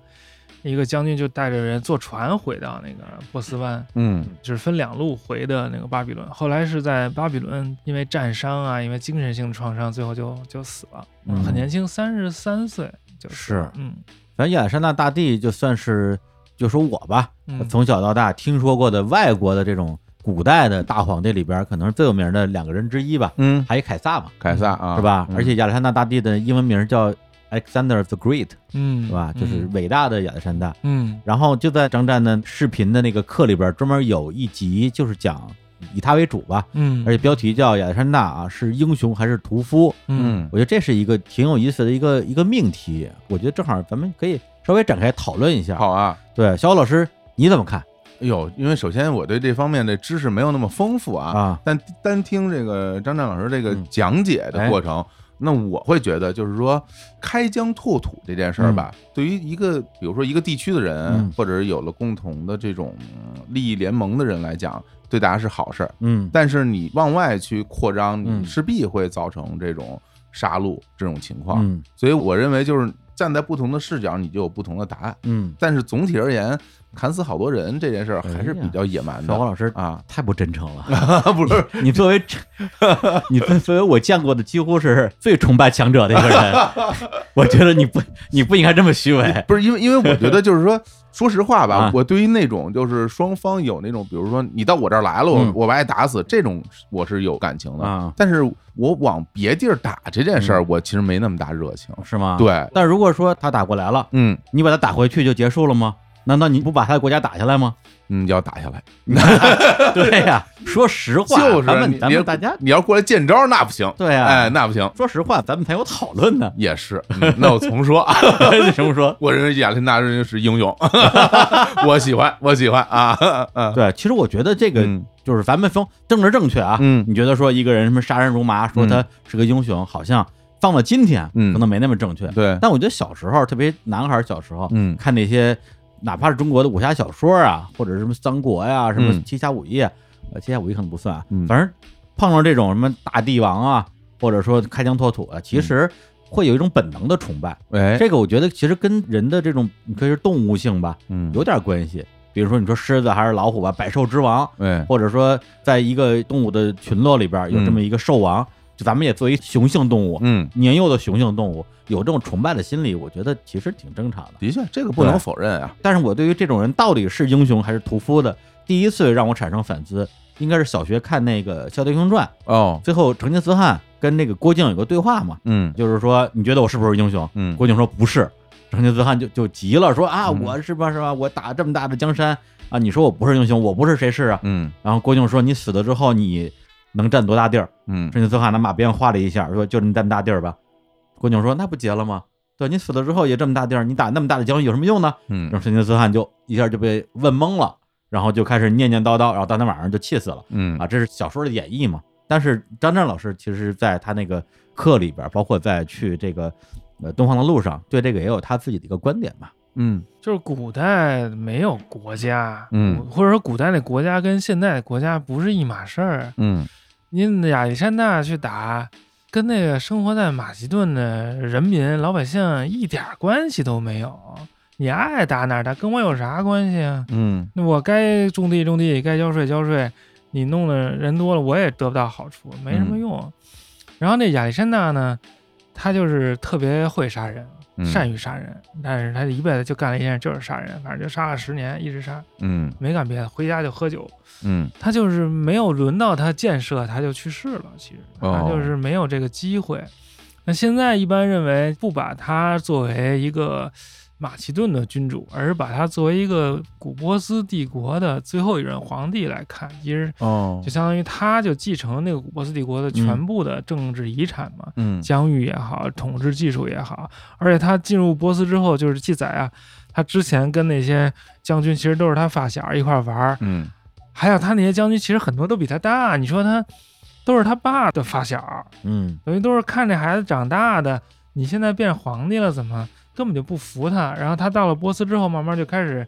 [SPEAKER 3] 一个将军，就带着人坐船回到那个波斯湾，
[SPEAKER 4] 嗯
[SPEAKER 3] 就是分两路回的那个巴比伦。后来是在巴比伦，因为战伤啊，因为精神性创伤，最后就就死了，
[SPEAKER 1] 嗯
[SPEAKER 3] 很年轻，三十三岁就死了
[SPEAKER 1] 是
[SPEAKER 3] 嗯
[SPEAKER 1] 反正亚历山大大帝就算是，就说我吧，
[SPEAKER 3] 嗯，
[SPEAKER 1] 从小到大听说过的外国的这种古代的大皇帝里边，可能是最有名的两个人之一吧，
[SPEAKER 4] 嗯，
[SPEAKER 1] 还有凯撒嘛，
[SPEAKER 4] 凯撒啊，
[SPEAKER 1] 是吧？
[SPEAKER 4] 嗯
[SPEAKER 1] 而且亚历山大大帝的英文名叫 Alexander the Great，
[SPEAKER 3] 嗯
[SPEAKER 1] 是吧？就是
[SPEAKER 3] 嗯
[SPEAKER 1] 伟大的亚历山大。
[SPEAKER 3] 嗯
[SPEAKER 1] 然后就在张战的视频的那个课里边，专门有一集就是讲以他为主吧，
[SPEAKER 3] 嗯，
[SPEAKER 1] 而且标题叫亚历山大啊是英雄还是屠夫？
[SPEAKER 3] 嗯
[SPEAKER 4] 嗯
[SPEAKER 1] 我觉得这是一个挺有意思的一个一个命题。我觉得正好咱们可以稍微展开讨论一下。
[SPEAKER 4] 好啊，
[SPEAKER 1] 对，小欧老师你怎么看
[SPEAKER 4] 哎呦，因为首先我对这方面的知识没有那么丰富啊，
[SPEAKER 1] 啊？
[SPEAKER 4] 但单听这个张湛老师这个
[SPEAKER 1] 嗯
[SPEAKER 4] 讲解的过程，那我会觉得就是说开疆拓土这件事儿吧，对于一个比如说一个地区的人，
[SPEAKER 1] 嗯
[SPEAKER 4] 或者是有了共同的这种嗯利益联盟的人来讲，对大家是好事儿。
[SPEAKER 1] 嗯，
[SPEAKER 4] 但是你往外去扩张，
[SPEAKER 1] 嗯
[SPEAKER 4] 你势必会造成这种杀戮这种情况。
[SPEAKER 1] 嗯
[SPEAKER 4] 所以我认为就是站在不同的视角，你就有不同的答案。
[SPEAKER 1] 嗯，
[SPEAKER 4] 但是总体而言，砍死好多人这件事儿还是比较野蛮的
[SPEAKER 1] 哎小欧老师
[SPEAKER 4] 啊，
[SPEAKER 1] 太不真诚了。
[SPEAKER 4] <laughs> 不是
[SPEAKER 1] 你作为 <laughs> 你作作为我见过的几乎是最崇拜强者的一个
[SPEAKER 4] <laughs>
[SPEAKER 1] 人，我觉得你不你不应该这么虚伪。
[SPEAKER 4] 不是因为因为我觉得就
[SPEAKER 1] <laughs>
[SPEAKER 4] 是说，说实话吧
[SPEAKER 1] 啊，
[SPEAKER 4] 我对于那种就是双方有那种，比如说你到我这儿来了，我
[SPEAKER 1] 嗯
[SPEAKER 4] 我把你打死这种，我是有感情
[SPEAKER 1] 啊嗯
[SPEAKER 4] 的。但是我往别地儿打这件事儿，我其实没那么大热情。
[SPEAKER 1] 是吗？。
[SPEAKER 4] 对，
[SPEAKER 1] 但如果说他打过来了，
[SPEAKER 4] 嗯
[SPEAKER 1] 你把他打回去就结束了吗？难道你不把他的国家打下来
[SPEAKER 4] <laughs>
[SPEAKER 1] 吗？
[SPEAKER 4] 嗯，要打下来，
[SPEAKER 1] 对呀、说实话，
[SPEAKER 4] 就是啊
[SPEAKER 1] 咱们
[SPEAKER 4] 你
[SPEAKER 1] 咱
[SPEAKER 4] 你要
[SPEAKER 1] 们大家
[SPEAKER 4] 你要过来见招儿那不行，
[SPEAKER 1] 对呀、
[SPEAKER 4] 哎，那不行，。
[SPEAKER 1] 说实话，咱们才有讨论呢 <laughs>
[SPEAKER 4] <laughs> 也是。嗯那我重说 <laughs> 啊，
[SPEAKER 1] 为什么说？
[SPEAKER 4] 我认为亚历大人是英勇， <laughs> 我喜欢，我喜欢啊，嗯
[SPEAKER 1] 对，其实我觉得这个
[SPEAKER 4] 嗯
[SPEAKER 1] 就是咱们从政治正确啊，
[SPEAKER 4] 嗯
[SPEAKER 1] 你觉得说一个人什么杀人如麻，说他是个英雄，好像放到今天，
[SPEAKER 4] 嗯
[SPEAKER 1] 可能没那么正确。
[SPEAKER 4] 对，
[SPEAKER 1] 但我觉得小时候，特别男孩儿小时候，
[SPEAKER 4] 嗯
[SPEAKER 1] 看那些哪怕是中国的武侠小说啊，或者什么三国呀、什么
[SPEAKER 4] 嗯
[SPEAKER 1] 七侠五义，呃，七侠五义可能不算啊，
[SPEAKER 4] 嗯
[SPEAKER 1] 反正碰上这种什么大帝王啊，或者说开疆拓土啊，
[SPEAKER 4] 嗯
[SPEAKER 1] 其实会有一种本能的崇拜。
[SPEAKER 4] 哎，
[SPEAKER 1] 这个我觉得其实跟人的这种你可以说动物性吧，
[SPEAKER 4] 嗯，
[SPEAKER 1] 有点关系。比如说你说狮子还是老虎吧，百兽之王，
[SPEAKER 4] 哎，
[SPEAKER 1] 或者说在一个动物的群落里边有这么一个兽王，就咱们也作为雄性动物，
[SPEAKER 4] 嗯。
[SPEAKER 1] 年幼的雄性动物有这种崇拜的心理，我觉得其实挺正常的。
[SPEAKER 4] 的确，这个不
[SPEAKER 1] 对
[SPEAKER 4] 能否认啊。
[SPEAKER 1] 但是我对于这种人到底是英雄还是屠夫的，第一次让我产生反思，应该是小学看那个《笑对英雄传》，
[SPEAKER 4] 哦，
[SPEAKER 1] 最后成吉思汗跟那个郭靖有个对话嘛，
[SPEAKER 4] 嗯
[SPEAKER 1] 就是说你觉得我是不是英雄？
[SPEAKER 4] 嗯
[SPEAKER 1] 郭靖说不是，成吉思汗就就急了，说啊，
[SPEAKER 4] 嗯
[SPEAKER 1] 我是吧是吧，我打这么大的江山啊，你说我不是英雄，我不是谁是啊？
[SPEAKER 4] 嗯
[SPEAKER 1] 然后郭靖说你死了之后你能占多大地儿？
[SPEAKER 4] 嗯
[SPEAKER 1] 成吉思汗拿马鞭划了一下，说就这么这么大地儿吧。郭靖说那不结了吗？对你死了之后也这么大地儿，你打那么大的江山有什么用呢？让
[SPEAKER 4] 嗯
[SPEAKER 1] 成吉思汗就一下就被问懵了，然后就开始念念叨叨，然后当天晚上就气死了
[SPEAKER 4] 嗯
[SPEAKER 1] 啊！这是小说的演绎嘛。但是张震老师其实在他那个课里边，包括在去这个呃东方的路上，对这个也有他自己的一个观点嘛。
[SPEAKER 4] 嗯
[SPEAKER 3] 就是古代没有国家，
[SPEAKER 4] 嗯
[SPEAKER 3] 古，或者说古代的国家跟现代的国家不是一码事儿。
[SPEAKER 4] 嗯
[SPEAKER 3] 您亚历山大去打，跟那个生活在马其顿的人民老百姓一点儿关系都没有。你爱打哪儿打，跟我有啥关系啊？
[SPEAKER 4] 嗯
[SPEAKER 3] 那我该种地种地，该交税交税，你弄的人多了，我也得不到好处，没什么用。然后那亚历山大呢，他就是特别会杀人，
[SPEAKER 4] 嗯
[SPEAKER 3] 善于杀人，但是他一辈子就干了一件事，就是杀人，反正就杀了十年，一直杀，
[SPEAKER 4] 嗯
[SPEAKER 3] 没干别的，回家就喝酒。
[SPEAKER 4] 嗯
[SPEAKER 3] 他就是没有轮到他建设，他就去世了。其实
[SPEAKER 4] 哦
[SPEAKER 3] 他啊就是没有这个机会。那现在一般认为不把他作为一个马其顿的君主，而是把他作为一个古波斯帝国的最后一任皇帝来看，其实
[SPEAKER 4] 哦
[SPEAKER 3] 就相当于他就继承那个古波斯帝国的全部的政治遗产嘛。
[SPEAKER 4] 嗯
[SPEAKER 3] 疆域也好，统治技术也好，而且他进入波斯之后，就是记载啊，他之前跟那些将军其实都是他发小一块儿玩儿，
[SPEAKER 4] 嗯
[SPEAKER 3] 还有他那些将军，其实很多都比他大。你说他都是他爸的发小，
[SPEAKER 1] 嗯
[SPEAKER 3] 等于都是看这孩子长大的。你现在变皇帝了，怎么根本就不服他？然后他到了波斯之后，慢慢就开始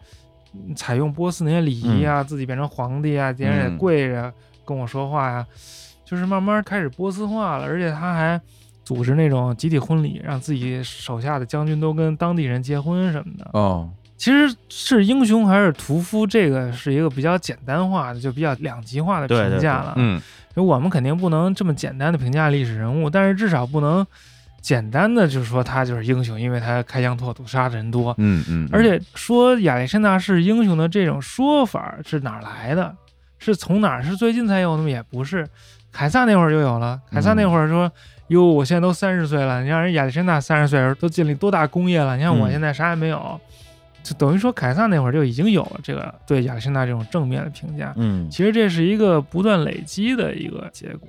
[SPEAKER 3] 嗯采用波斯那些礼仪
[SPEAKER 1] 嗯
[SPEAKER 3] 啊，自己变成皇帝啊，别人也
[SPEAKER 4] 嗯
[SPEAKER 3] 跪着跟我说话呀、就是慢慢开始波斯化了，而且他还组织那种集体婚礼，让自己手下的将军都跟当地人结婚什么的。
[SPEAKER 4] 哦，
[SPEAKER 3] 其实是英雄还是屠夫，这个是一个比较简单化的，就比较两极化的
[SPEAKER 1] 对对
[SPEAKER 3] 评价了。
[SPEAKER 4] 嗯
[SPEAKER 3] 就我们肯定不能这么简单的评价历史人物，但是至少不能简单的就说他就是英雄，因为他开疆拓土，杀的人多。
[SPEAKER 4] 嗯嗯，
[SPEAKER 3] 而且说亚历山大是英雄的这种说法是哪儿来的？是从哪儿？是最近才有的吗？也不是，凯撒那会儿就有了。凯撒那会儿说：“哟、我现在都三十岁了，你让人亚历山大三十岁的时候都建立多大功业了？你看我
[SPEAKER 1] 嗯
[SPEAKER 3] 现在啥也没有。就等于说凯撒那会儿就已经有了这个对亚历山大这种正面的评价。
[SPEAKER 1] 嗯
[SPEAKER 3] 其实这是一个不断累积的一个结果。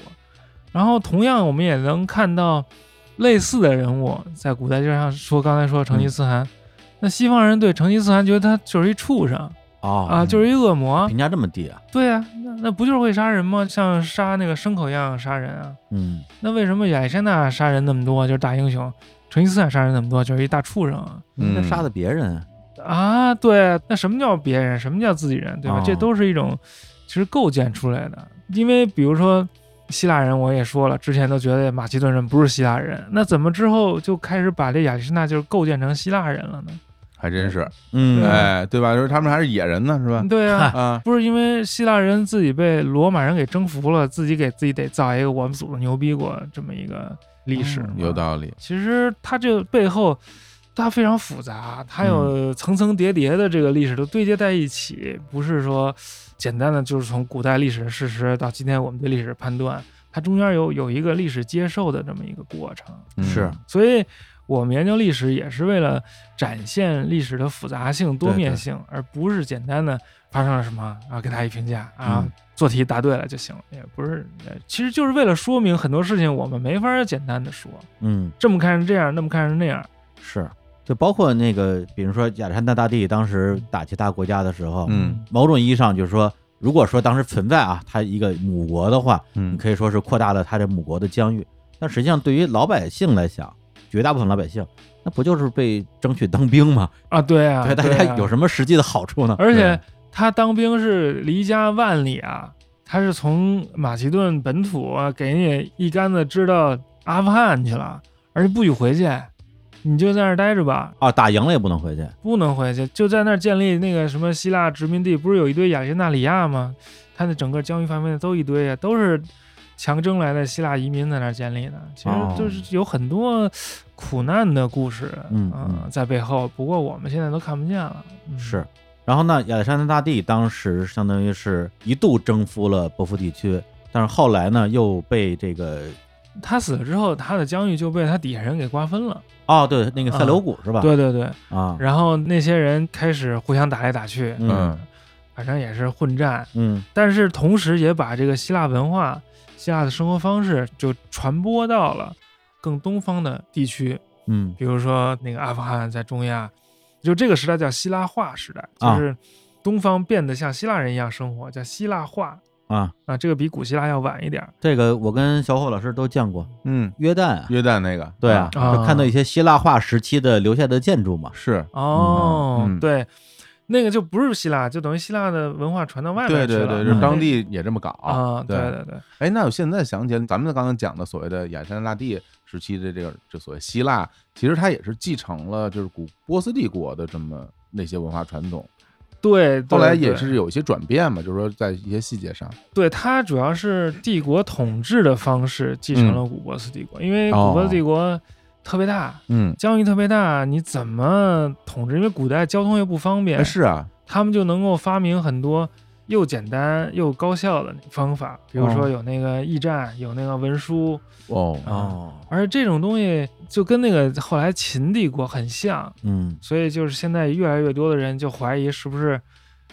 [SPEAKER 3] 然后同样，我们也能看到类似的人物在古代，就像说刚才说成吉思汗，那西方人对成吉思汗觉得他就是一畜生
[SPEAKER 1] 哦
[SPEAKER 3] 啊，就是一恶魔。
[SPEAKER 1] 评价这么低啊？
[SPEAKER 3] 对啊，那那不就是会杀人吗？像杀那个牲口一样杀人啊。
[SPEAKER 1] 嗯
[SPEAKER 3] 那为什么亚历山大杀人那么多，就是大英雄？成吉思汗杀人那么多，就是一大畜生啊！
[SPEAKER 1] 应该
[SPEAKER 4] 嗯
[SPEAKER 1] 杀的别人啊，
[SPEAKER 3] 啊，对，那什么叫别人，什么叫自己人，对吧？
[SPEAKER 1] 哦
[SPEAKER 3] 这都是一种其实构建出来的。因为比如说希腊人，我也说了，之前都觉得马其顿人不是希腊人，那怎么之后就开始把这亚历山大就是构建成希腊人了呢？
[SPEAKER 4] 还真是，
[SPEAKER 1] 嗯
[SPEAKER 4] 哎，对吧？就是他们还是野人呢，是吧？
[SPEAKER 3] 对
[SPEAKER 4] <laughs>
[SPEAKER 3] 啊，
[SPEAKER 4] 啊，
[SPEAKER 3] 不是因为希腊人自己被罗马人给征服了，自己给自己得造一个我们祖宗牛逼过这么一个历史吗？
[SPEAKER 4] 嗯有道理，
[SPEAKER 3] 其实它这背后，它非常复杂，它有层层叠叠的这个历史都堆接在一起，不是说简单的就是从古代历史的事实到今天我们对历史的判断，它中间有有一个历史接受的这么一个过程。
[SPEAKER 4] 嗯
[SPEAKER 1] 是
[SPEAKER 3] 所以我们研究历史也是为了展现历史的复杂性、多面性，而不是简单的发生了什么啊，给他一评价啊。
[SPEAKER 1] 嗯
[SPEAKER 3] 做题答对了就行了，也不是，呃其实就是为了说明很多事情我们没法简单的说，
[SPEAKER 1] 嗯，
[SPEAKER 3] 这么看是这样，那么看是那样。
[SPEAKER 1] 是，就包括那个，比如说亚历山大大帝当时打其他国家的时候，
[SPEAKER 4] 嗯
[SPEAKER 1] 某种意义上就是说，如果说当时存在啊，他一个母国的话，你
[SPEAKER 4] 嗯
[SPEAKER 1] 可以说是扩大了他的母国的疆域。但实际上，对于老百姓来讲，绝大部分老百姓，那不就是被争取当兵吗？
[SPEAKER 3] 啊，对啊，
[SPEAKER 1] 对大
[SPEAKER 3] 对
[SPEAKER 1] 家
[SPEAKER 3] 啊
[SPEAKER 1] 有什么实际的好处呢？
[SPEAKER 3] 而且他当兵是离家万里啊，他是从马其顿本土啊给你一竿子支到阿富汗去了，而且不许回去，你就在那儿待着吧，
[SPEAKER 1] 哦，打赢了也不能回去。
[SPEAKER 3] 不能回去，就在那儿建立那个什么希腊殖民地，不是有一堆亚历山大里亚吗？他那整个疆域范围内都一堆啊，都是强征来的希腊移民在那儿建立的。其实
[SPEAKER 1] 哦
[SPEAKER 3] 就是有很多苦难的故事，
[SPEAKER 1] 嗯
[SPEAKER 3] 啊
[SPEAKER 1] 嗯
[SPEAKER 3] 在背后。不过我们现在都看不见了。嗯、
[SPEAKER 1] 是，然后呢，亚历山大大帝当时相当于是一度征服了波夫地区，但是后来呢，又被这个
[SPEAKER 3] 他死了之后，他的疆域就被他底下人给瓜分了。
[SPEAKER 1] 哦，对，那个塞琉古是吧？
[SPEAKER 3] 嗯对对对，
[SPEAKER 1] 啊，
[SPEAKER 3] 然后那些人开始互相打来打去，
[SPEAKER 1] 嗯
[SPEAKER 3] 反正也是混战。
[SPEAKER 1] 嗯
[SPEAKER 3] 但是同时也把这个希腊文化、希腊的生活方式就传播到了更东方的地区，
[SPEAKER 1] 嗯
[SPEAKER 3] 比如说那个阿富汗在中亚，就这个时代叫希腊化时代，
[SPEAKER 1] 啊
[SPEAKER 3] 就是东方变得像希腊人一样生活，叫希腊化
[SPEAKER 1] 啊，
[SPEAKER 3] 啊，这个比古希腊要晚一点儿。
[SPEAKER 1] 这个我跟小伙老师都见过，
[SPEAKER 4] 嗯，
[SPEAKER 1] 约旦啊，
[SPEAKER 4] 约旦那个，
[SPEAKER 1] 对啊，
[SPEAKER 3] 啊
[SPEAKER 1] 就看到一些希腊化时期的留下的建筑嘛。
[SPEAKER 4] 嗯是，
[SPEAKER 3] 哦，
[SPEAKER 4] 嗯
[SPEAKER 3] 对，那个就不是希腊，就等于希腊的文化传到外
[SPEAKER 4] 对
[SPEAKER 3] 面去
[SPEAKER 4] 对
[SPEAKER 3] 了，
[SPEAKER 4] 对，
[SPEAKER 1] 嗯
[SPEAKER 4] 就是当
[SPEAKER 3] 那
[SPEAKER 4] 地也这么搞。
[SPEAKER 3] 啊，对
[SPEAKER 4] 对
[SPEAKER 3] 对对，
[SPEAKER 4] 哎，那我现在想起来，咱们刚刚讲的所谓的亚历山大帝时期的这个，这所谓希腊，其实它也是继承了就是古波斯帝国的这么那些文化传统，
[SPEAKER 3] 对，对
[SPEAKER 4] 后来
[SPEAKER 3] 对
[SPEAKER 4] 也是有一些转变嘛，就是说在一些细节上，
[SPEAKER 3] 对，它主要是帝国统治的方式继
[SPEAKER 4] 嗯
[SPEAKER 3] 承了古波斯帝国，因为
[SPEAKER 4] 哦
[SPEAKER 3] 古波斯帝国特别大，
[SPEAKER 4] 嗯，
[SPEAKER 3] 疆域特别大，你怎么统治？因为古代交通又不方便，
[SPEAKER 4] 哎是啊，
[SPEAKER 3] 他们就能够发明很多又简单又高效的方法，比如说
[SPEAKER 4] 哦
[SPEAKER 3] 有那个驿站，有那个文书，
[SPEAKER 4] 哦，
[SPEAKER 3] 啊
[SPEAKER 1] 哦，
[SPEAKER 3] 而这种东西就跟那个后来秦帝国很像，
[SPEAKER 1] 嗯
[SPEAKER 3] 所以就是现在越来越多的人就怀疑是不是。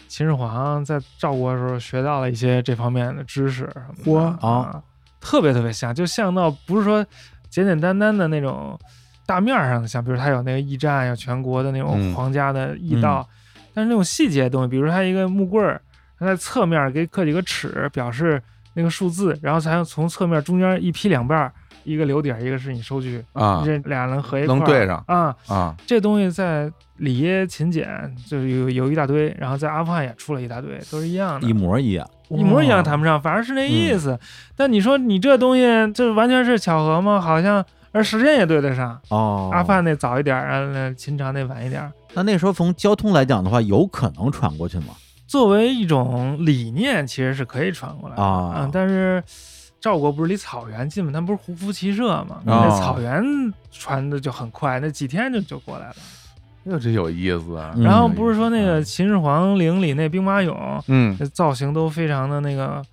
[SPEAKER 3] 秦始皇在赵国的时候学到了一些这方面的知识什么的
[SPEAKER 1] 嚯
[SPEAKER 4] 哦
[SPEAKER 3] 啊，特别特别像，就像到不是说简简单单的那种大面儿上的像，比如他有那个驿站，有全国的那种
[SPEAKER 4] 嗯
[SPEAKER 3] 皇家的驿道，但是那种细节的东西，比如他一个木棍儿，他在侧面给刻几个齿，表示那个数字，然后才从侧面中间一劈两半儿，一个留点，一个是你收据，
[SPEAKER 4] 啊
[SPEAKER 3] 这俩人合一块
[SPEAKER 4] 能
[SPEAKER 3] 儿
[SPEAKER 4] 对上
[SPEAKER 3] 啊。
[SPEAKER 4] 啊，
[SPEAKER 3] 这东西在里耶秦简就是有有一大堆，然后在阿富汗也出了一大堆，都是一样的，
[SPEAKER 1] 一模嗯一样，
[SPEAKER 3] 一模一样谈不上，反正是那意思。但你说你这东西这完全是巧合吗？好像而时间也对得上，
[SPEAKER 1] 哦。
[SPEAKER 3] 阿富汗那早一点，然后那秦朝那晚一点。
[SPEAKER 1] 那那时候从交通来讲的话，有可能传过去吗？
[SPEAKER 3] 作为一种理念，其实是可以传过来的
[SPEAKER 1] 啊
[SPEAKER 3] 嗯但是赵国不是离草原近吗？他们不是胡服骑射吗？
[SPEAKER 4] 哦
[SPEAKER 3] 那草原传的就很快，那几天就就过来了。
[SPEAKER 4] 哟，这有意思啊。
[SPEAKER 1] 嗯
[SPEAKER 3] 然后不是说那个
[SPEAKER 4] 嗯
[SPEAKER 3] 秦始皇陵里那兵马俑，
[SPEAKER 4] 嗯
[SPEAKER 3] 那造型都非常的那个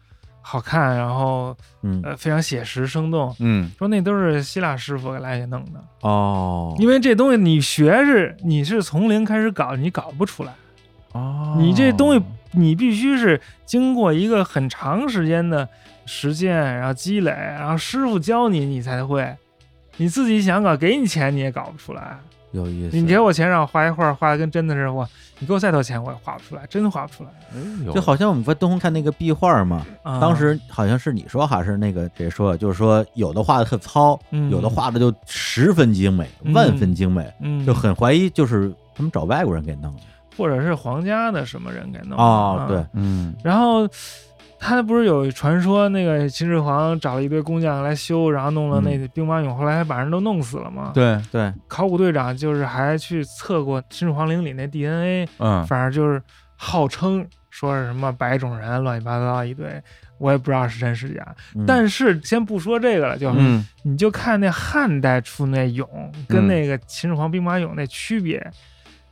[SPEAKER 3] 好看，然后
[SPEAKER 1] 嗯，
[SPEAKER 3] 呃非常写实生动。
[SPEAKER 4] 嗯
[SPEAKER 3] 说那都是希腊师傅给来给弄的，
[SPEAKER 1] 哦，
[SPEAKER 3] 因为这东西呃你学是你是从零开始搞，你搞不出来。
[SPEAKER 4] 哦
[SPEAKER 3] 你这东西你必须是经过一个很长时间的实践，然后积累，然后师傅教你，你才会。你自己想搞，给你钱你也搞不出来。
[SPEAKER 1] 有意思。
[SPEAKER 3] 你给我钱让我画一画，画的跟真的似的，我你给我再多钱我也画不出来，真画不出来。
[SPEAKER 1] 就好像我们在东红看那个壁画嘛，
[SPEAKER 3] 啊
[SPEAKER 1] 当时好像是你说还是那个谁说的，就是说有的画的特糙，
[SPEAKER 3] 嗯
[SPEAKER 1] 有的画的就十分精美，
[SPEAKER 3] 嗯
[SPEAKER 1] 万分精美，
[SPEAKER 3] 嗯，
[SPEAKER 1] 就很怀疑就是他们找外国人给弄的。
[SPEAKER 3] 或者是皇家的什么人给弄的
[SPEAKER 1] 哦，
[SPEAKER 3] 啊
[SPEAKER 1] 对，
[SPEAKER 4] 嗯
[SPEAKER 3] 然后他不是有传说，那个秦始皇找了一堆工匠来修，然后弄了那兵马俑，后来还把人都弄死了嘛。
[SPEAKER 4] 嗯对
[SPEAKER 1] 对，
[SPEAKER 3] 考古队长就是还去测过秦始皇陵里那 DNA，
[SPEAKER 4] 嗯
[SPEAKER 3] 反正就是号称说是什么白种人，乱七八糟一堆，我也不知道是真是假。
[SPEAKER 1] 嗯
[SPEAKER 3] 但是先不说这个了，就、
[SPEAKER 4] 嗯
[SPEAKER 3] 你就看那汉代出那俑跟那个秦始皇兵马俑那区别。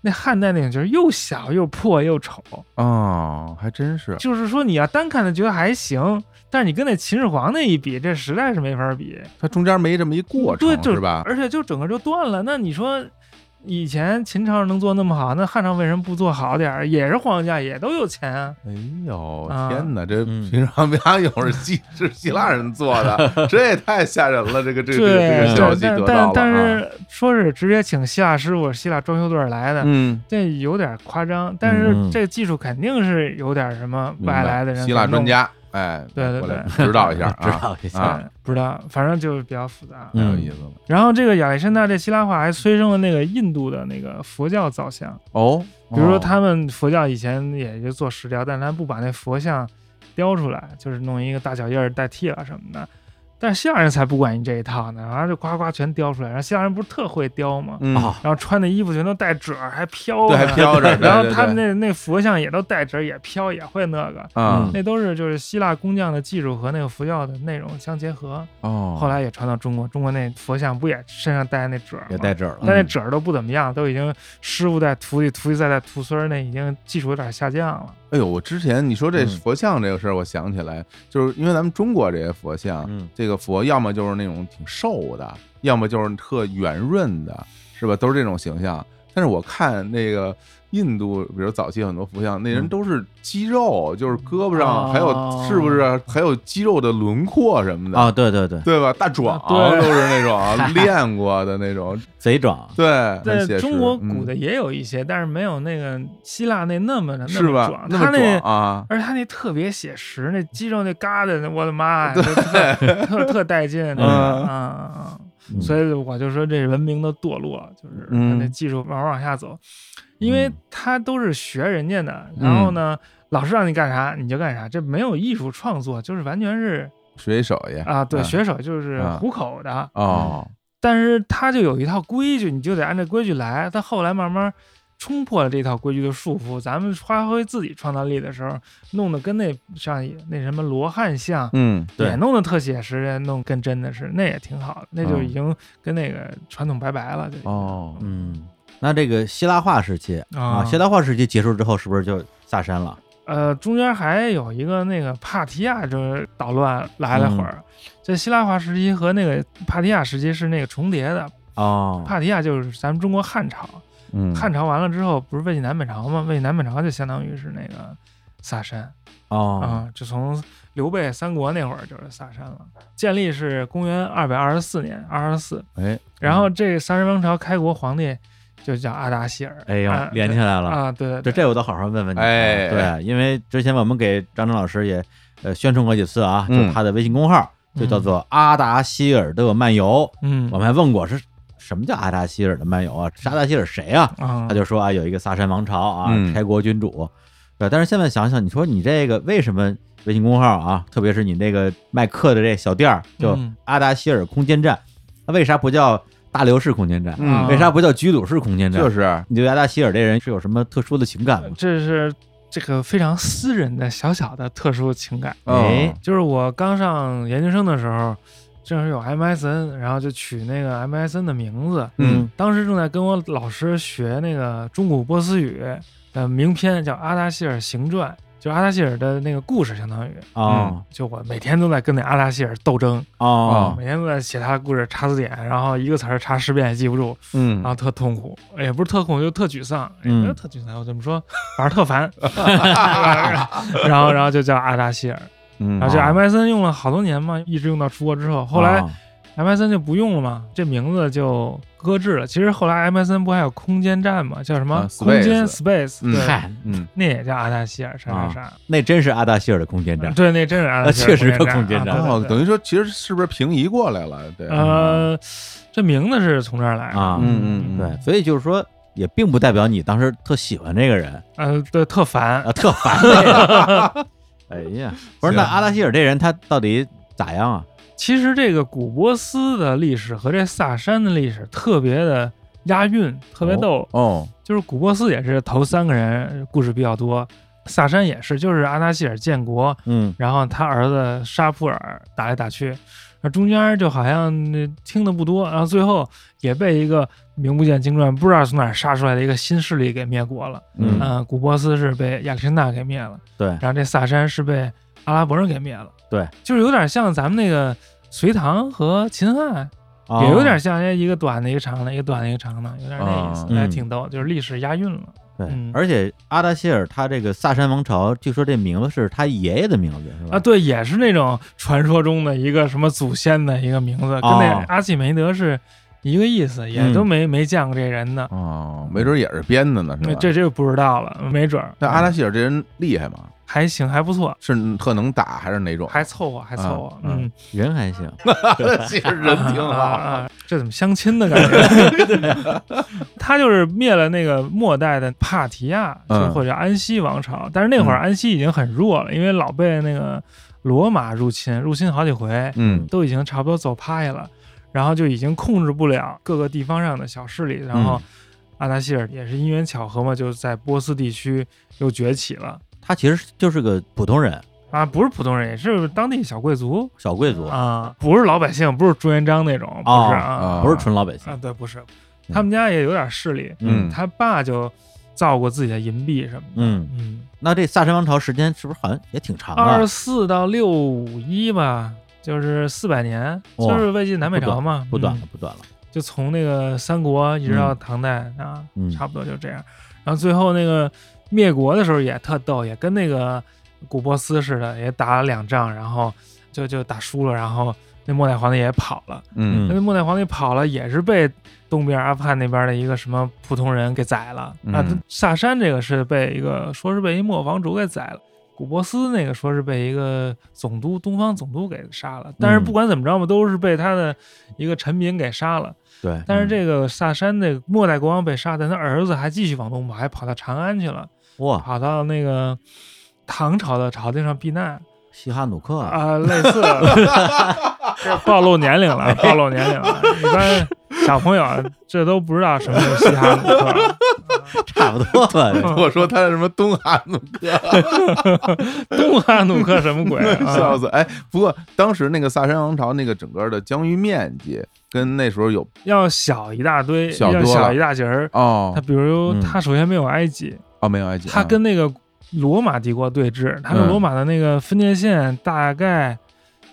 [SPEAKER 3] 那汉代那种就是又小又破又丑，
[SPEAKER 4] 哦，还真是
[SPEAKER 3] 就是说你要单看的觉得还行，但是你跟那秦始皇那一比，这实在是没法比。
[SPEAKER 4] 它中间没这么一过程
[SPEAKER 3] 对，就是
[SPEAKER 4] 吧？
[SPEAKER 3] 而且就整个就断了。那你说，以前秦朝能做那么好，那汉朝为什么不做好点儿？也是皇家，也都有钱啊。
[SPEAKER 4] 哎呦
[SPEAKER 3] 啊
[SPEAKER 4] 天哪，这
[SPEAKER 1] 嗯
[SPEAKER 4] 平常兵马俑是希是希腊人做
[SPEAKER 3] <laughs>
[SPEAKER 4] 的，这也太吓人了！这个这个这个
[SPEAKER 3] 对
[SPEAKER 4] 这个消
[SPEAKER 3] 对
[SPEAKER 4] 息
[SPEAKER 3] 但
[SPEAKER 4] 得
[SPEAKER 3] 但
[SPEAKER 4] 到了
[SPEAKER 3] 但
[SPEAKER 4] 啊，
[SPEAKER 3] 是说是直接请希腊师傅、希腊装修队儿来的，
[SPEAKER 4] 嗯，
[SPEAKER 3] 这有点夸张。但是
[SPEAKER 1] 嗯嗯
[SPEAKER 3] 这技术肯定是有点什么
[SPEAKER 4] 明
[SPEAKER 3] 外
[SPEAKER 4] 白
[SPEAKER 3] 来的人给
[SPEAKER 4] 希腊专
[SPEAKER 3] 弄
[SPEAKER 4] 家，哎，
[SPEAKER 3] 对对
[SPEAKER 4] 过来
[SPEAKER 3] 对
[SPEAKER 4] 指
[SPEAKER 3] <laughs>
[SPEAKER 4] 导一下
[SPEAKER 1] <laughs> 知
[SPEAKER 4] 啊，
[SPEAKER 1] 道一
[SPEAKER 3] 的
[SPEAKER 1] 下，
[SPEAKER 4] 啊
[SPEAKER 3] 不知道，反正就是比较复杂。
[SPEAKER 4] 太
[SPEAKER 1] 嗯
[SPEAKER 4] 有意思了
[SPEAKER 3] 然后这个亚历山大这希腊化还催生了那个印度的那个佛教造像，
[SPEAKER 4] 哦。
[SPEAKER 3] 比如说
[SPEAKER 4] 哦
[SPEAKER 3] 他们佛教以前也就做石雕，但他不把那佛像雕出来，就是弄一个大脚印儿代替了什么的。但是希腊人才不管你这一套呢，然后就夸夸全雕出来。然后希腊人不是特会雕吗？
[SPEAKER 4] 嗯
[SPEAKER 1] 哦，
[SPEAKER 3] 然后穿的衣服全都带褶
[SPEAKER 4] <laughs>
[SPEAKER 3] 儿，还飘
[SPEAKER 4] 对，
[SPEAKER 3] 呢，
[SPEAKER 4] 还
[SPEAKER 3] <laughs>
[SPEAKER 4] 飘着，对
[SPEAKER 3] 然后
[SPEAKER 4] 对
[SPEAKER 3] 他们
[SPEAKER 4] 对
[SPEAKER 3] 那那佛像也都带褶儿，也飘，也会那嗯个。
[SPEAKER 4] 啊
[SPEAKER 3] 那都是就是希腊工匠的技术和那个佛教的内容相结合，
[SPEAKER 4] 哦，
[SPEAKER 3] 后来也传到中国。中国那佛像不也身上带那褶儿吗？
[SPEAKER 1] 也嗯带这儿了。
[SPEAKER 3] 啊
[SPEAKER 4] 嗯
[SPEAKER 3] 但那褶儿都不怎么样，都已经师傅带徒弟，徒弟再带徒孙儿，那已经技术有点下降了。
[SPEAKER 4] 哎呦，我之前你说这
[SPEAKER 1] 嗯
[SPEAKER 4] 佛像这个事儿，我想起来，就是因为咱们中国这些佛像，
[SPEAKER 1] 嗯
[SPEAKER 4] 这个佛要么就是那种挺瘦的，要么就是特圆润的，是吧？都是这种形象。但是我看那个印度，比如早期很多佛像，那人
[SPEAKER 1] 嗯
[SPEAKER 4] 都是肌肉，就是胳膊上还有、
[SPEAKER 3] 哦
[SPEAKER 4] 是不是还有肌肉的轮廓什么的，
[SPEAKER 1] 啊，对对对，
[SPEAKER 4] 对吧？大壮
[SPEAKER 3] 啊对
[SPEAKER 4] 都是
[SPEAKER 3] <laughs>
[SPEAKER 4] 那种啊练过的那种，
[SPEAKER 1] 贼壮，
[SPEAKER 4] 对，
[SPEAKER 3] 在
[SPEAKER 4] 很写实
[SPEAKER 3] 中国古
[SPEAKER 4] 嗯
[SPEAKER 3] 的也有一些，但是没有那个希腊那那么的
[SPEAKER 4] 是
[SPEAKER 3] 么
[SPEAKER 4] 吧
[SPEAKER 3] 壮，？
[SPEAKER 4] 那
[SPEAKER 3] 他那
[SPEAKER 4] 壮。啊，
[SPEAKER 3] 而且他那特别写实，那肌肉那嘎的，我的妈呀，就特特特带劲，那个
[SPEAKER 4] 嗯
[SPEAKER 3] 啊，
[SPEAKER 1] 嗯
[SPEAKER 3] 所以我就说这文明的堕落，就是他
[SPEAKER 4] 嗯
[SPEAKER 3] 那技术慢慢往下走，因为
[SPEAKER 1] 嗯
[SPEAKER 3] 他都是学人家的，
[SPEAKER 4] 嗯
[SPEAKER 3] 然后呢，老师让你干啥你就干啥，这没有艺术创作，就是完全是
[SPEAKER 4] 水手也
[SPEAKER 3] 啊，对，
[SPEAKER 4] 嗯
[SPEAKER 3] 选手就是
[SPEAKER 4] 啊
[SPEAKER 3] 糊口的，
[SPEAKER 4] 哦，
[SPEAKER 3] 但是他就有一套规矩，你就得按照规矩来。但后来慢慢冲破了这套规矩的束缚，咱们发挥自己创造力的时候，弄得跟那上一那什么罗汉像。
[SPEAKER 4] 嗯
[SPEAKER 1] 对
[SPEAKER 3] 也弄得特写实，弄跟真的是，那也挺好的，那就已经跟那个传统拜拜了。这
[SPEAKER 4] 哦
[SPEAKER 1] 嗯。那这个希腊化时期啊，
[SPEAKER 3] 啊
[SPEAKER 1] 希腊化时期结束之后，是不是就下山了？
[SPEAKER 3] 呃，中间还有一个那个帕提亚就是捣乱来了会儿，这希腊化时期和那个帕提亚时期是那个重叠的，
[SPEAKER 1] 哦，
[SPEAKER 3] 帕提亚就是咱们中国汉朝，
[SPEAKER 4] 嗯
[SPEAKER 3] 汉朝完了之后，不是魏晋南北朝吗？魏晋南北朝就相当于是那个萨珊啊、
[SPEAKER 1] 哦，
[SPEAKER 3] 就从刘备三国那会儿就是萨珊了。建立是公元二百二十四年，二十四。
[SPEAKER 4] 哎，
[SPEAKER 3] 然
[SPEAKER 1] 嗯
[SPEAKER 3] 后这萨珊王朝开国皇帝就叫阿达希尔。
[SPEAKER 1] 哎呦
[SPEAKER 3] 啊，
[SPEAKER 1] 连起来了，
[SPEAKER 3] 啊，对对
[SPEAKER 1] 这
[SPEAKER 3] 对，
[SPEAKER 1] 这我得好好问问你啊。
[SPEAKER 4] 哎
[SPEAKER 1] 对，因为之前我们给张张老师也呃宣传过几次啊，
[SPEAKER 4] 嗯
[SPEAKER 1] 就是他的微信公号就叫做《阿达希尔的漫游》。
[SPEAKER 3] 嗯
[SPEAKER 1] 我们还问过是什么叫阿达希尔的漫游啊？是阿达希尔谁啊？
[SPEAKER 3] 啊，
[SPEAKER 1] 他就说啊，有一个萨珊王朝啊，
[SPEAKER 4] 嗯
[SPEAKER 1] 开国君主，对。但是现在想想，你说你这个为什么微信公号啊，特别是你那个卖课的这小店儿，就
[SPEAKER 3] 嗯
[SPEAKER 1] 阿达希尔空间站，它为啥不叫大流士空间站？
[SPEAKER 4] 嗯
[SPEAKER 1] 为啥不叫居鲁士空间站？
[SPEAKER 4] 就是
[SPEAKER 1] 你对阿达希尔这人是有什么特殊的情感吗？
[SPEAKER 3] 这是这个非常私人的小小的特殊情感。
[SPEAKER 1] 哎
[SPEAKER 4] 嗯，
[SPEAKER 3] 就是我刚上研究生的时候，正是有 MSN，然后就取那个 MSN 的名字。
[SPEAKER 1] 嗯
[SPEAKER 3] 当时正在跟我老师学那个中古波斯语的名篇，叫《阿达希尔行传》，就是阿达希尔的那个故事，相当于。
[SPEAKER 1] 啊
[SPEAKER 3] 就我每天都在跟那阿达希尔斗争，
[SPEAKER 1] 啊
[SPEAKER 4] 哦
[SPEAKER 3] 每天都在写他的故事，查字典，然后一个词儿查十遍也记不住，
[SPEAKER 4] 嗯
[SPEAKER 3] 然后特痛苦，也不是特痛苦，就特沮丧，也
[SPEAKER 1] 嗯
[SPEAKER 3] 不是特沮丧，我怎么说，反正特
[SPEAKER 1] <laughs>
[SPEAKER 3] 烦。 <laughs> 然后，然后就叫阿达希尔，
[SPEAKER 4] 嗯，
[SPEAKER 3] 然后这
[SPEAKER 1] 啊
[SPEAKER 3] MSN 用了好多年嘛，一直用到出国之后，后来
[SPEAKER 1] 啊
[SPEAKER 3] MSN 就不用了嘛，这名字就搁置了。其实后来 MSN 不还有空间站嘛，叫什么
[SPEAKER 4] 啊
[SPEAKER 3] 空间 Space，
[SPEAKER 4] 嗯
[SPEAKER 3] 对，
[SPEAKER 1] 嗨，
[SPEAKER 4] 嗯
[SPEAKER 3] 那也叫阿达希尔啥啥啥，
[SPEAKER 1] 那真是阿达希尔的啊空间站。
[SPEAKER 3] 对，那真是阿达希尔，
[SPEAKER 1] 确实叫空间
[SPEAKER 3] 间
[SPEAKER 1] 站
[SPEAKER 3] 啊
[SPEAKER 4] 哦，
[SPEAKER 3] 对对对
[SPEAKER 4] 等于说其实是不是平移过来了？对，
[SPEAKER 3] 呃，这名字是从这儿来的
[SPEAKER 1] 啊
[SPEAKER 4] 嗯嗯嗯
[SPEAKER 1] 对，所以就是说，也并不代表你当时特喜欢这个人，
[SPEAKER 3] 呃，对，特烦
[SPEAKER 1] 啊，。特烦
[SPEAKER 3] <laughs>
[SPEAKER 1] 那个。哎呀，不是，
[SPEAKER 4] 行
[SPEAKER 1] 那阿拉希尔这人他到底咋样啊？
[SPEAKER 3] 其实这个古波斯的历史和这萨珊的历史特别的押韵，特别逗。
[SPEAKER 4] 哦，
[SPEAKER 3] 就是古波斯也是头三个人故事比较多，萨珊也是，就是阿达希尔建国，
[SPEAKER 1] 嗯
[SPEAKER 3] 然后他儿子沙普尔打来打去，那中间就好像呃听的不多，然后最后也被一个名不见经传、不知道从哪儿杀出来的一个新势力给灭国了。
[SPEAKER 1] 嗯
[SPEAKER 3] 嗯、古波斯是被亚历山大给灭了，
[SPEAKER 1] 对
[SPEAKER 3] 然后这萨珊是被阿拉伯人给灭了，
[SPEAKER 1] 对，
[SPEAKER 3] 就是有点像咱们那个隋唐和秦汉，
[SPEAKER 1] 哦
[SPEAKER 3] 也有点像哎一个短的一个长的，一个短的一个长的，有点那意
[SPEAKER 4] 哦
[SPEAKER 3] 思，
[SPEAKER 1] 嗯
[SPEAKER 3] 还挺逗，就是历史押韵了。
[SPEAKER 1] 对
[SPEAKER 3] 嗯，
[SPEAKER 1] 而且阿达希尔他这个萨珊王朝，据说这名字是他爷爷的名字，是吧？
[SPEAKER 3] 啊，对，也是那种传说中的一个什么祖先的一个名字，跟那
[SPEAKER 1] 哦
[SPEAKER 3] 阿契梅德是一个意思，也都没、没见过这人呢，
[SPEAKER 4] 哦，没准也是编的呢，是吧？
[SPEAKER 3] 这这就不知道了，没准儿
[SPEAKER 4] 那阿达希尔这人厉害吗？
[SPEAKER 3] 还行，还不错，
[SPEAKER 4] 是特能打还是哪种？
[SPEAKER 3] 还凑合，还凑合，
[SPEAKER 4] 嗯
[SPEAKER 3] 嗯，
[SPEAKER 1] 人还行，
[SPEAKER 2] 其实人挺
[SPEAKER 3] <laughs> 啊啊
[SPEAKER 2] 好。
[SPEAKER 3] 啊这怎么相亲的感觉？他就是灭了那个末代的帕提亚，就
[SPEAKER 4] 嗯
[SPEAKER 3] 或者安息王朝，但是那会儿安息已经很弱了，因为老被那个罗马入侵，入侵好几回，
[SPEAKER 4] 嗯
[SPEAKER 3] 都已经差不多走趴下了，然后就已经控制不了各个地方上的小势力。然后阿达希尔也是因缘巧合嘛，就在波斯地区又崛起了
[SPEAKER 1] 他其实就是个普通人，
[SPEAKER 3] 啊，不是普通人，也是当地小贵族
[SPEAKER 1] 小贵族，
[SPEAKER 3] 啊，不是老百姓，不是朱元璋那种，不
[SPEAKER 1] 哦
[SPEAKER 3] 是啊、
[SPEAKER 1] 不是纯老百姓。
[SPEAKER 3] 啊，对，不是，
[SPEAKER 1] 嗯
[SPEAKER 3] 他们家也有点势力，
[SPEAKER 4] 嗯
[SPEAKER 3] 他爸就造过自己的银币什么的，
[SPEAKER 1] 嗯，
[SPEAKER 3] 嗯，
[SPEAKER 1] 那这萨珊王朝时间是不是好像也挺长
[SPEAKER 3] 二
[SPEAKER 1] 啊
[SPEAKER 3] 十？四到六五一吧。就是四百年，
[SPEAKER 1] 哇
[SPEAKER 3] 就是魏晋南北
[SPEAKER 1] 不短
[SPEAKER 3] 朝嘛，
[SPEAKER 1] 不短
[SPEAKER 3] 嗯
[SPEAKER 1] 了，不短了。
[SPEAKER 3] 就从那个三国一直到唐代、啊
[SPEAKER 1] 嗯，
[SPEAKER 3] 差不多就这样。然后最后那个灭国的时候也特逗，也跟那个古波斯似的，也打了两仗，然后就就打输了，然后那末代皇帝也跑了。
[SPEAKER 4] 嗯
[SPEAKER 3] 那、末代皇帝跑了，也是被东边阿富汗那边的一个什么普通人给宰了、
[SPEAKER 4] 嗯
[SPEAKER 3] 啊。萨珊这个是被一个说是被一莫王主给宰了。古波斯那个说是被一个总督东方总督给杀了，但是
[SPEAKER 1] 嗯
[SPEAKER 3] 不管怎么着嘛，都是被他的一个臣民给杀了。
[SPEAKER 1] 对，嗯
[SPEAKER 3] 但
[SPEAKER 4] 嗯
[SPEAKER 3] 是这个萨珊那个末代国王被杀，但他儿子还继续往东跑，还跑到长安去了，
[SPEAKER 1] 哇，
[SPEAKER 3] 跑到那个唐朝的朝廷上避难
[SPEAKER 1] 西哈努克啊，
[SPEAKER 3] 啊、类似 <laughs> 这暴露年龄 <laughs> 了，暴露年龄了。一般小朋友啊这都不知道什么是西哈努克， <laughs>
[SPEAKER 1] 差不多吧。
[SPEAKER 4] 我说他是什么东汉奴
[SPEAKER 3] 东哈努克什么鬼
[SPEAKER 4] 笑
[SPEAKER 3] <laughs> 啊？
[SPEAKER 4] 死！哎，不过当时那个萨珊王朝那个整个的疆域面积跟那时候有
[SPEAKER 3] 要小一大堆，
[SPEAKER 4] 小
[SPEAKER 3] 要
[SPEAKER 4] 多
[SPEAKER 3] 小
[SPEAKER 4] 了
[SPEAKER 3] 一大截儿。
[SPEAKER 4] 哦
[SPEAKER 3] 他比如
[SPEAKER 1] 嗯
[SPEAKER 3] 他首先没有埃及，
[SPEAKER 4] 哦没有埃及，
[SPEAKER 3] 它跟那个罗马帝国对峙，它跟
[SPEAKER 4] 嗯
[SPEAKER 3] 罗马的那个分界线大概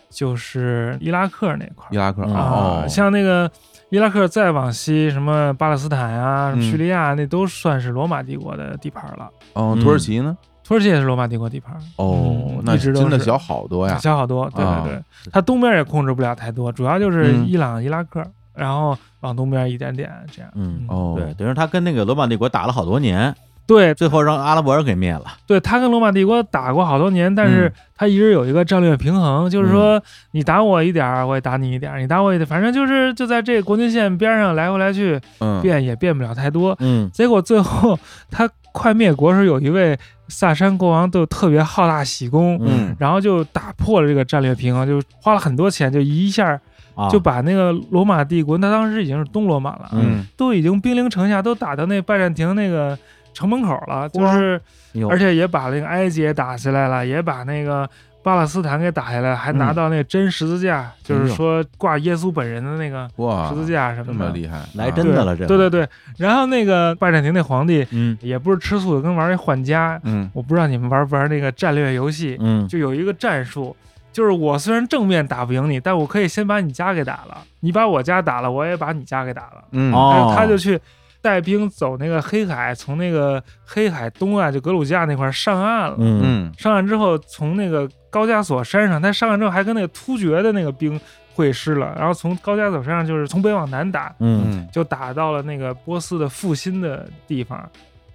[SPEAKER 3] 就是伊拉克那块
[SPEAKER 4] 伊
[SPEAKER 3] 儿
[SPEAKER 4] 拉克
[SPEAKER 1] 嗯
[SPEAKER 4] 哦
[SPEAKER 3] 啊，，像那个伊拉克再往西，什么巴勒斯坦啊、什么
[SPEAKER 4] 嗯
[SPEAKER 3] 叙利亚，那都算是罗马帝国的地盘了。
[SPEAKER 4] 哦土耳其呢
[SPEAKER 3] 土耳其也是罗马帝国地盘，
[SPEAKER 4] 哦
[SPEAKER 3] 嗯，
[SPEAKER 4] 那
[SPEAKER 3] 一直都
[SPEAKER 4] 真的
[SPEAKER 3] 是
[SPEAKER 4] 小好多呀，
[SPEAKER 3] 小好多。对
[SPEAKER 4] 啊
[SPEAKER 3] 对对，它东边也控制不了太多，主要就是
[SPEAKER 4] 嗯
[SPEAKER 3] 伊朗、伊拉克，然后往东边一点点这样。
[SPEAKER 1] 嗯
[SPEAKER 4] 哦
[SPEAKER 1] 对，等于说他跟那个罗马帝国打了好多年，
[SPEAKER 3] 对
[SPEAKER 1] 最后让阿拉伯人给灭了。
[SPEAKER 3] 对，他跟罗马帝国打过好多年，但是
[SPEAKER 1] 嗯
[SPEAKER 3] 他一直有一个战略平衡，就是说你打我一点儿，我也打你一点儿，你打我一点儿，反正就是就在这个国境线边上来回来去
[SPEAKER 4] 嗯，
[SPEAKER 3] 变，也变不了太多。
[SPEAKER 1] 嗯
[SPEAKER 3] 结果最后他快灭国时候，有一位萨珊国王就特别好大喜功，
[SPEAKER 1] 嗯
[SPEAKER 3] 然后就打破了这个战略平衡，就花了很多钱，就一下
[SPEAKER 1] 啊，
[SPEAKER 3] 就把那个罗马帝国，他当时已经是东罗马了，
[SPEAKER 1] 嗯，
[SPEAKER 3] 都已经兵临城下，都打到那拜占庭那个城门口了，就
[SPEAKER 1] 哇
[SPEAKER 3] 是
[SPEAKER 1] 有
[SPEAKER 3] 而且也把那个埃及也打下来了，也把那个巴勒斯坦给打下来，还拿
[SPEAKER 1] 嗯哎
[SPEAKER 3] 到那真十字架，就是说挂耶稣本人的那个
[SPEAKER 4] 哇，
[SPEAKER 3] 十字架什
[SPEAKER 4] 这
[SPEAKER 3] 么
[SPEAKER 4] 么
[SPEAKER 3] 的。
[SPEAKER 4] 厉害，
[SPEAKER 1] 来
[SPEAKER 4] 啊
[SPEAKER 1] 真的了，这
[SPEAKER 3] 对对对，然后那个拜占庭那皇帝
[SPEAKER 1] 嗯
[SPEAKER 3] 也不是吃素的，跟玩一换家。
[SPEAKER 4] 嗯
[SPEAKER 3] 我不知道你们玩不玩那个战略游戏，
[SPEAKER 1] 嗯
[SPEAKER 3] 就有一个战术，就是我虽然正面打不赢你，但我可以先把你家给打了，你把我家打了，我也把你家给打了。
[SPEAKER 4] 嗯
[SPEAKER 1] 哦
[SPEAKER 3] 然后他就去带兵走那个黑海，从那个黑海东啊岸就格鲁吉亚那块儿上岸了。
[SPEAKER 1] 嗯
[SPEAKER 4] 嗯
[SPEAKER 3] 上岸之后，从那个高加索山上，他上岸之后还跟那个突厥的那个兵会师了，然后从高加索山上就是从北往南打，
[SPEAKER 1] 嗯
[SPEAKER 4] 嗯
[SPEAKER 3] 就打到了那个波斯的腹心的地方，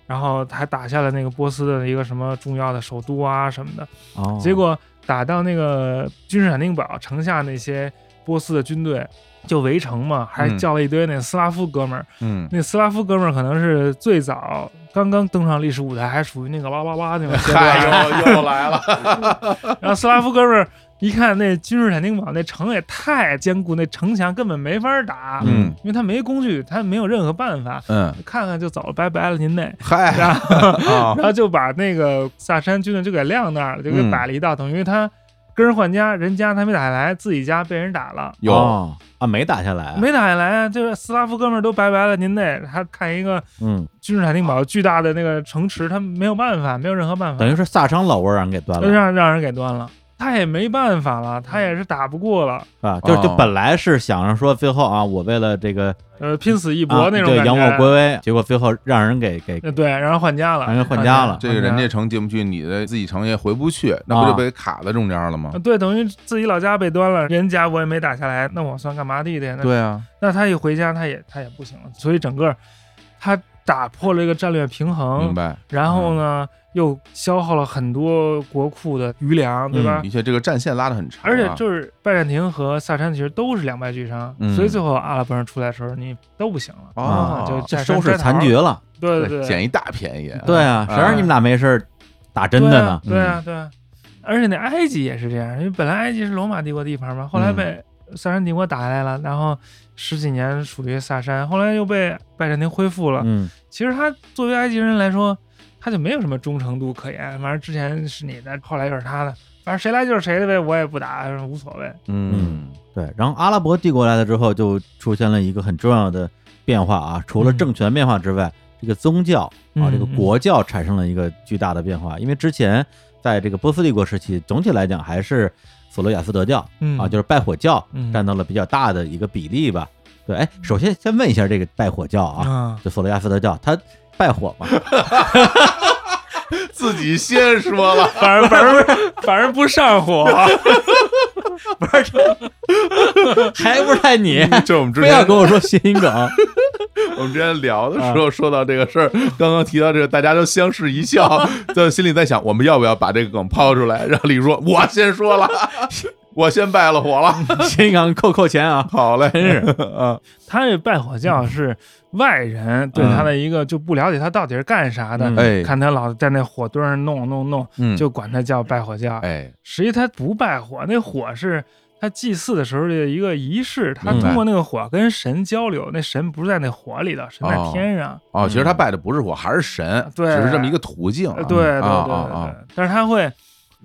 [SPEAKER 3] 然后还打下了那个波斯的一个什么重要的首都啊什么的。
[SPEAKER 1] 哦，
[SPEAKER 3] 结果打到那个君士坦丁堡城下那些波斯的军队就围城嘛，还
[SPEAKER 4] 嗯
[SPEAKER 3] 叫了一堆那斯拉夫哥们儿。
[SPEAKER 4] 嗯
[SPEAKER 3] 那斯拉夫哥们儿可能是最早刚刚登上历史舞台，还属于那个哇哇哇那种阶段。
[SPEAKER 2] 嗨，又又来了，
[SPEAKER 3] 然后斯拉夫哥们儿一看那君士坦丁堡那城也太坚固，那城墙根本没法打，
[SPEAKER 4] 嗯
[SPEAKER 3] 因为他没工具，他没有任何办法。
[SPEAKER 4] 嗯，
[SPEAKER 3] 看看就走，拜拜了您那，
[SPEAKER 4] 嗨
[SPEAKER 3] 然后 <laughs>
[SPEAKER 4] 啊
[SPEAKER 3] 然后就把那个萨珊军队就给晾那儿了，就给
[SPEAKER 4] 嗯
[SPEAKER 3] 摆了一道，等于他跟人换家，人家他没打下来，自己家被人打了，
[SPEAKER 4] 有
[SPEAKER 1] 哦啊，没打下来啊，
[SPEAKER 3] 没打下来啊，就是斯拉夫哥们儿都拜拜了您那，他看一个
[SPEAKER 1] 嗯，
[SPEAKER 3] 君士坦丁堡巨大的那个城池，他没有办法，没有任何办法，
[SPEAKER 1] 等于是萨商老窝让人给端
[SPEAKER 3] 就
[SPEAKER 1] 了，嗯
[SPEAKER 3] 让让人给端了。他也没办法了，他也是打不过了，
[SPEAKER 1] 啊，就就
[SPEAKER 4] 哦
[SPEAKER 1] 本来是想着说最后啊，我为了这个
[SPEAKER 3] 呃，拼死一
[SPEAKER 1] 啊
[SPEAKER 3] 搏那种
[SPEAKER 1] 对
[SPEAKER 3] 感觉。
[SPEAKER 1] 扬我国威，结果最后让人给给
[SPEAKER 3] 呃对，然后换家了，
[SPEAKER 1] 让人换家了
[SPEAKER 4] 这个人家城进不去，你的自己城也回不去，那不就被卡在中间了吗
[SPEAKER 3] 啊，？对，等于自己老家被端了，人家我也没打下来，那我算干嘛地的呀？那
[SPEAKER 4] 对啊，
[SPEAKER 3] 那他一回家，他也他也不行了，所以整个他打破了一个战略平
[SPEAKER 4] 明
[SPEAKER 3] 衡，
[SPEAKER 4] 白。
[SPEAKER 3] 然后呢、又消耗了很多国库的余粮，对吧？
[SPEAKER 4] 的确，这个战线拉的很长啊，
[SPEAKER 3] 嗯而且就是拜占庭和萨珊其实都是两败俱伤，
[SPEAKER 4] 嗯
[SPEAKER 3] 所以最后阿拉伯人出来的时候，你都不行了，
[SPEAKER 4] 啊
[SPEAKER 3] 就
[SPEAKER 1] 这
[SPEAKER 3] 占山
[SPEAKER 1] 收拾
[SPEAKER 3] 摘桃
[SPEAKER 1] 残局，了，
[SPEAKER 3] 对对对，
[SPEAKER 4] 捡一大便宜。
[SPEAKER 1] 对啊，
[SPEAKER 3] 哎
[SPEAKER 1] 谁让你们俩没事儿打真的呢？
[SPEAKER 3] 对啊，对啊，对啊而且那埃及也是这样，因为本来埃及是罗马帝国地盘嘛，后来被萨珊帝国打下来了，然后十几年属于萨珊，后来又被拜占庭恢复了。
[SPEAKER 1] 嗯
[SPEAKER 3] 其实他作为埃及人来说，他就没有什么忠诚度可言，反正之前是你的，后来又是他的，反正谁来就是谁的呗，我也不打，无所谓。
[SPEAKER 4] 嗯，
[SPEAKER 1] 对，然后阿拉伯帝国来了之后，就出现了一个很重要的变化啊，除了
[SPEAKER 3] 嗯
[SPEAKER 1] 政权变化之外，这个宗教啊，
[SPEAKER 3] 嗯
[SPEAKER 1] 这个国教产生了一个巨大的变化。因为之前在这个波斯帝国时期，总体来讲还是索罗亚斯德教
[SPEAKER 3] 嗯
[SPEAKER 1] 啊，就是拜火教
[SPEAKER 3] 嗯
[SPEAKER 1] 占到了比较大的一个比例吧。对，哎，首先先问一下这个拜火教啊，
[SPEAKER 3] 啊，
[SPEAKER 1] 就索罗亚斯德教，它拜火嘛？
[SPEAKER 2] 自己先说了，
[SPEAKER 3] <laughs> 反正反正反正不上火，
[SPEAKER 1] 不是， <laughs> 还不是赖你，
[SPEAKER 3] 嗯
[SPEAKER 2] 这我们之
[SPEAKER 1] <laughs> 非要
[SPEAKER 2] 前
[SPEAKER 1] 跟我说谐音梗。
[SPEAKER 2] 我们之前聊的时候说到这个事儿，刚刚提到这个，大家都相视一笑，在心里在想，我们要不要把这个梗抛出来？让李说，我先说
[SPEAKER 4] <laughs>
[SPEAKER 2] 了，我先败了火了，
[SPEAKER 1] 新港扣扣钱啊！
[SPEAKER 2] 好嘞，
[SPEAKER 1] <laughs> 真是，
[SPEAKER 2] 啊，
[SPEAKER 3] <laughs> 他这拜火教是外人对他的一个就不了解他到底是干啥的，
[SPEAKER 1] 嗯
[SPEAKER 4] 哎，
[SPEAKER 3] 看他老在那火堆上弄弄弄，
[SPEAKER 4] 嗯
[SPEAKER 3] 就管他叫拜火教。
[SPEAKER 4] 哎，
[SPEAKER 3] 实际他不拜火，那火是他祭祀的时候的一个仪式，他
[SPEAKER 1] 明白
[SPEAKER 3] 通过那个火跟神交流，那神不是在那火里的，神在天上。
[SPEAKER 4] 哦，其实他拜的不是火，还是神，
[SPEAKER 3] 对
[SPEAKER 4] 只是这么一个途径啊。
[SPEAKER 3] 呃对对对对对，
[SPEAKER 4] 啊啊啊
[SPEAKER 3] 但是他会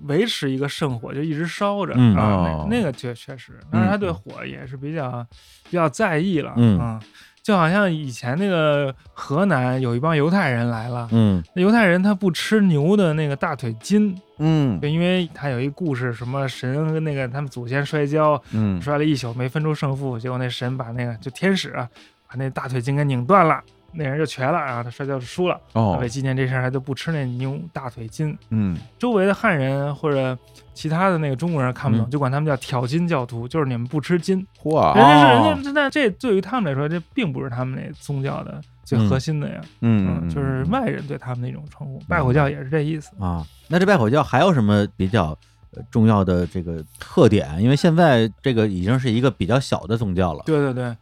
[SPEAKER 3] 维持一个圣火，就一直烧着、
[SPEAKER 1] 嗯
[SPEAKER 3] 啊
[SPEAKER 4] 哦，嗯
[SPEAKER 3] 那那个确确实，但是他对火也是比较、比较在意了，啊
[SPEAKER 1] 嗯
[SPEAKER 3] 就好像以前那个河南有一帮犹太人来了，
[SPEAKER 1] 嗯
[SPEAKER 3] 那犹太人他不吃牛的那个大腿筋，
[SPEAKER 4] 嗯
[SPEAKER 3] 就因为他有一故事，什么神跟那个他们祖先摔跤，
[SPEAKER 4] 嗯
[SPEAKER 3] 摔了一宿没分出胜负，结果那神把那个就天使啊，把那大腿筋给拧断了，那人就瘸了，然后他摔跤就输了。
[SPEAKER 4] 哦
[SPEAKER 3] 为，纪念这事儿，他就不吃那牛大腿筋。
[SPEAKER 4] 嗯，
[SPEAKER 3] 周围的汉人或者其他的那个中国人看不懂，
[SPEAKER 1] 嗯
[SPEAKER 3] 就管他们叫挑筋教徒，就是你们不吃筋。
[SPEAKER 4] 嚯，
[SPEAKER 3] 人家是
[SPEAKER 1] 哦
[SPEAKER 3] 人家，但这对于他们来说，这并不是他们那宗教的最
[SPEAKER 1] 嗯
[SPEAKER 3] 核心的呀。
[SPEAKER 4] 嗯，
[SPEAKER 3] 就是外人对他们的一种称呼，拜火教也是这意思。
[SPEAKER 1] 啊。那这拜火教还有什么比较呃重要的这个特点？因为现在这个已经是一个比较小的宗教了。
[SPEAKER 3] 对对对，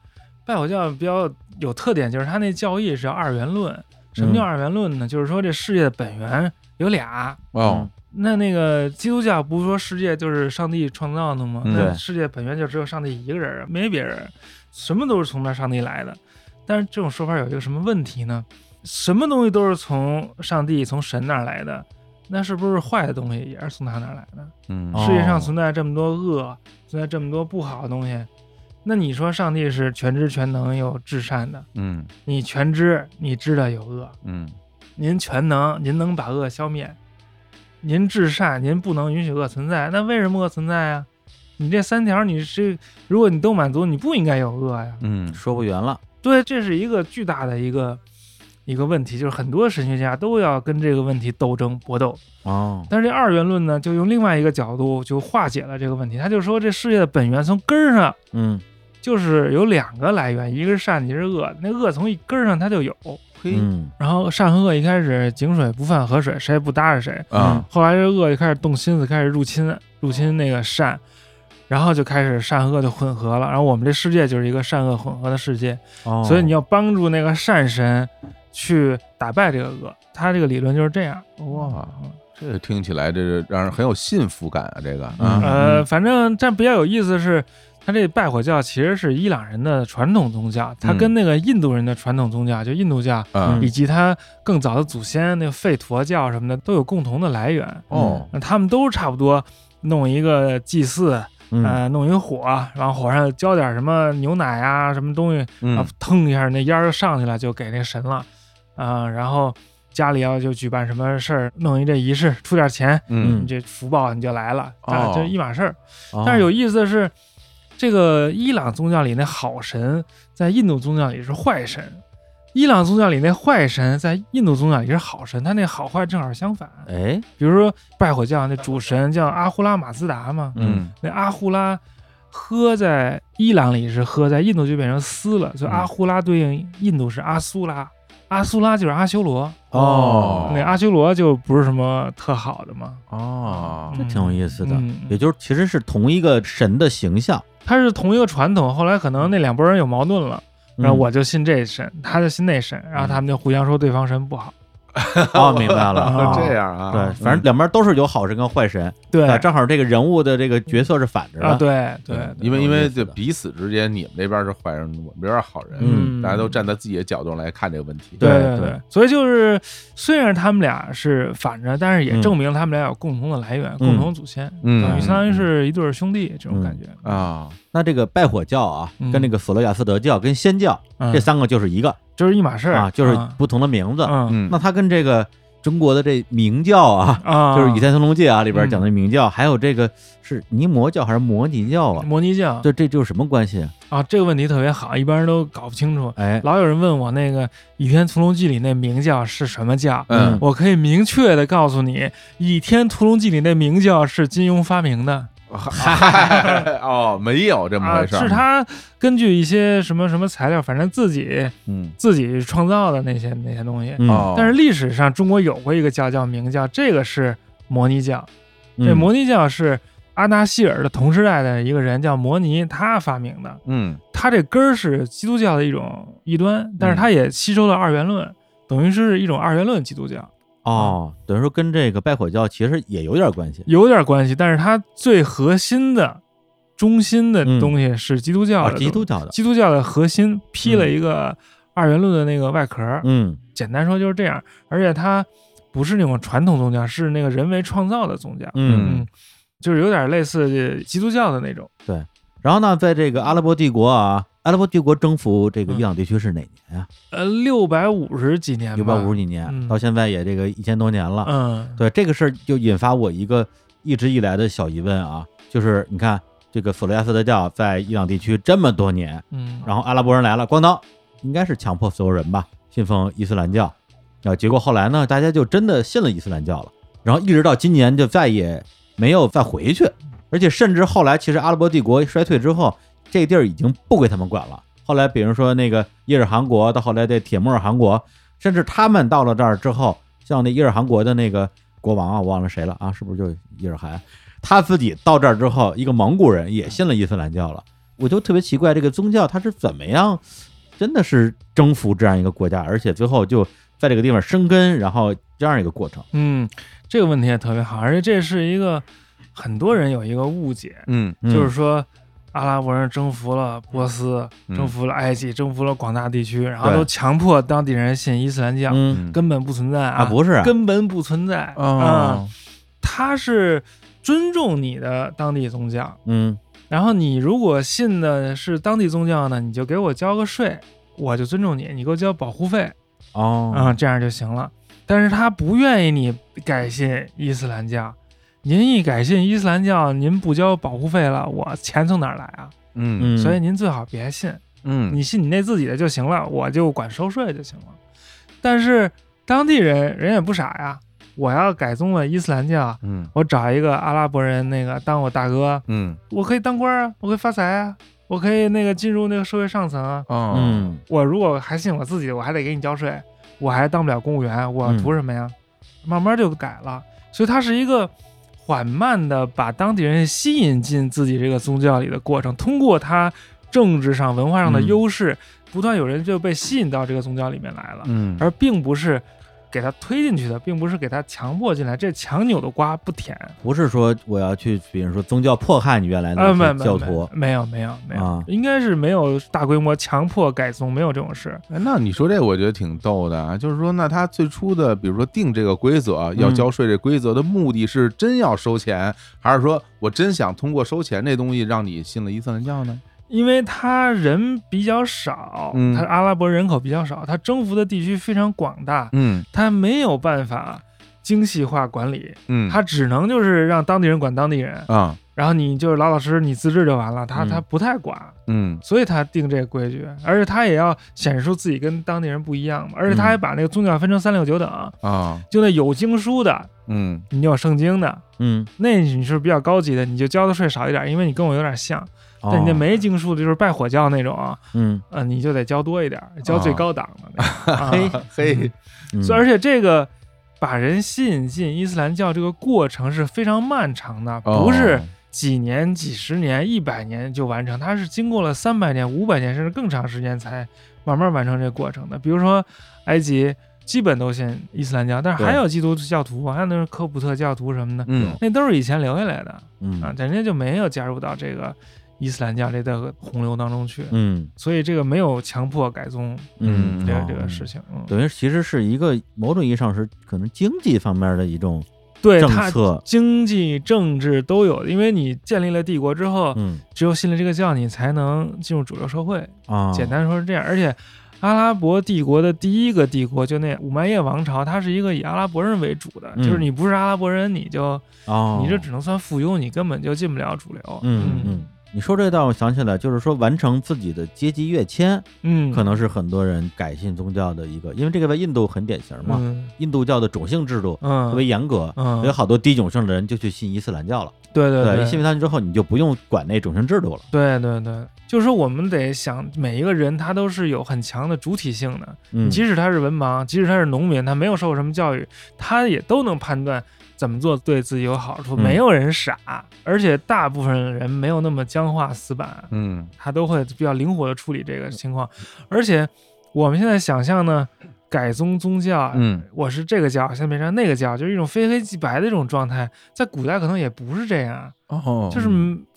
[SPEAKER 3] 拜火教比较有特点，就是他那教义是叫二元论。什么叫
[SPEAKER 1] 嗯
[SPEAKER 3] 二元论呢？就是说这世界的本源有俩。
[SPEAKER 4] 哦，
[SPEAKER 3] 那那个基督教不是说世界就是上帝创造的吗？
[SPEAKER 4] 嗯
[SPEAKER 3] 那
[SPEAKER 1] 对
[SPEAKER 3] 世界本源就只有上帝一个人，没别人，什么都是从那上帝来的。但是这种说法有一个什么问题呢？什么东西都是从上帝、从神那儿来的，那是不是坏的东西也是从他那儿来的？
[SPEAKER 4] 嗯，
[SPEAKER 1] 哦
[SPEAKER 3] 世界上存在这么多恶，存在这么多不好的东西，那你说上帝是全知全能又至善的？
[SPEAKER 4] 嗯
[SPEAKER 3] 你全知，你知道有恶，
[SPEAKER 4] 嗯
[SPEAKER 3] 您全能，您能把恶消灭，您至善，您不能允许恶存在。那为什么恶存在啊？你这三条，你是如果你都满足，你不应该有恶呀。
[SPEAKER 4] 嗯，
[SPEAKER 1] 说不圆了，
[SPEAKER 3] 对，这是一个巨大的一个一个问题，就是很多神学家都要跟这个问题斗争搏斗。
[SPEAKER 1] 哦，
[SPEAKER 3] 但是这二元论呢，就用另外一个角度就化解了这个问题。他就说，这世界的本源从根儿上
[SPEAKER 1] 嗯
[SPEAKER 3] 就是有两个来源，一个是善，一个是恶。那恶从一根儿上它就有。
[SPEAKER 4] 嘿，
[SPEAKER 1] 嗯
[SPEAKER 3] 然后善和恶一开始井水不犯河水，谁也不搭着谁。嗯
[SPEAKER 4] 啊，
[SPEAKER 3] 后来这恶就开始动心思，开始入侵入侵那个善，然后就开始善和恶就混合了。然后我们这世界就是一个善恶混合的世界，
[SPEAKER 1] 哦，
[SPEAKER 3] 所以你要帮助那个善神去打败这个恶。他这个理论就是这样。
[SPEAKER 4] 哇，这听起来这是让人很有信服感啊，这个
[SPEAKER 1] 嗯
[SPEAKER 4] 啊，
[SPEAKER 3] 呃，反正但比较有意思是，他这拜火教其实是伊朗人的传统宗教，它
[SPEAKER 4] 嗯
[SPEAKER 3] 跟那个印度人的传统宗教，就印度教
[SPEAKER 4] 嗯
[SPEAKER 3] 以及他更早的祖先那个吠陀教什么的都有共同的来源。
[SPEAKER 4] 哦，
[SPEAKER 3] 那他们都差不多弄一个祭祀，
[SPEAKER 1] 嗯
[SPEAKER 3] 呃，弄一个火，然后火上浇点什么牛奶啊，什么东西，啊
[SPEAKER 4] 嗯，
[SPEAKER 3] 腾一下那烟儿就上去了，就给那神了，啊、然后家里要就举办什么事儿，弄一这仪式，出点钱，
[SPEAKER 4] 嗯
[SPEAKER 3] 你这福报你就来了，啊，
[SPEAKER 4] 哦
[SPEAKER 3] 这一码事儿。
[SPEAKER 1] 哦
[SPEAKER 3] 但是有意思的是，这个伊朗宗教里那好神，在印度宗教里是坏神；伊朗宗教里那坏神，在印度宗教里是好神。他那好坏正好相反。
[SPEAKER 1] 哎，
[SPEAKER 3] 比如说拜火教那主神叫阿胡拉马自达嘛，
[SPEAKER 4] 嗯
[SPEAKER 3] 那阿胡拉喝在伊朗里是喝，在印度就变成斯了，所以
[SPEAKER 1] 嗯
[SPEAKER 3] 阿胡拉对应印度是阿苏拉，阿苏拉就是阿修罗。
[SPEAKER 1] 哦
[SPEAKER 3] 那阿修罗就不是什么特好的嘛，
[SPEAKER 4] 哦，
[SPEAKER 1] 这挺有意思的
[SPEAKER 3] 嗯，
[SPEAKER 1] 也就是其实是同一个神的形象。
[SPEAKER 3] 他是同一个传统，后来可能那两拨人有矛盾了，
[SPEAKER 1] 嗯
[SPEAKER 3] 然后我就信这神，他就信那神，然后他们就互相说对方神不好。
[SPEAKER 1] 哦，明白了，
[SPEAKER 3] 啊
[SPEAKER 1] 哦
[SPEAKER 4] 这。样啊，
[SPEAKER 1] 对，反正两边都是有好神跟坏神，
[SPEAKER 3] 对
[SPEAKER 1] 啊正好这个人物的这个角色是反着
[SPEAKER 3] 啊，
[SPEAKER 1] 的，嗯
[SPEAKER 3] 对对，
[SPEAKER 4] 因为因
[SPEAKER 1] 有意
[SPEAKER 4] 为
[SPEAKER 1] 思
[SPEAKER 4] 这
[SPEAKER 1] 的
[SPEAKER 4] 彼此之间，你们这边是坏人，我们这边是好人，
[SPEAKER 3] 嗯
[SPEAKER 4] 大家都站在自己的角度来看这个问题。
[SPEAKER 1] 对
[SPEAKER 3] 对
[SPEAKER 1] 对
[SPEAKER 3] 对，所以就是虽然他们俩是反着，但是也
[SPEAKER 1] 嗯
[SPEAKER 3] 证明他们俩有共同的来源、共同祖先，
[SPEAKER 4] 嗯
[SPEAKER 3] 等于
[SPEAKER 1] 嗯
[SPEAKER 3] 相当于是一对儿兄弟这种
[SPEAKER 1] 嗯
[SPEAKER 3] 感觉。
[SPEAKER 4] 啊，
[SPEAKER 1] 那这个拜火教啊，
[SPEAKER 3] 嗯
[SPEAKER 1] 跟那个索罗亚斯德教跟仙教
[SPEAKER 3] 嗯
[SPEAKER 1] 这三个就是一个
[SPEAKER 3] 就是一码事儿
[SPEAKER 1] 啊，就是不同的名字。
[SPEAKER 3] 嗯
[SPEAKER 4] 嗯，
[SPEAKER 1] 那它跟这个中国的这明教啊，
[SPEAKER 3] 啊，
[SPEAKER 1] 就是《倚天屠龙记》啊里边讲的
[SPEAKER 3] 嗯
[SPEAKER 1] 明教，还有这个是尼摩教还是摩尼教啊？
[SPEAKER 3] 摩尼教
[SPEAKER 1] 这这就是什么关系啊？
[SPEAKER 3] 啊，这个问题特别好，一般人都搞不清楚。
[SPEAKER 1] 哎，
[SPEAKER 3] 老有人问我那个《倚天屠龙记》里那明教是什么教，
[SPEAKER 1] 嗯
[SPEAKER 3] 我可以明确的告诉你，《倚天屠龙记》里那明教是金庸发明的
[SPEAKER 4] 嗨， <laughs> 哦，没有这么
[SPEAKER 3] 啊，
[SPEAKER 4] 回事儿，
[SPEAKER 3] 是他根据一些什么什么材料，反正自己
[SPEAKER 4] 嗯，
[SPEAKER 3] 自己创造的那些那些东西。
[SPEAKER 1] 嗯
[SPEAKER 4] 哦，
[SPEAKER 3] 但是历史上中国有过一个教叫明教，这个是摩尼教，这
[SPEAKER 1] 嗯
[SPEAKER 3] 摩尼教是阿纳希尔的同时代的一个人叫摩尼，他发明的。
[SPEAKER 4] 嗯
[SPEAKER 3] 他这根儿是基督教的一种异端，但是他也吸收了二元论，等于是一种二元论基督教。
[SPEAKER 1] 哦，等于说跟这个拜火教其实也有点关系
[SPEAKER 3] 有点关系，但是它最核心的、中心的东西是基督教的，
[SPEAKER 1] 啊
[SPEAKER 3] 东西、
[SPEAKER 1] 基督教的，
[SPEAKER 3] 基督教的核心披了一个二元论的那个外壳，
[SPEAKER 1] 嗯
[SPEAKER 3] 简单说就是这样。而且它不是那种传统宗教，是那个人为创造的宗教，
[SPEAKER 1] 嗯。
[SPEAKER 3] 嗯，就是有点类似基督教的那种。
[SPEAKER 1] 然后呢，在这个阿拉伯帝国啊，阿拉伯帝国征服这个伊朗地区是哪年啊？
[SPEAKER 3] 呃，六百五十几年吧，
[SPEAKER 1] 六百五十几年，啊
[SPEAKER 3] 嗯
[SPEAKER 1] 到现在也这个一千多年了。
[SPEAKER 3] 嗯，
[SPEAKER 1] 对这个事儿，就引发我一个一直以来的小疑问啊，就是你看这个索罗亚斯德教在伊朗地区这么多年，
[SPEAKER 3] 嗯，
[SPEAKER 1] 然后阿拉伯人来了，咣当，应该是强迫所有人吧，信奉伊斯兰教，啊，结果后来呢，大家就真的信了伊斯兰教了，然后一直到今年就再也没有再回去，而且甚至后来其实阿拉伯帝国衰退之后，这地儿已经不归他们管了。后来比如说那个伊尔汗国，到后来这铁木尔汗国，甚至他们到了这儿之后，像那伊尔汗国的那个国王啊，我忘了谁了啊，是不是就伊尔汗？他自己到这儿之后，一个蒙古人也信了伊斯兰教了。我就特别奇怪，这个宗教它是怎么样，真的是征服这样一个国家，而且最后就在这个地方生根，然后这样一个过程。
[SPEAKER 3] 嗯，这个问题也特别好，而且这是一个很多人有一个误解，
[SPEAKER 4] 嗯
[SPEAKER 1] 嗯
[SPEAKER 3] 就是说阿拉伯人征服了波斯，
[SPEAKER 4] 嗯
[SPEAKER 3] 征服了埃及，征服了广大地区，然后
[SPEAKER 1] 对
[SPEAKER 3] 都强迫当地人信伊斯兰教，
[SPEAKER 1] 嗯
[SPEAKER 4] 嗯
[SPEAKER 3] 根本不存在
[SPEAKER 1] 啊，不是啊，
[SPEAKER 3] 根本不存在啊、
[SPEAKER 4] 哦
[SPEAKER 3] 他是尊重你的当地宗教，
[SPEAKER 1] 嗯
[SPEAKER 3] 然后你如果信的是当地宗教呢，你就给我交个税，我就尊重你，你给我交保护费
[SPEAKER 1] 哦
[SPEAKER 3] 啊、这样就行了。但是他不愿意你改信伊斯兰教，您一改信伊斯兰教，您不交保护费了，我钱从哪儿来啊？
[SPEAKER 4] 嗯
[SPEAKER 1] 嗯，
[SPEAKER 3] 所以您最好别信，
[SPEAKER 4] 嗯，
[SPEAKER 3] 你信你那自己的就行了，我就管收税就行了。但是当地人人也不傻呀，我要改宗了伊斯兰教，
[SPEAKER 4] 嗯
[SPEAKER 3] 我找一个阿拉伯人那个当我大哥，
[SPEAKER 4] 嗯
[SPEAKER 3] 我可以当官啊，我可以发财啊，我可以那个进入那个社会上层啊。
[SPEAKER 4] 哦
[SPEAKER 1] 嗯
[SPEAKER 3] 我如果还信我自己的，我还得给你交税，我还当不了公务员，我
[SPEAKER 1] 嗯
[SPEAKER 3] 图什么呀？慢慢就改了，所以它是一个缓慢的把当地人吸引进自己这个宗教里的过程，通过他政治上、文化上的
[SPEAKER 1] 嗯
[SPEAKER 3] 优势，不断有人就被吸引到这个宗教里面来了，
[SPEAKER 4] 嗯，
[SPEAKER 3] 而并不是。给他推进去的，并不是给他强迫进来，这强扭的瓜不甜。
[SPEAKER 1] 不是说我要去，比如说宗教迫害你原来
[SPEAKER 3] 啊，
[SPEAKER 1] 的
[SPEAKER 3] 没
[SPEAKER 1] 那
[SPEAKER 3] 有
[SPEAKER 1] 些
[SPEAKER 3] 没
[SPEAKER 1] 教
[SPEAKER 3] 有
[SPEAKER 1] 徒，
[SPEAKER 3] 没有没有没有，
[SPEAKER 1] 啊
[SPEAKER 3] 应该是没有大规模强迫改宗，没有这种事。
[SPEAKER 4] 哎，那你说这我觉得挺逗的啊，就是说，那他最初的，比如说定这个规则啊要交税这规则的目的是真要收钱，还是说我真想通过收钱这东西让你信了伊斯兰教呢？
[SPEAKER 3] 因为他人比较少，
[SPEAKER 4] 嗯
[SPEAKER 3] 他阿拉伯人口比较少，他征服的地区非常广大，
[SPEAKER 4] 嗯
[SPEAKER 3] 他没有办法精细化管理，
[SPEAKER 4] 嗯，
[SPEAKER 3] 他只能就是让当地人管当地人，
[SPEAKER 4] 啊
[SPEAKER 3] 然后你就是老老实实你自治就完了，他
[SPEAKER 1] 嗯
[SPEAKER 3] 他不太管，
[SPEAKER 4] 嗯
[SPEAKER 3] 所以他定这个规矩，而且他也要显示出自己跟当地人不一样嘛，而且他还把那个宗教分成三六九等，
[SPEAKER 4] 啊
[SPEAKER 3] 就那有经书的，
[SPEAKER 4] 嗯
[SPEAKER 3] 你有圣经的，
[SPEAKER 1] 嗯，
[SPEAKER 3] 那你是比较高级的，你就交的税少一点，因为你跟我有点像，
[SPEAKER 1] 哦
[SPEAKER 3] 但你那没经书的就是拜火教那种啊。
[SPEAKER 1] 嗯，
[SPEAKER 3] 呃，你就得交多一点儿，交最
[SPEAKER 4] 啊
[SPEAKER 3] 高档的那个。啊
[SPEAKER 4] <laughs> 嘿，
[SPEAKER 1] 嗯
[SPEAKER 3] 所以而且这个把人吸引进伊斯兰教这个过程是非常漫长的，
[SPEAKER 4] 哦
[SPEAKER 3] 不是几年、几十年、一百年就完成，它是经过了三百年、五百年甚至更长时间才慢慢完成这个过程的。比如说埃及基本都信伊斯兰教，但是还
[SPEAKER 1] 对
[SPEAKER 3] 有基督教徒，还有那种科普特教徒什么的，
[SPEAKER 4] 嗯
[SPEAKER 3] 那都是以前留下来的啊
[SPEAKER 1] 嗯，
[SPEAKER 3] 人家就没有加入到这个伊斯兰教这个洪流当中去。
[SPEAKER 1] 嗯
[SPEAKER 3] 所以这个没有强迫改宗
[SPEAKER 1] 嗯
[SPEAKER 4] 嗯
[SPEAKER 3] 这个、
[SPEAKER 1] 哦
[SPEAKER 3] 这个事情，嗯，
[SPEAKER 1] 等于其实是一个某种意义上是可能经济方面的一种
[SPEAKER 3] 对
[SPEAKER 1] 政
[SPEAKER 3] 它
[SPEAKER 1] 策，
[SPEAKER 3] 经济、政治都有，因为你建立了帝国之后，
[SPEAKER 1] 嗯
[SPEAKER 3] 只有信了这个教，你才能进入主流社会。
[SPEAKER 1] 啊，
[SPEAKER 3] 简单说是这样，而且。阿拉伯帝国的第一个帝国就那五麦叶王朝，它是一个以阿拉伯人为主的，
[SPEAKER 1] 嗯
[SPEAKER 3] 就是你不是阿拉伯人，你就
[SPEAKER 1] 哦，
[SPEAKER 3] 你这只能算附庸，你根本就进不了主流。
[SPEAKER 1] 嗯嗯，你说这倒我想起来，就是说完成自己的阶级跃迁，
[SPEAKER 3] 嗯，
[SPEAKER 1] 可能是很多人改信宗教的一个，因为这个在印度很典型嘛，
[SPEAKER 3] 嗯
[SPEAKER 1] 印度教的种姓制度特别
[SPEAKER 3] 嗯
[SPEAKER 1] 严格，
[SPEAKER 3] 嗯，
[SPEAKER 1] 有好多低种姓的人就去信伊斯兰教了。
[SPEAKER 3] 对对对，
[SPEAKER 1] 信完他之后，你就不用管那种姓制度了。
[SPEAKER 3] 对对对，就是说我们得想每一个人他都是有很强的主体性的，
[SPEAKER 1] 嗯，
[SPEAKER 3] 即使他是文盲，即使他是农民，他没有受过什么教育，他也都能判断怎么做对自己有好处。
[SPEAKER 1] 嗯
[SPEAKER 3] 没有人傻，而且大部分人没有那么僵化死板，
[SPEAKER 4] 嗯
[SPEAKER 3] 他都会比较灵活的处理这个情况。而且我们现在想象呢，改宗宗教啊，
[SPEAKER 4] 嗯
[SPEAKER 3] 我是这个教，现在变成那个教，就是一种非黑即白的一种状态，在古代可能也不是这样。
[SPEAKER 4] 哦，
[SPEAKER 3] 就是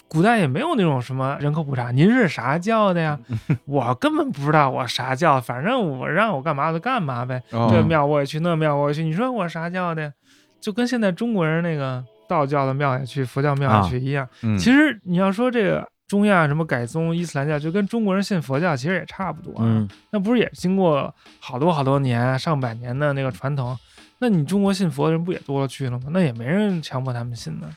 [SPEAKER 3] 古代也没有那种什么人口普查，您是啥教的
[SPEAKER 4] <laughs>
[SPEAKER 3] 呀？我根本不知道我啥教，反正我让我干嘛我就干嘛呗。
[SPEAKER 4] 哦
[SPEAKER 3] 这庙我也去，那庙我也去。你说我啥教的呀？就跟现在中国人那个道教的庙也去，佛教庙也去一样。
[SPEAKER 4] 嗯
[SPEAKER 3] 其实你要说这个中亚什么改宗伊斯兰教，就跟中国人信佛教其实也差不多、啊。
[SPEAKER 1] 嗯
[SPEAKER 3] 那不是也经过好多好多年、上百年的那个传统？那你中国信佛的人不也多了去了吗？那也没人强迫他们信呢。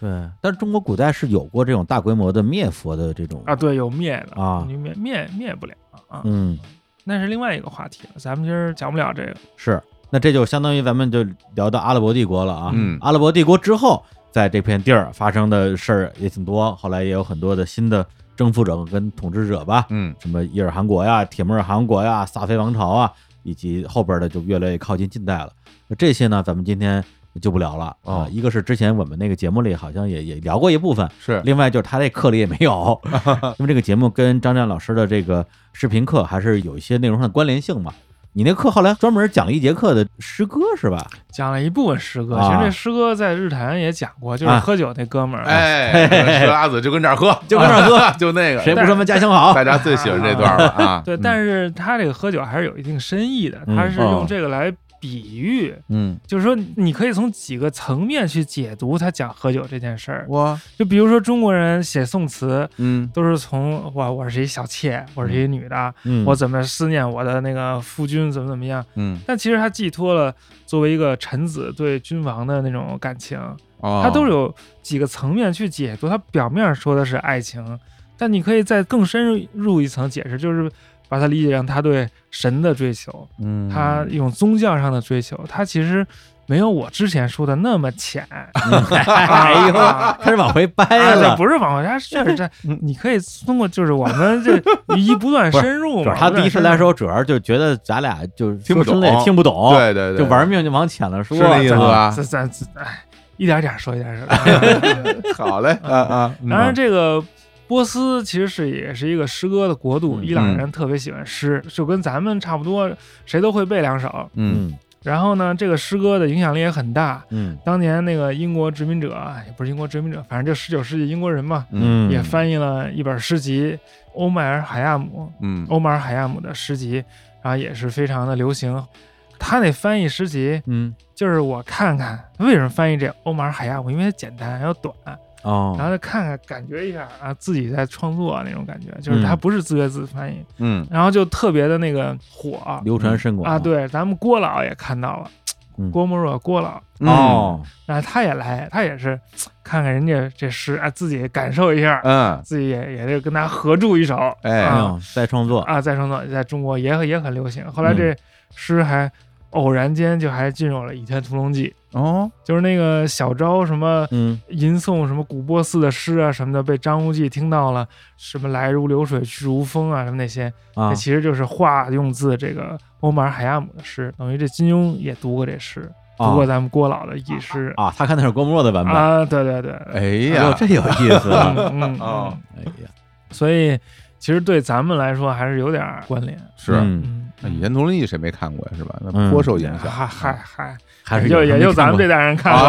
[SPEAKER 1] 对，但是中国古代是有过这
[SPEAKER 3] 啊
[SPEAKER 1] 种大规模的灭佛的这种
[SPEAKER 3] 啊，对，有灭的
[SPEAKER 1] 啊
[SPEAKER 3] 你灭灭灭不了啊。
[SPEAKER 1] 嗯，
[SPEAKER 3] 那是另外一个话题了，咱们今儿讲不了这个。
[SPEAKER 1] 是，那这就相当于咱们就聊到阿拉伯帝国了啊。
[SPEAKER 4] 嗯
[SPEAKER 1] 阿拉伯帝国之后，在这片地儿发生的事儿也挺多，后来也有很多的新的征服者跟统治者吧，
[SPEAKER 4] 嗯
[SPEAKER 1] 什么伊尔汗国呀、铁木尔汗国呀、萨菲王朝啊，以及后边的就越来越靠近近代了。那这些呢，咱们今天就不聊了
[SPEAKER 4] 哦
[SPEAKER 1] 啊。一个是之前我们那个节目里好像也也聊过一部分，
[SPEAKER 4] 是
[SPEAKER 1] 另外就是他这课里也没
[SPEAKER 3] <laughs>
[SPEAKER 1] 有，因为这个节目跟张湛老师的这个视频课还是有一些内容上的关联性嘛。你那课后来专门讲了一节课的诗歌是吧？
[SPEAKER 3] 讲了一部分诗歌，
[SPEAKER 1] 啊
[SPEAKER 3] 其实这诗歌在日坛也讲过，就是
[SPEAKER 1] 啊
[SPEAKER 3] 喝酒那哥们儿，
[SPEAKER 4] 哎，石拉子就跟这儿喝，
[SPEAKER 1] 就跟这儿喝，
[SPEAKER 4] <laughs> 就那
[SPEAKER 3] 呃
[SPEAKER 4] 个，
[SPEAKER 1] 谁不是咱们家乡好？
[SPEAKER 4] 大家最喜欢这段了 <laughs> 啊。
[SPEAKER 3] 对，但是他这个喝酒还是有一定深意的，
[SPEAKER 1] 嗯
[SPEAKER 3] 他是
[SPEAKER 4] 哦
[SPEAKER 3] 用这个来比喻，
[SPEAKER 4] 嗯，
[SPEAKER 3] 就是说你可以从几个层面去解读他讲喝酒这件事儿。
[SPEAKER 4] 我
[SPEAKER 3] 就比如说中国人写宋词，
[SPEAKER 4] 嗯
[SPEAKER 3] 都是从哇，我是一小妾，我是一女的，啊
[SPEAKER 1] 嗯，
[SPEAKER 3] 我怎么思念我的那个夫君，怎么怎么样。
[SPEAKER 4] 嗯，
[SPEAKER 3] 但其实他寄托了作为一个臣子对君王的那种感情，
[SPEAKER 4] 哦，
[SPEAKER 3] 它都是有几个层面去解读。它表面上说的是爱情，但你可以再更深入一层解释，就是把它理解成他对神的追求，
[SPEAKER 4] 嗯，
[SPEAKER 3] 他一种宗教上的追求。他其实没有我之前说的那么浅，
[SPEAKER 1] 哎呦，
[SPEAKER 3] <laughs>
[SPEAKER 1] 哎
[SPEAKER 3] 啊
[SPEAKER 1] 开始往回掰
[SPEAKER 3] 啊这
[SPEAKER 1] 了，
[SPEAKER 3] 不是往回，他确实在，你可以通过就是我们这语义不断深入
[SPEAKER 1] 主要
[SPEAKER 3] 嘛。
[SPEAKER 1] 他第一次
[SPEAKER 3] 不断深入
[SPEAKER 1] 来说，主要就觉得咱俩就是
[SPEAKER 4] 听不
[SPEAKER 1] 说深了
[SPEAKER 4] 懂
[SPEAKER 1] 也听不懂，
[SPEAKER 4] 对对对，
[SPEAKER 1] 就玩命就往浅了说，
[SPEAKER 4] 是那意思
[SPEAKER 1] 咱
[SPEAKER 4] 吧啊
[SPEAKER 3] 咱咱咱哎，一点点说，一点点说。
[SPEAKER 4] <laughs> 好嘞，啊啊，嗯
[SPEAKER 3] 当然，这个波斯其实是也是一个诗歌的国度，
[SPEAKER 1] 嗯
[SPEAKER 3] 伊朗人特别喜欢诗，就跟咱们差不多，谁都会背两首。
[SPEAKER 4] 嗯
[SPEAKER 1] 嗯
[SPEAKER 3] 然后呢，这个诗歌的影响力也很大。
[SPEAKER 1] 嗯
[SPEAKER 3] 当年那个英国殖民者，哎也不是英国殖民者，反正就十九世纪英国人嘛，
[SPEAKER 1] 嗯，
[SPEAKER 3] 也翻译了一本诗集，欧迈尔海亚姆，
[SPEAKER 4] 嗯
[SPEAKER 3] 欧迈尔海亚姆的诗集，然后也是非常的流行。他那翻译诗集，
[SPEAKER 1] 嗯
[SPEAKER 3] 就是我看看为什么翻译这欧迈尔海亚姆，因为它简单又短，
[SPEAKER 1] 哦，
[SPEAKER 3] 然后再看看感觉一下啊，自己在创作啊那种感觉，就是他
[SPEAKER 1] 嗯
[SPEAKER 3] 不是自乐自翻译，
[SPEAKER 4] 嗯
[SPEAKER 3] 然后就特别的那个火
[SPEAKER 1] 流传甚广
[SPEAKER 3] 啊。，对，咱们郭老也看到了，
[SPEAKER 1] 嗯
[SPEAKER 3] 郭沫若郭老，
[SPEAKER 1] 哦，
[SPEAKER 3] 然后他也来，他也是看看人家这诗啊，自己感受一下，
[SPEAKER 4] 嗯，
[SPEAKER 3] 自己也也就跟他合著一首，
[SPEAKER 4] 哎
[SPEAKER 1] 哎
[SPEAKER 3] 啊
[SPEAKER 1] 呦，在创作，
[SPEAKER 3] 啊，在创作在中国也很也很流行。后来
[SPEAKER 1] 嗯
[SPEAKER 3] 这诗还偶然间就还进入了《倚天屠龙记》，
[SPEAKER 4] 哦，
[SPEAKER 3] 就是那个小昭什么。
[SPEAKER 1] 嗯
[SPEAKER 3] 吟诵什么古波斯的诗啊什么的，被张无忌听到了，什么来如流水去如风啊什么那些，
[SPEAKER 1] 啊
[SPEAKER 3] 那，其实就是化用自这个欧马尔海亚姆的诗，等于这金庸也读过这诗，读过
[SPEAKER 1] 哦
[SPEAKER 3] 咱们郭老的译诗
[SPEAKER 1] 啊，他看的是郭沫若的版本，
[SPEAKER 3] 啊，对对对，
[SPEAKER 4] <laughs> 哎
[SPEAKER 1] 哎呦
[SPEAKER 4] 呀，
[SPEAKER 1] 这有意思啊
[SPEAKER 3] 嗯，嗯
[SPEAKER 4] 哦
[SPEAKER 3] 嗯，
[SPEAKER 1] <laughs> 哎呀，
[SPEAKER 3] 所以其实对咱们来说还是有点儿关联，
[SPEAKER 4] 是《
[SPEAKER 1] 嗯，
[SPEAKER 3] 嗯，
[SPEAKER 4] 倚天屠龙记》谁没看过呀？是吧？那
[SPEAKER 1] 嗯
[SPEAKER 4] 颇受影响。
[SPEAKER 3] 嗨嗨嗨，
[SPEAKER 1] 还是
[SPEAKER 3] 就也就咱们这
[SPEAKER 1] 代，
[SPEAKER 3] 代人看过，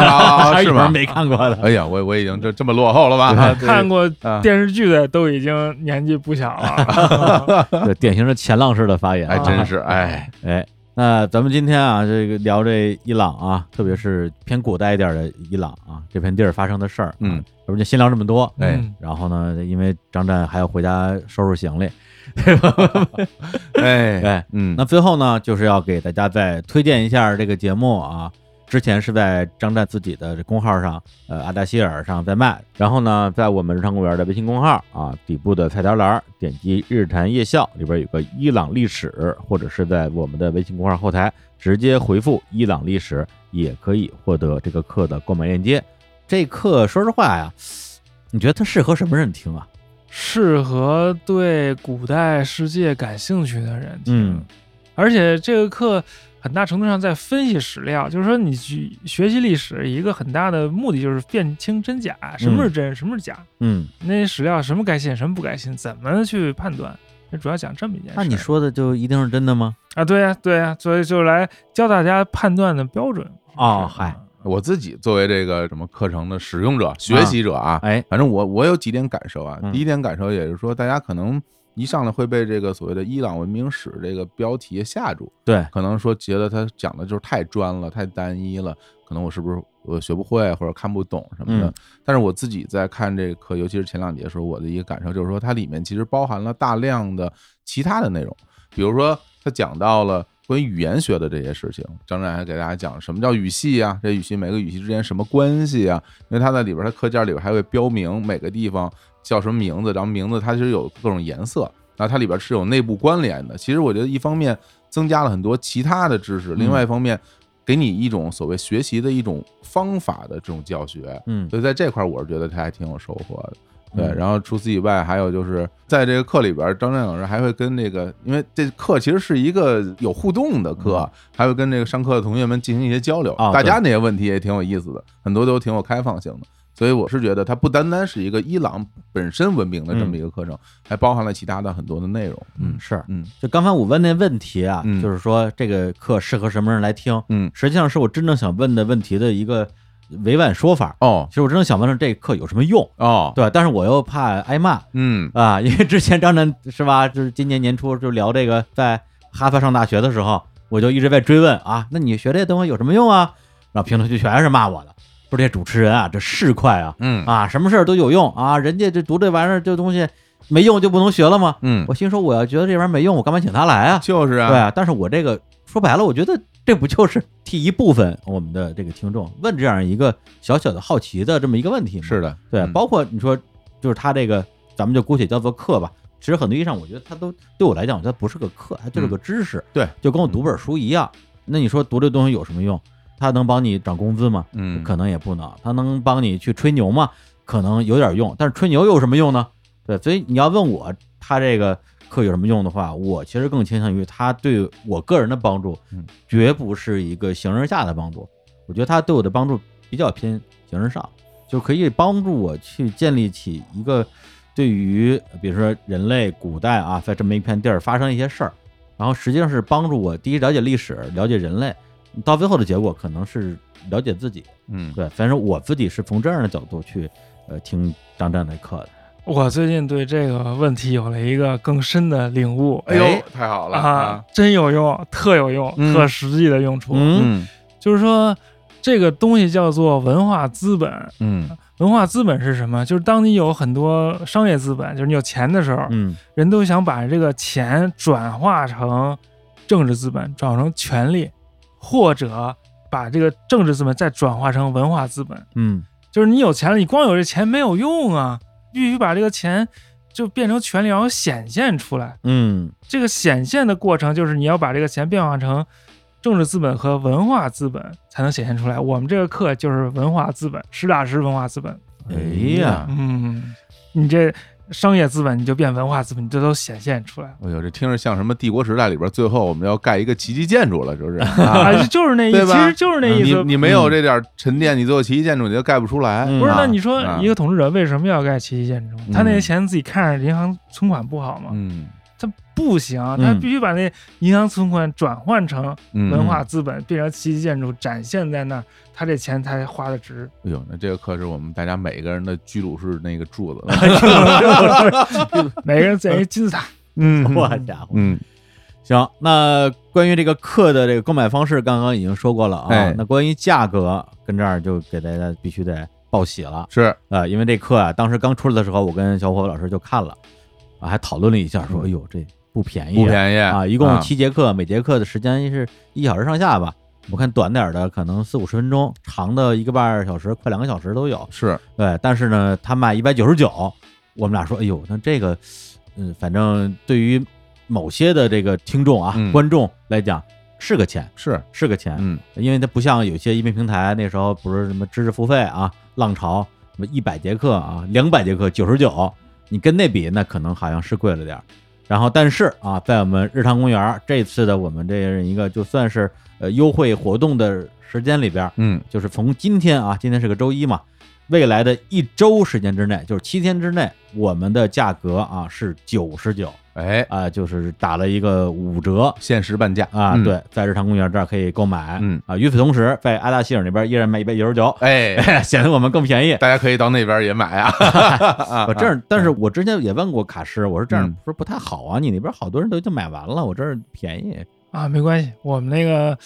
[SPEAKER 1] <laughs>
[SPEAKER 4] 啊，
[SPEAKER 1] 还
[SPEAKER 4] 是
[SPEAKER 1] 有人
[SPEAKER 4] 吗？
[SPEAKER 1] 没看过的，
[SPEAKER 4] 哎呀，我我已经这这么落后了吧？啊
[SPEAKER 3] 看过
[SPEAKER 4] 啊，
[SPEAKER 3] 电视剧的都已经年纪不小了，
[SPEAKER 1] 哎对，典型的前浪式的发言，
[SPEAKER 4] 还
[SPEAKER 1] 啊
[SPEAKER 4] 真是，哎，
[SPEAKER 1] 哎，那咱们今天啊，这个聊这伊朗啊，特别是偏古代一点的伊朗啊，这片地儿发生的事儿，
[SPEAKER 4] 嗯
[SPEAKER 1] 啊，要不就先聊这么多。
[SPEAKER 4] 哎
[SPEAKER 3] 嗯
[SPEAKER 1] 然后呢，因为张湛还要回家收拾行李，
[SPEAKER 4] 哎，
[SPEAKER 1] <laughs> 哎，
[SPEAKER 4] 嗯，
[SPEAKER 1] 那最后呢，就是要给大家再推荐一下这个节目啊。之前是在张湛自己的这公号上，呃，阿达希尔上在卖，然后呢，在我们日常公园的微信公号啊底部的菜单栏儿点击“日坛夜校”，里边有个伊朗历史，或者是在我们的微信公号后台直接回复“伊朗历史”，也可以获得这个课的购买链接。这课说实话呀，你觉得它适合什么人听啊？
[SPEAKER 3] 适合对古代世界感兴趣的人听。
[SPEAKER 1] 嗯
[SPEAKER 3] 而且这个课很大程度上在分析史料，就是说你去学习历史，一个很大的目的就是辨清真假，什么是真，什么是假，
[SPEAKER 1] 嗯，
[SPEAKER 3] 那些史料什么该信，什么不该信，怎么去判断。这主要讲这么一件事。
[SPEAKER 1] 那啊你说的就一定是真的吗？
[SPEAKER 3] 啊，对呀、对呀、所以就来教大家判断的标准。
[SPEAKER 1] 哦
[SPEAKER 3] 是
[SPEAKER 1] 嗨，
[SPEAKER 4] 我自己作为这个什么课程的使用者、学习者啊，
[SPEAKER 1] 哎，
[SPEAKER 4] 反正我我有几点感受啊
[SPEAKER 1] 嗯。
[SPEAKER 4] 第一点感受也是说，大家可能一上来会被这个所谓的伊朗文明史这个标题吓住，
[SPEAKER 1] 对，
[SPEAKER 4] 可能说觉得他讲的就是太专了、太单一了，可能我是不是我学不会或者看不懂什么的
[SPEAKER 1] 嗯。
[SPEAKER 4] 但是我自己在看这个课，尤其是前两节的时候，我的一个感受就是说，它里面其实包含了大量的其他的内容，比如说他讲到了。关于语言学的这些事情，张湛还给大家讲什么叫语系啊，这语系每个语系之间什么关系啊，因为它在里边，它课件里边还会标明每个地方叫什么名字，然后名字它其实有各种颜色，那它里边是有内部关联的。其实我觉得一方面增加了很多其他的知识，另外一方面给你一种所谓学习的一种方法的这种教学。
[SPEAKER 1] 嗯
[SPEAKER 4] 所以在这块儿我是觉得他还挺有收获的。对，
[SPEAKER 1] 嗯
[SPEAKER 4] 然后除此以外，还有就是在这个课里边儿，张震老师还会跟那个，因为这课其实是一个有互动的课，还会跟这个上课的同学们进行一些交流，
[SPEAKER 1] 啊
[SPEAKER 4] 大家那些问题也挺有意思的，很多都挺有开放性的。所以我是觉得它不单单是一个伊朗本身文明的这么一个课程，还包含了其他的很多的内容。嗯
[SPEAKER 1] 是。
[SPEAKER 4] 嗯
[SPEAKER 1] 就刚才我问那问题啊，
[SPEAKER 4] 嗯
[SPEAKER 1] 就是说这个课适合什么人来听，
[SPEAKER 4] 嗯，
[SPEAKER 1] 实际上是我真正想问的问题的一个委婉说法。
[SPEAKER 4] 哦
[SPEAKER 1] 其实我真正想问的是这个课有什么用，
[SPEAKER 4] 哦，
[SPEAKER 1] 对吧，但是我又怕挨骂
[SPEAKER 4] 嗯
[SPEAKER 1] 啊，因为之前张楠是吧，就是今年年初就聊这个在哈佛上大学的时候，我就一直在追问啊，那你学这东西有什么用啊？然后评论区全是骂我的，说这主持人啊，这市侩啊，
[SPEAKER 4] 嗯
[SPEAKER 1] 啊，什么事儿都有用啊，人家这读这玩意儿这东西没用就不能学了吗？
[SPEAKER 4] 嗯，
[SPEAKER 1] 我心说，我要觉得这玩意儿没用，我干嘛请他来啊？
[SPEAKER 4] 就是
[SPEAKER 1] 对
[SPEAKER 4] 啊，
[SPEAKER 1] 啊，但是我这个说白了，我觉得这不就是替一部分我们的这个听众问这样一个小小的好奇的这么一个问题吗？
[SPEAKER 4] 是的，
[SPEAKER 1] 对，
[SPEAKER 4] 嗯
[SPEAKER 1] 包括你说就是他这个，咱们就姑且叫做课吧。其实很多意义上，我觉得它都对我来讲，它不是个课，它
[SPEAKER 4] 嗯
[SPEAKER 1] 就是个知识。
[SPEAKER 4] 对，
[SPEAKER 1] 就跟我读本书一样。那你说读这东西有什么用？它能帮你涨工资吗？
[SPEAKER 4] 嗯，
[SPEAKER 1] 可能也不能。它能帮你去吹牛吗？可能有点用，但是吹牛有什么用呢？对，所以你要问我它这个课有什么用的话，我其实更倾向于它对我个人的帮助
[SPEAKER 4] 嗯，
[SPEAKER 1] 绝不是一个形而下的帮助。我觉得它对我的帮助比较偏形而上，就可以帮助我去建立起一个对于比如说人类古代啊，在这么一片地儿发生一些事儿，然后实际上是帮助我第一了解历史，了解人类，到最后的结果可能是了解自己。
[SPEAKER 4] 嗯
[SPEAKER 1] 对，反正我自己是从这样的角度去呃听张震的课的。
[SPEAKER 3] 我最近对这个问题有了一个更深的领悟
[SPEAKER 4] 哎呦，太好了
[SPEAKER 3] 啊！，真有用，特有用，
[SPEAKER 4] 嗯
[SPEAKER 3] 特实际的用处。
[SPEAKER 1] 嗯
[SPEAKER 4] 嗯
[SPEAKER 3] 就是说，这个东西叫做文化资本。
[SPEAKER 4] 嗯
[SPEAKER 3] 文化资本是什么？就是当你有很多商业资本，就是你有钱的时候，
[SPEAKER 1] 嗯
[SPEAKER 3] 人都想把这个钱转化成政治资本，转化成权力，或者把这个政治资本再转化成文化资本。
[SPEAKER 1] 嗯
[SPEAKER 3] 就是你有钱了，你光有这钱没有用啊，必须把这个钱就变成权力，然后显现出来。
[SPEAKER 1] 嗯
[SPEAKER 3] 这个显现的过程就是你要把这个钱变化成政治资本和文化资本才能显现出来。我们这个课就是文化资本，实打实文化资本。
[SPEAKER 1] 哎呀， <laughs>
[SPEAKER 3] 嗯，你这商业资本你就变文化资本，你这都显现出来了。
[SPEAKER 4] 哎呦，这听着像什么帝国时代里边，最后我们要盖一个奇迹建筑了，这
[SPEAKER 3] <laughs>
[SPEAKER 4] 是。
[SPEAKER 3] 啊，
[SPEAKER 4] <laughs> 啊
[SPEAKER 3] 就就是那意
[SPEAKER 4] 对
[SPEAKER 3] 思，
[SPEAKER 4] 吧
[SPEAKER 3] 其实就是那意
[SPEAKER 4] 你
[SPEAKER 3] 思。嗯
[SPEAKER 4] 你没有这点沉淀，你最后奇迹建筑你就盖不出来。
[SPEAKER 1] 嗯
[SPEAKER 3] 不是，
[SPEAKER 4] 啊
[SPEAKER 3] 那你说
[SPEAKER 4] 啊
[SPEAKER 3] 一个统治者为什么要盖奇迹建筑？他那些钱自己看着银行存款不好吗？
[SPEAKER 4] 嗯
[SPEAKER 3] 他不行，啊
[SPEAKER 1] 嗯
[SPEAKER 3] 他必须把那银行存款转换成
[SPEAKER 4] 嗯
[SPEAKER 3] 文化资本，变成奇迹建筑展现在那儿，他这钱才花的值。
[SPEAKER 4] 哎呦，那这个课是我们大家每个人的居鲁士那个柱子。
[SPEAKER 3] <laughs> 每个人在一金字塔，
[SPEAKER 4] 嗯
[SPEAKER 1] 我家伙！
[SPEAKER 4] 嗯
[SPEAKER 1] 行，那关于这个课的这个购买方式，刚刚已经说过了啊。
[SPEAKER 4] 哎
[SPEAKER 1] 那关于价格，跟这儿就给大家必须得报喜了。
[SPEAKER 3] 哎
[SPEAKER 4] 是
[SPEAKER 1] 呃，因为这课啊，当时刚出来的时候，我跟小伙老师就看了，啊，还讨论了一下，说，哎呦，这不便宜啊，
[SPEAKER 4] 不便宜
[SPEAKER 1] 啊，一
[SPEAKER 4] 嗯
[SPEAKER 1] 共七节课，每节课的时间是一小时上下吧。我看短点儿的可能四五十分钟，长的一个半小时，快两个小时都有。
[SPEAKER 4] 是
[SPEAKER 1] 对，但是呢，他卖一百九十九，我们俩说，哎呦，那这个，嗯，反正对于某些的这个听众啊、
[SPEAKER 4] 嗯
[SPEAKER 1] 观众来讲是个钱，
[SPEAKER 4] 是，
[SPEAKER 1] 是个
[SPEAKER 3] 哎
[SPEAKER 1] 钱，
[SPEAKER 4] 嗯
[SPEAKER 1] 因为它不像有些音频平台那时候不是什么知识付费啊、浪潮什么一百节课啊、两百节课九十九，你跟那比，那可能好像是贵了点儿。然后，但是啊，在我们日常公园儿这次的我们这样一个就算是呃优惠活动的时间里边儿，
[SPEAKER 4] 嗯
[SPEAKER 1] 就是从今天啊，今天是个周一嘛，未来的一周时间之内，就是七天之内，我们的价格啊是九十九
[SPEAKER 4] 哎，
[SPEAKER 1] 啊，就是打了一个五折
[SPEAKER 4] 限时半价
[SPEAKER 1] 啊，
[SPEAKER 4] 嗯
[SPEAKER 1] 对，在日常公园这儿可以购买，
[SPEAKER 4] 嗯
[SPEAKER 1] 啊，与此同时，在阿大希尔那边依然卖一百九十九，
[SPEAKER 4] 哎， <laughs>
[SPEAKER 1] <laughs> 显得我们更便宜。
[SPEAKER 4] 大家可以到那边也
[SPEAKER 3] <laughs>
[SPEAKER 4] 买啊。
[SPEAKER 1] 我
[SPEAKER 4] 啊
[SPEAKER 1] 这样，但是我之前也问过卡师，我说这样
[SPEAKER 4] 嗯
[SPEAKER 1] 说不太好啊，你那边好多人都已经买完了，我这儿便宜。
[SPEAKER 3] 啊，没关系，我们那个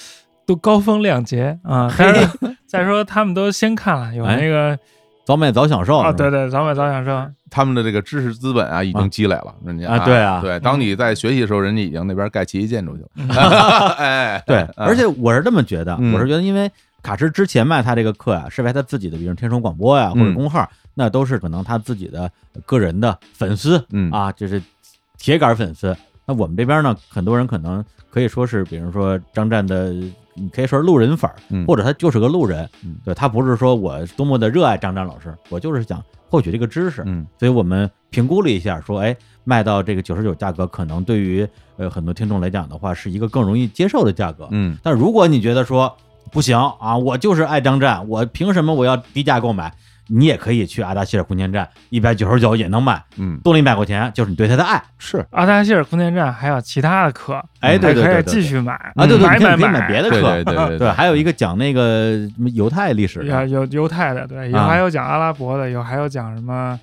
[SPEAKER 3] 都高风亮节
[SPEAKER 1] <laughs>
[SPEAKER 3] 啊。但是 <laughs> 再说他们都先看了，有
[SPEAKER 1] 哎
[SPEAKER 3] 那个
[SPEAKER 1] 早买早享受
[SPEAKER 3] 啊，
[SPEAKER 1] 是吧
[SPEAKER 3] 对对，早买早享受。
[SPEAKER 4] 他们的这个知识资本啊，已经积累了，人家
[SPEAKER 1] 啊对啊
[SPEAKER 4] 对，当你在学习的时候，人家已经那边盖奇迹建筑去了。
[SPEAKER 1] <laughs>
[SPEAKER 3] 嗯
[SPEAKER 4] 哎，
[SPEAKER 1] 对，而且我是这么觉得，
[SPEAKER 4] 嗯
[SPEAKER 1] 我是觉得，因为卡诗之前卖他这个课呀、是在他自己的，比如天窗广播呀、或者
[SPEAKER 4] 嗯
[SPEAKER 1] 公号，那都是可能他自己的个人的粉丝
[SPEAKER 4] 嗯
[SPEAKER 1] 啊，就是铁杆粉丝。那我们这边呢，很多人可能可以说是，比如说张湛的，你可以说是路人粉儿，
[SPEAKER 4] 嗯
[SPEAKER 1] 或者他就是个路人，
[SPEAKER 4] 嗯
[SPEAKER 1] 对他不是说我多么的热爱张湛老师，我就是想获取这个知识，
[SPEAKER 4] 嗯
[SPEAKER 1] 所以我们评估了一下，说，哎，卖到这个九十九价格，可能对于呃很多听众来讲的话，是一个更容易接受的价格。
[SPEAKER 4] 嗯
[SPEAKER 1] 但如果你觉得说不行啊，我就是爱张站，我凭什么我要低价购买？你也可以去阿达希尔空间站，一百九十九也能买，
[SPEAKER 4] 嗯，
[SPEAKER 1] 多了一百块钱就是你对它的爱。啊
[SPEAKER 4] 是
[SPEAKER 3] 阿达希尔空间站还有其他的课，
[SPEAKER 1] 哎，对对
[SPEAKER 3] 还可
[SPEAKER 1] 对
[SPEAKER 3] 以继
[SPEAKER 1] 对。
[SPEAKER 3] 续买
[SPEAKER 1] 啊，对对，
[SPEAKER 3] 买
[SPEAKER 1] 你可以
[SPEAKER 3] 嗯买
[SPEAKER 1] 可以买别的
[SPEAKER 4] 对
[SPEAKER 1] 课
[SPEAKER 4] 对，对
[SPEAKER 1] <laughs>
[SPEAKER 4] 对
[SPEAKER 1] 对，还有一个讲那个什么犹太历史
[SPEAKER 3] 有
[SPEAKER 1] 的，
[SPEAKER 3] 有犹太的，对，有
[SPEAKER 1] 啊
[SPEAKER 3] 还有讲阿拉伯的，有还有讲什么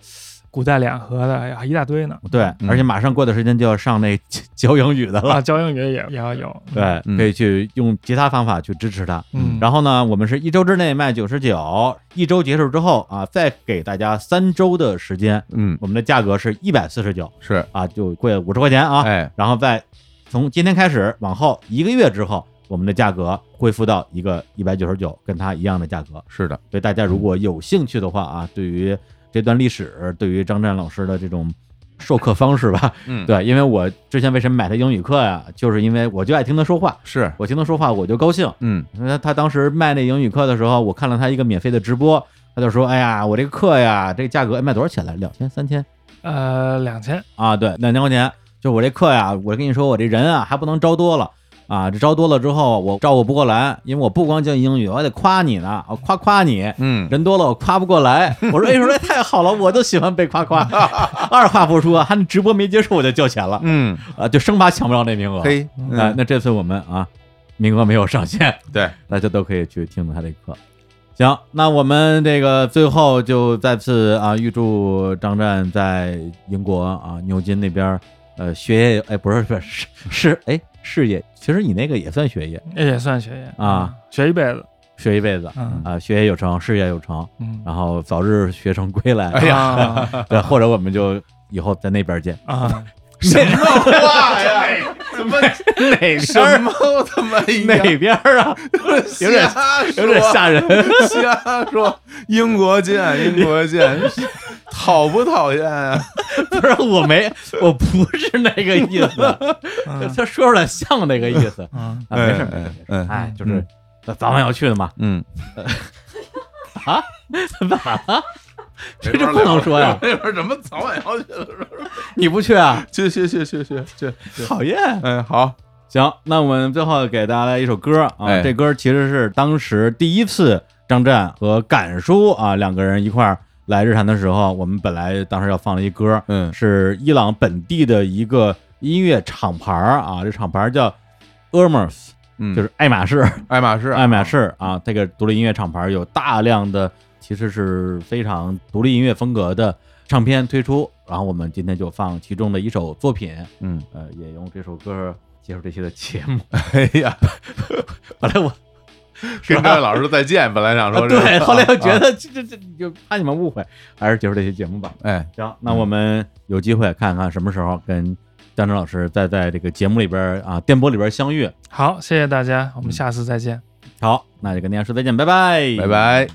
[SPEAKER 3] 古代两河的，哎呀，一大堆
[SPEAKER 1] <laughs>
[SPEAKER 3] 呢。
[SPEAKER 1] 对，
[SPEAKER 4] 嗯
[SPEAKER 1] 而且马上过段时间就要上那教 <laughs> 英语的
[SPEAKER 3] 啊，
[SPEAKER 1] 了，
[SPEAKER 3] 教英语也也要有，
[SPEAKER 1] 哦对，
[SPEAKER 4] 嗯
[SPEAKER 1] 可以去用其他方法去支持它。
[SPEAKER 3] 嗯，
[SPEAKER 1] 然后呢，我们是一周之内卖九十九，一周结束之后啊，再给大家三周的时间，
[SPEAKER 4] 嗯
[SPEAKER 1] 我们的价格是一百四十九
[SPEAKER 4] 是，
[SPEAKER 1] 啊，就贵五十块钱啊。
[SPEAKER 4] 哎，
[SPEAKER 1] 然后再从今天开始往后一个月之后，我们的价格恢复到一个一百九十九，跟它一样的价格。
[SPEAKER 4] 是的，
[SPEAKER 1] 所以大家如果有兴趣的话啊，对于这段历史，对于张湛老师的这种授课方式吧，
[SPEAKER 4] 嗯，
[SPEAKER 1] 对，因为我之前为什么买他英语课呀，就是因为我就爱听他说话，
[SPEAKER 4] 是，
[SPEAKER 1] 我听他说话我就高兴。
[SPEAKER 4] 嗯
[SPEAKER 1] 因为他他当时卖那英语课的时候，我看了他一个免费的直播，他就说：“哎呀，我这个课呀，这个价格哎卖多少钱来？两千、三千
[SPEAKER 3] 呃，两千，
[SPEAKER 1] 啊？对，两千块钱。就我这课呀，我跟你说，我这人啊还不能招多了啊，这招多了之后我照顾不过来，因为我不光教英语，我还得夸你呢，我夸夸你。
[SPEAKER 4] 嗯
[SPEAKER 1] 人多了我夸不过来，我说哎说这太好了，我就喜欢被夸夸。 <laughs> 二话不说，他那直播没结束我就交钱了
[SPEAKER 4] 嗯，
[SPEAKER 1] 啊，就生怕抢不着那名额。
[SPEAKER 4] 嘿，
[SPEAKER 1] 啊，
[SPEAKER 4] 嗯
[SPEAKER 1] 那这次我们啊名额没有上限。
[SPEAKER 4] 对，
[SPEAKER 1] 大家都可以去听他的课。行，那我们这个最后就再次啊，预祝张湛在英国啊牛津那边儿呃学业哎不是不是是是哎事业，其实你那个也算学业，
[SPEAKER 3] 也也算学业嗯
[SPEAKER 1] 啊，
[SPEAKER 3] 学一辈子，
[SPEAKER 1] 学一辈子
[SPEAKER 3] 嗯
[SPEAKER 1] 啊，学业有成，事业有成，
[SPEAKER 3] 嗯，啊
[SPEAKER 1] 然后早日学成归来。
[SPEAKER 4] 哎呀
[SPEAKER 3] 呀
[SPEAKER 1] 对，或者我们就以后在那边见。
[SPEAKER 3] 啊，
[SPEAKER 2] <laughs> 哇呀，怎么
[SPEAKER 1] 哪边
[SPEAKER 2] 什么他妈一样
[SPEAKER 1] 哪边儿啊？ <laughs> 有点
[SPEAKER 2] 瞎说
[SPEAKER 1] 有点
[SPEAKER 4] <laughs>
[SPEAKER 1] 吓人。
[SPEAKER 2] 瞎说，英国见，英国
[SPEAKER 4] <laughs>
[SPEAKER 2] 见，讨不讨厌啊？
[SPEAKER 1] 不是，我没，我不是那个意思。
[SPEAKER 3] 嗯
[SPEAKER 1] 他说出来像那个意思。
[SPEAKER 3] 嗯，
[SPEAKER 1] 啊，没事儿，没事儿
[SPEAKER 4] 哎
[SPEAKER 1] 没事
[SPEAKER 4] 哎
[SPEAKER 1] 儿，哎，就
[SPEAKER 4] 嗯
[SPEAKER 1] 是咱早晚要去的嘛， <laughs>
[SPEAKER 4] 嗯，
[SPEAKER 2] <laughs>
[SPEAKER 1] 这就不能说呀，
[SPEAKER 2] 那边怎么早晚要去了？
[SPEAKER 1] 你不去啊？
[SPEAKER 2] 去去去去去去去！嗯
[SPEAKER 1] 讨厌。
[SPEAKER 4] 哎，好，
[SPEAKER 1] 行，那我们最后给大家来一首歌啊，
[SPEAKER 4] 哎
[SPEAKER 1] 这歌其实是当时第一次张湛和敢叔啊两个人一块儿来日坛的时候，我们本来当时要放了一歌，
[SPEAKER 4] 嗯
[SPEAKER 1] 是伊朗本地的一个音乐厂牌儿啊，这厂牌儿叫 Ermers，
[SPEAKER 4] 嗯，
[SPEAKER 1] 就是爱马仕。
[SPEAKER 4] 爱马仕，
[SPEAKER 1] 爱马仕啊，这个独立音乐厂牌有大量的其实是非常独立音乐风格的唱片推出，然后我们今天就放其中的一首作品，
[SPEAKER 4] 嗯，
[SPEAKER 1] <laughs> 呃，也用这首歌结束这期的节目。 <laughs>
[SPEAKER 4] 哎呀，
[SPEAKER 1] 本来我
[SPEAKER 2] 跟张老师再见，本来想说这个
[SPEAKER 1] 啊
[SPEAKER 2] 啊
[SPEAKER 1] 对，后来又觉得这这这就怕你们误会，还是结束这期节目吧。
[SPEAKER 4] 哎，
[SPEAKER 1] 行，那我们有机会看看什么时候跟张震老师再在这个节目里边儿啊电波里边儿相遇。
[SPEAKER 3] 好，谢谢大家，我们下次再见。
[SPEAKER 1] 好，那就跟大家说再见，拜拜，
[SPEAKER 4] 拜。拜。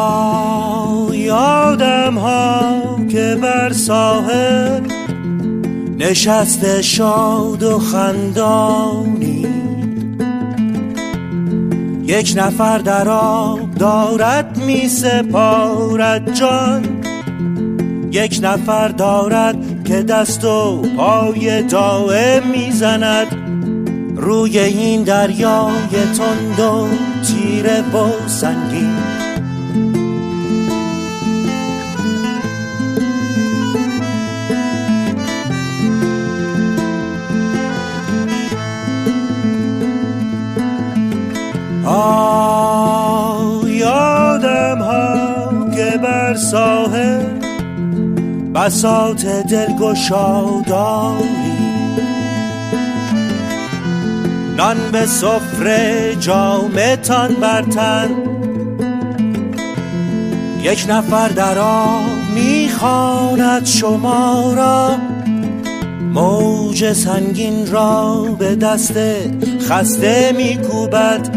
[SPEAKER 5] آی آدم ها که بر ساحل نشسته شاد و خندانی یک نفر در آب دارد می سپارد جان یک نفر دارد که دست و پای دائم میزند روی این دریای تند و تیره و سنگین بساط دلگشا داری نان به سفره جامتان برتن یک نفر در آب میخواند شما را موج سنگین را به دست خسته میکوبد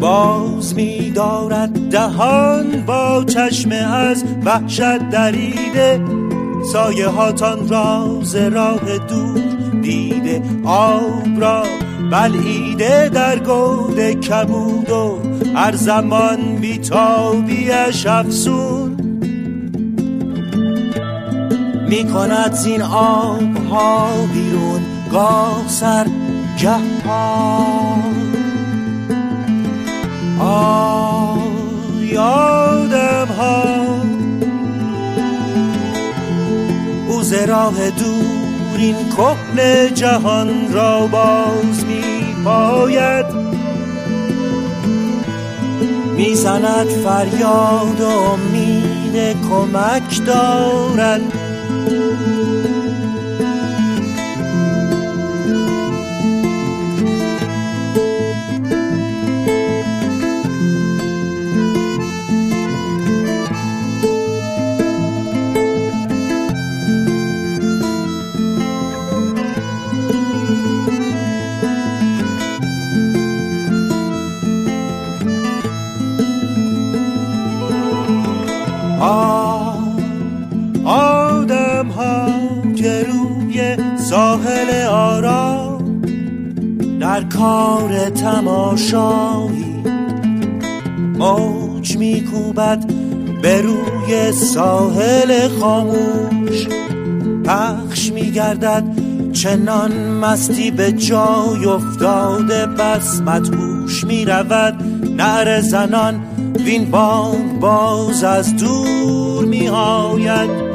[SPEAKER 5] باز میدارد دهان با چشم از وحشت دریده سایه هاتان را ز راه دور دیده آب را بلعیده در گود کبود و هر زمان بیتابیش افسون می کند زین آب ها بیرون گاه سر گه پا آه یادم ها او ز راه دور این کهن جهان را باز می پاید میزند فریاد و امید کمک دارد آه آدم ها که روی ساحل آرام در کار تماشایی موج میکوبد به روی ساحل خاموش پخش میگردد چنان مستی به جای افتاده بس مدهوش میرود نعر زنان وین بانگ باز از دور میآید